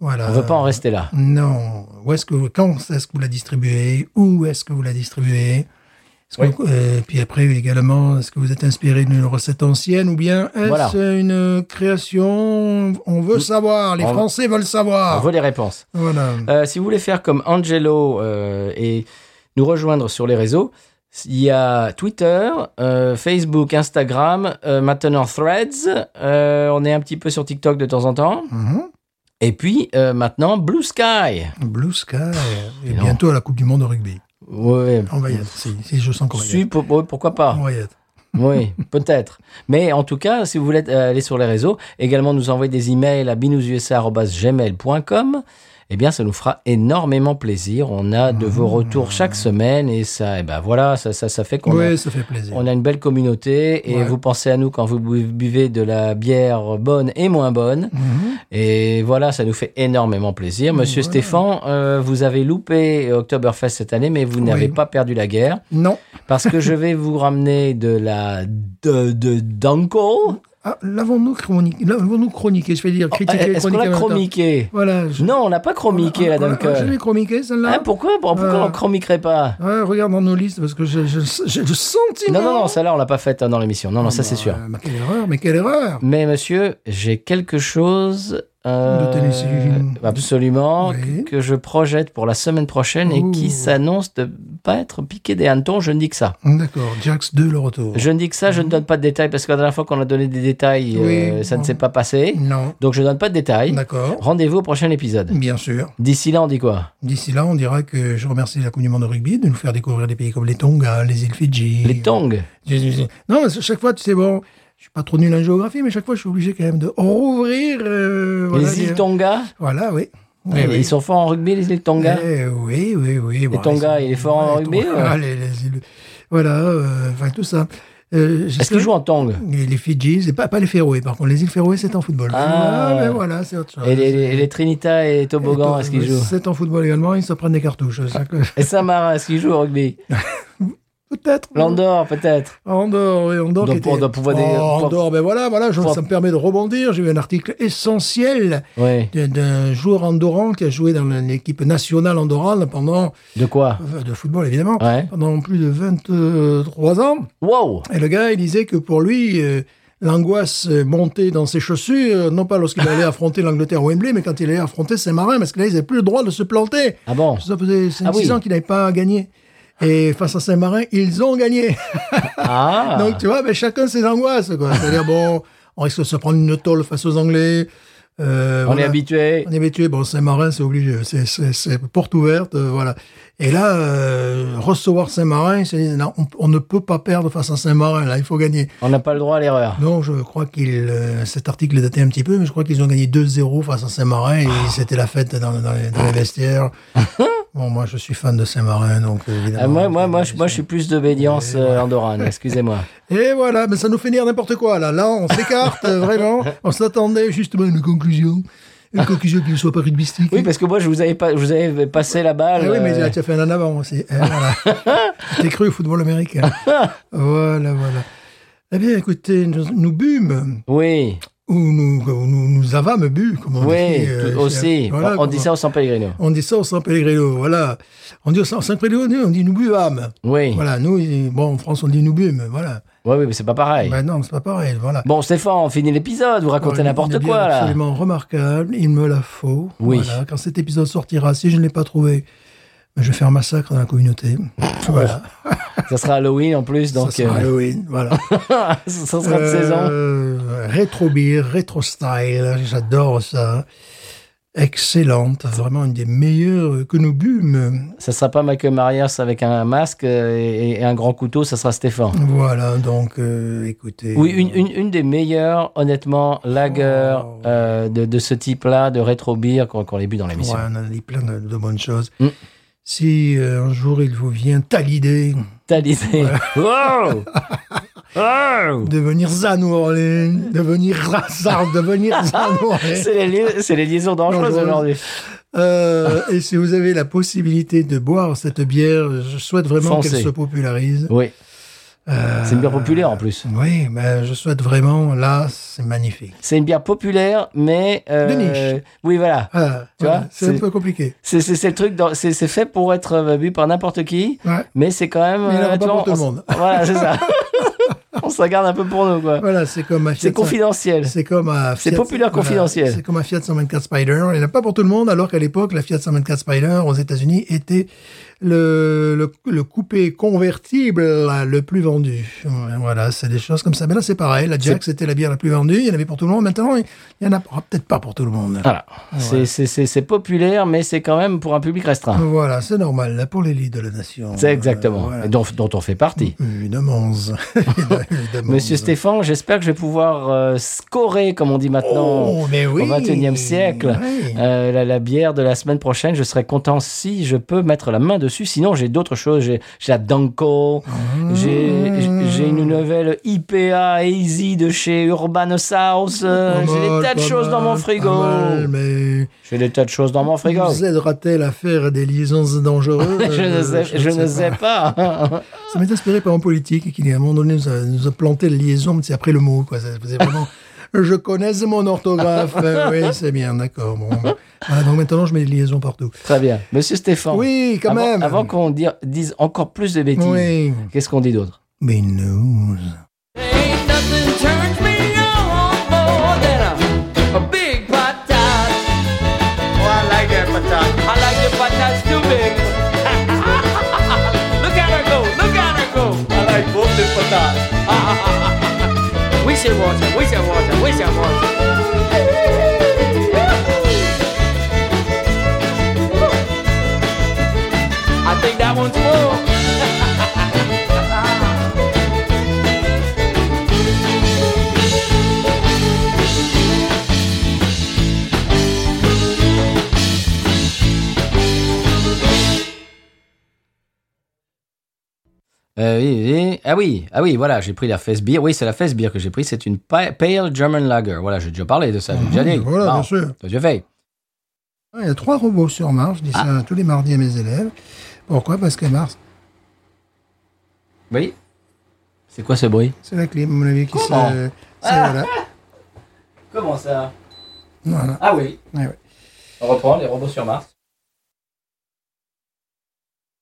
[SPEAKER 6] Voilà.
[SPEAKER 1] on ne veut
[SPEAKER 6] Euh,
[SPEAKER 1] pas en rester là.
[SPEAKER 6] Non. Où est-ce que vous, quand est-ce que vous la distribuez Où est-ce que vous la distribuez Est-ce que vous- euh, Puis après également, est-ce que vous êtes inspiré d'une recette ancienne ou bien est-ce
[SPEAKER 1] Voilà.
[SPEAKER 6] une création On veut savoir. Les
[SPEAKER 1] On-
[SPEAKER 6] Français veulent
[SPEAKER 1] On
[SPEAKER 6] savoir.
[SPEAKER 1] veut les réponses.
[SPEAKER 6] Voilà.
[SPEAKER 1] Euh, si vous voulez faire comme Angelo euh, et nous rejoindre sur les réseaux, il y a Twitter, euh, Facebook, Instagram, euh, maintenant Threads. euh, on est un petit peu sur TikTok de temps en temps.
[SPEAKER 6] Mhm.
[SPEAKER 1] Et puis euh, maintenant Blue Sky.
[SPEAKER 6] Blue Sky et
[SPEAKER 1] non.
[SPEAKER 6] bientôt la Coupe du Monde de rugby.
[SPEAKER 1] Ouais.
[SPEAKER 6] On va y être. Si, si, je sens qu'on va y
[SPEAKER 1] Si,
[SPEAKER 6] être.
[SPEAKER 1] pour- ouais, pourquoi pas
[SPEAKER 6] On va y être.
[SPEAKER 1] Oui, peut-être. Mais en tout cas, si vous voulez euh, aller sur les réseaux, également nous envoyer des emails à binoususa.gmail.com. Eh bien, ça nous fera énormément plaisir. On a de
[SPEAKER 6] Ah.
[SPEAKER 1] vos retours chaque semaine et ça, eh ben voilà, ça, ça, ça fait qu'on a-
[SPEAKER 6] Oui, ça fait plaisir.
[SPEAKER 1] on a une belle communauté et
[SPEAKER 6] Ouais.
[SPEAKER 1] vous pensez à nous quand vous bu- buvez de la bière bonne et moins bonne.
[SPEAKER 6] Mhm.
[SPEAKER 1] Et voilà, ça nous fait énormément plaisir. Monsieur Stéphane, euh, vous avez loupé Oktoberfest cette année, mais vous n'avez
[SPEAKER 6] Oui.
[SPEAKER 1] pas perdu la guerre
[SPEAKER 6] Non.
[SPEAKER 1] parce que je vais vous ramener de la de, de d'Uncle.
[SPEAKER 6] Ah, l'avons-nous chroniqué L'avons-nous chroniqué Je vais dire critiqué,
[SPEAKER 1] Oh, eh, Est-ce qu'on
[SPEAKER 6] chroniqué
[SPEAKER 1] l'a
[SPEAKER 6] en même temps.
[SPEAKER 1] chromiqué
[SPEAKER 6] Voilà. je-
[SPEAKER 1] Non, on l'a pas chromiqué la
[SPEAKER 6] On l'a- on l'a
[SPEAKER 1] Dunkel.
[SPEAKER 6] jamais chromiqué celle-là
[SPEAKER 1] Hein, pourquoi pourquoi
[SPEAKER 6] Euh.
[SPEAKER 1] on chromiquerait pas
[SPEAKER 6] Ouais, Hein, regarde dans nos listes parce que j'ai j'ai le- j'ai le sentiment.
[SPEAKER 1] Non non non, celle-là on l'a pas faite hein, dans l'émission. Non non, ça c'est sûr.
[SPEAKER 6] Euh, mais quelle erreur, mais quelle erreur
[SPEAKER 1] Mais monsieur, j'ai quelque chose. euh,
[SPEAKER 6] De Tennessee.
[SPEAKER 1] Absolument,
[SPEAKER 6] Oui.
[SPEAKER 1] que je projette pour la semaine prochaine et
[SPEAKER 6] Ouh.
[SPEAKER 1] qui s'annonce de pas être piqué des hannetons. Je ne dis que ça.
[SPEAKER 6] D'accord, Jax 2, le retour.
[SPEAKER 1] Je ne dis que ça, je ne donne pas de détails parce que la dernière fois qu'on a donné des détails,
[SPEAKER 6] Mm-hmm. Oui.
[SPEAKER 1] euh, ça ne s'est pas passé.
[SPEAKER 6] Non,
[SPEAKER 1] Donc je donne pas de détails.
[SPEAKER 6] d'accord,
[SPEAKER 1] Rendez-vous au prochain épisode.
[SPEAKER 6] bien sûr.
[SPEAKER 1] D'ici là, on dit quoi
[SPEAKER 6] D'ici là, on dira que je remercie la Coupe du Monde de rugby de nous faire découvrir des pays comme les Tonga, les îles Fidji.
[SPEAKER 1] Les tongs.
[SPEAKER 6] Je- je- je- Non, parce que chaque fois, tu sais, bon, je suis pas trop nul en géographie, mais chaque fois, je suis obligé quand même de rouvrir. euh, voilà,
[SPEAKER 1] les îles Tonga.
[SPEAKER 6] Voilà, oui. Oui,
[SPEAKER 1] Eh,
[SPEAKER 6] oui.
[SPEAKER 1] Ils sont forts en rugby, les îles Tonga.
[SPEAKER 6] Eh oui, oui, oui. bah, Les
[SPEAKER 1] Tonga, il est fort en rugby, ouais.
[SPEAKER 6] Voilà, euh, enfin tout ça. Euh,
[SPEAKER 1] Est-ce qu'ils jouent en tong
[SPEAKER 6] les, les Fidji, c'est pas, pas les Féroé, par contre. Les îles Féroé, c'est en football.
[SPEAKER 1] Ah.
[SPEAKER 6] mais voilà, c'est autre chose.
[SPEAKER 1] Et les, les- les Trinita et
[SPEAKER 6] Et
[SPEAKER 1] Tobogan,
[SPEAKER 6] toi,
[SPEAKER 1] est-ce qu'ils jouent
[SPEAKER 6] C'est en football également, ils se prennent des cartouches. c'est que-
[SPEAKER 1] Et Saint-Marin, est-ce qu'ils jouent au rugby
[SPEAKER 6] Peut-être. Ah,
[SPEAKER 1] L'Andorre, peut-être.
[SPEAKER 6] Andorre, oui, Andorre.
[SPEAKER 1] Donc,
[SPEAKER 6] qui était-
[SPEAKER 1] on doit pouvoir des-
[SPEAKER 6] Oh, Andorre, ben voilà, voilà, je-
[SPEAKER 1] Pour-
[SPEAKER 6] ça me permet de rebondir. J'ai eu un article essentiel
[SPEAKER 1] Oui.
[SPEAKER 6] d'un- d'un joueur andorran qui a joué dans l'équipe nationale andorrane pendant,
[SPEAKER 1] De quoi
[SPEAKER 6] euh, de football évidemment,
[SPEAKER 1] Ouais.
[SPEAKER 6] pendant plus de 23 ans.
[SPEAKER 1] Wow
[SPEAKER 6] Et le gars, il disait que pour lui, euh, l'angoisse euh, montait dans ses chaussures, non pas lorsqu'il allait affronter l'Angleterre au Wembley, mais quand il allait affronter Saint-Marin, parce que là, il n'avait plus le droit de se planter.
[SPEAKER 1] Ah bon
[SPEAKER 6] Ça faisait 5-6
[SPEAKER 1] Ah oui.
[SPEAKER 6] ans qu'il n'avait pas gagné. Et face à Saint-Marin, ils ont gagné.
[SPEAKER 1] Ah
[SPEAKER 6] Donc, tu vois, ben, chacun ses angoisses. quoi. C'est-à-dire, bon, on risque de se prendre une tôle face aux Anglais. Euh,
[SPEAKER 1] On est
[SPEAKER 6] voilà.
[SPEAKER 1] habitué.
[SPEAKER 6] On est habitué. Bon, Saint-Marin, c'est obligé. C'est- C'est c'est porte ouverte, euh, voilà. Et là, euh, recevoir
[SPEAKER 2] Ah
[SPEAKER 6] Saint-Marin, ils se disent, non, on, on ne peut pas perdre face à Saint-Marin. Là, il faut gagner.
[SPEAKER 1] On n'a pas le droit à l'erreur.
[SPEAKER 6] Non, je crois qu'il, euh, cet article est daté un petit peu, mais je crois qu'ils ont gagné 2-0 face à Saint-Marin et
[SPEAKER 1] Ah.
[SPEAKER 6] c'était la fête dans, dans les, dans les vestiaires. bon, moi, je suis fan de Saint-Marin, donc euh, évidemment.
[SPEAKER 1] Ah, moi, moi, moi, je, moi, je suis plus d'obédience euh, andorrane, excusez-moi.
[SPEAKER 6] Et voilà, mais ça nous fait dire n'importe quoi, là. Là, on s'écarte, euh, vraiment. On s'attendait justement à une conclusion. Une conclusion qui ne soit pas rugbystique.
[SPEAKER 1] Ah. Oui, parce que moi, je vous avais, pas, je vous avais passé la balle.
[SPEAKER 6] Ah oui, mais
[SPEAKER 1] euh,
[SPEAKER 6] tu as fait un en avant aussi. Eh, voilà. T'es cru au football américain. voilà, voilà. Eh bien, écoutez, nous, nous bûmes,
[SPEAKER 1] Oui,
[SPEAKER 6] ou nous, ou nous, nous avâmes bu, comme on
[SPEAKER 1] oui,
[SPEAKER 6] dit. euh,
[SPEAKER 1] tout-
[SPEAKER 6] chez-
[SPEAKER 1] aussi.
[SPEAKER 6] voilà,
[SPEAKER 1] on on dit
[SPEAKER 6] comment-
[SPEAKER 1] ça au San Pellegrino.
[SPEAKER 6] On dit ça au San Pellegrino, voilà. On dit au San San Pellegrino, on dit nous buvâmes.
[SPEAKER 1] Oui,
[SPEAKER 6] Voilà, nous, il- bon, en France, on dit nous bûmes, voilà.
[SPEAKER 1] oui, oui, mais c'est pas pareil.
[SPEAKER 6] Ben non, c'est pas pareil, voilà.
[SPEAKER 1] Bon, Stéphane, on finit l'épisode, vous racontez
[SPEAKER 6] Alors,
[SPEAKER 1] n'importe
[SPEAKER 6] une bière
[SPEAKER 1] quoi, là.
[SPEAKER 6] Absolument remarquable, il me la faut.
[SPEAKER 1] Oui.
[SPEAKER 6] Voilà, quand cet épisode sortira, si je ne l'ai pas trouvé, ben, je vais faire un massacre dans la communauté. voilà.
[SPEAKER 1] Ça sera Halloween en plus, donc
[SPEAKER 6] ça sera
[SPEAKER 1] euh,
[SPEAKER 6] Halloween, voilà.
[SPEAKER 1] ça sera de saison.
[SPEAKER 6] Euh, rétro beer, rétro style, j'adore ça. excellente, vraiment une des meilleures que nous bûmes.
[SPEAKER 1] Ça sera pas Michael Myers avec un masque euh, et, et un grand couteau, ça sera Stéphane.
[SPEAKER 6] Voilà, donc euh, écoutez.
[SPEAKER 1] Oui, une, une, une des meilleures, honnêtement, lager
[SPEAKER 6] Oh.
[SPEAKER 1] euh, de, de ce type-là, de rétro beer qu'on qu'on les bu dans
[SPEAKER 6] Ouais,
[SPEAKER 1] l'émission.
[SPEAKER 6] on a dit plein de, de bonnes choses.
[SPEAKER 1] Mm.
[SPEAKER 6] Si euh, un jour il vous vient l'idée
[SPEAKER 1] T'as l'idée. Wow Wow
[SPEAKER 6] devenir Zanourlin, devenir Rassard, devenir Zanourlin,
[SPEAKER 1] C'est les, li- c'est les liaisons dangereuses
[SPEAKER 6] Dangereuses.
[SPEAKER 1] aujourd'hui.
[SPEAKER 6] euh, et si vous avez la possibilité de boire cette bière, je souhaite vraiment
[SPEAKER 1] Foncez.
[SPEAKER 6] qu'elle se popularise.
[SPEAKER 1] Oui,
[SPEAKER 6] Euh,
[SPEAKER 1] c'est une bière populaire en plus.
[SPEAKER 6] Oui, ben, je souhaite vraiment, là, c'est magnifique.
[SPEAKER 1] C'est une bière populaire, mais... euh,
[SPEAKER 6] De niche.
[SPEAKER 1] Oui, voilà.
[SPEAKER 6] Ah,
[SPEAKER 1] Tu
[SPEAKER 6] voilà,
[SPEAKER 1] vois,
[SPEAKER 6] c'est un
[SPEAKER 1] c'est-
[SPEAKER 6] peu compliqué.
[SPEAKER 1] C'est c'est- c'est le truc, dans- c'est c'est fait pour être euh, bu par n'importe qui,
[SPEAKER 6] Ouais.
[SPEAKER 1] mais c'est quand même... euh,
[SPEAKER 6] Mais il en
[SPEAKER 1] tu
[SPEAKER 6] va pas
[SPEAKER 1] vois,
[SPEAKER 6] pour tout
[SPEAKER 1] on
[SPEAKER 6] le
[SPEAKER 1] s-
[SPEAKER 6] monde.
[SPEAKER 1] Voilà, c'est ça. on se la garde un peu pour nous, quoi.
[SPEAKER 6] Voilà, c'est comme un
[SPEAKER 1] C'est
[SPEAKER 6] Fiat cent-
[SPEAKER 1] confidentiel.
[SPEAKER 6] C'est comme un
[SPEAKER 1] C'est
[SPEAKER 6] Fiat-
[SPEAKER 1] populaire confidentiel.
[SPEAKER 6] C'est comme un Fiat 124 Spider. Il n'y en a pas pour tout le monde, alors qu'à l'époque, la Fiat 124 Spider aux États-Unis était le, le, le coupé convertible euh, le plus vendu. Ouais, Voilà, c'est des choses comme ça. Mais là, c'est pareil. La Jack, c'était la bière la plus vendue. Il y en avait pour tout le monde. Maintenant, il n'y en a oh, peut-être pas pour tout le monde.
[SPEAKER 1] Voilà. C'est- c'est- C'est c'est populaire, mais c'est quand même pour un public restreint.
[SPEAKER 6] Voilà, c'est normal. Là, pour l'élite de la nation.
[SPEAKER 1] C'est
[SPEAKER 6] Euh,
[SPEAKER 1] exactement.
[SPEAKER 6] voilà.
[SPEAKER 1] Et dont, dont on fait partie.
[SPEAKER 6] Une monze. Une
[SPEAKER 1] Monsieur
[SPEAKER 6] monze.
[SPEAKER 1] Stéphane, j'espère que je vais pouvoir euh, scorer, comme on dit maintenant,
[SPEAKER 6] Oh, mais oui.
[SPEAKER 1] au XXIe siècle,
[SPEAKER 6] Oui.
[SPEAKER 1] euh, la, la bière de la semaine prochaine. Je serai content si je peux mettre la main dessus. Sinon, j'ai d'autres choses. J'ai j'ai la Danko,
[SPEAKER 6] Mmh.
[SPEAKER 1] j'ai j'ai- j'ai une nouvelle IPA Easy de chez Urban South. euh,
[SPEAKER 6] Pas
[SPEAKER 1] J'ai
[SPEAKER 6] mal,
[SPEAKER 1] des tas de
[SPEAKER 6] pas
[SPEAKER 1] choses dans
[SPEAKER 6] mal,
[SPEAKER 1] mon frigo.
[SPEAKER 6] pas mal, mais
[SPEAKER 1] J'ai des tas de choses dans mon frigo.
[SPEAKER 6] Vous aidera-t-elle à faire des liaisons dangereuses
[SPEAKER 1] Je ne sais, je ne sais pas.
[SPEAKER 6] Ça m'est inspiré par un politique qui, à un moment donné, nous a, nous a planté la liaison, mais c'est après le mot. Quoi. C'est c'est vraiment. Je connais mon orthographe. Euh, oui, c'est bien, d'accord. Bon. Voilà, donc maintenant, je mets des liaisons partout.
[SPEAKER 1] Très bien. Monsieur Stéphane.
[SPEAKER 6] Oui, quand
[SPEAKER 1] avant,
[SPEAKER 6] même.
[SPEAKER 1] Avant qu'on dire- dise encore plus de bêtises,
[SPEAKER 6] Oui.
[SPEAKER 1] qu'est-ce qu'on dit d'autre
[SPEAKER 6] Mais news.
[SPEAKER 7] Ain't nothing turns me on more than a, a big patat. Oh, I like that patat. I like the patats too big. look at her go, look at her go. I like both the patats. we should watch it, we should watch it, we should watch it. I think that one's full.
[SPEAKER 1] Euh, oui, oui. Ah oui, ah oui, voilà, j'ai pris la Fest Beer. Oui, c'est la Fest Beer que j'ai pris. C'est une pa- Pale German Lager. Voilà, j'ai déjà parlé de ça. J'ai déjà dit.
[SPEAKER 6] Ah Voilà,
[SPEAKER 1] Bon,
[SPEAKER 6] bien sûr.
[SPEAKER 1] t'as déjà fait.
[SPEAKER 6] Ouais, Ah, Il y a trois robots sur Mars. Je dis
[SPEAKER 1] Ah.
[SPEAKER 6] ça tous les mardis à mes élèves. Pourquoi Parce que Mars,
[SPEAKER 1] Oui. C'est quoi ce bruit
[SPEAKER 6] c'est la clim, à mon avis, qui se.
[SPEAKER 1] Comment
[SPEAKER 6] c'est- voilà.
[SPEAKER 1] Comment ça
[SPEAKER 6] Voilà.
[SPEAKER 1] Ah oui.
[SPEAKER 6] Ouais, ouais.
[SPEAKER 1] On reprend les robots sur Mars.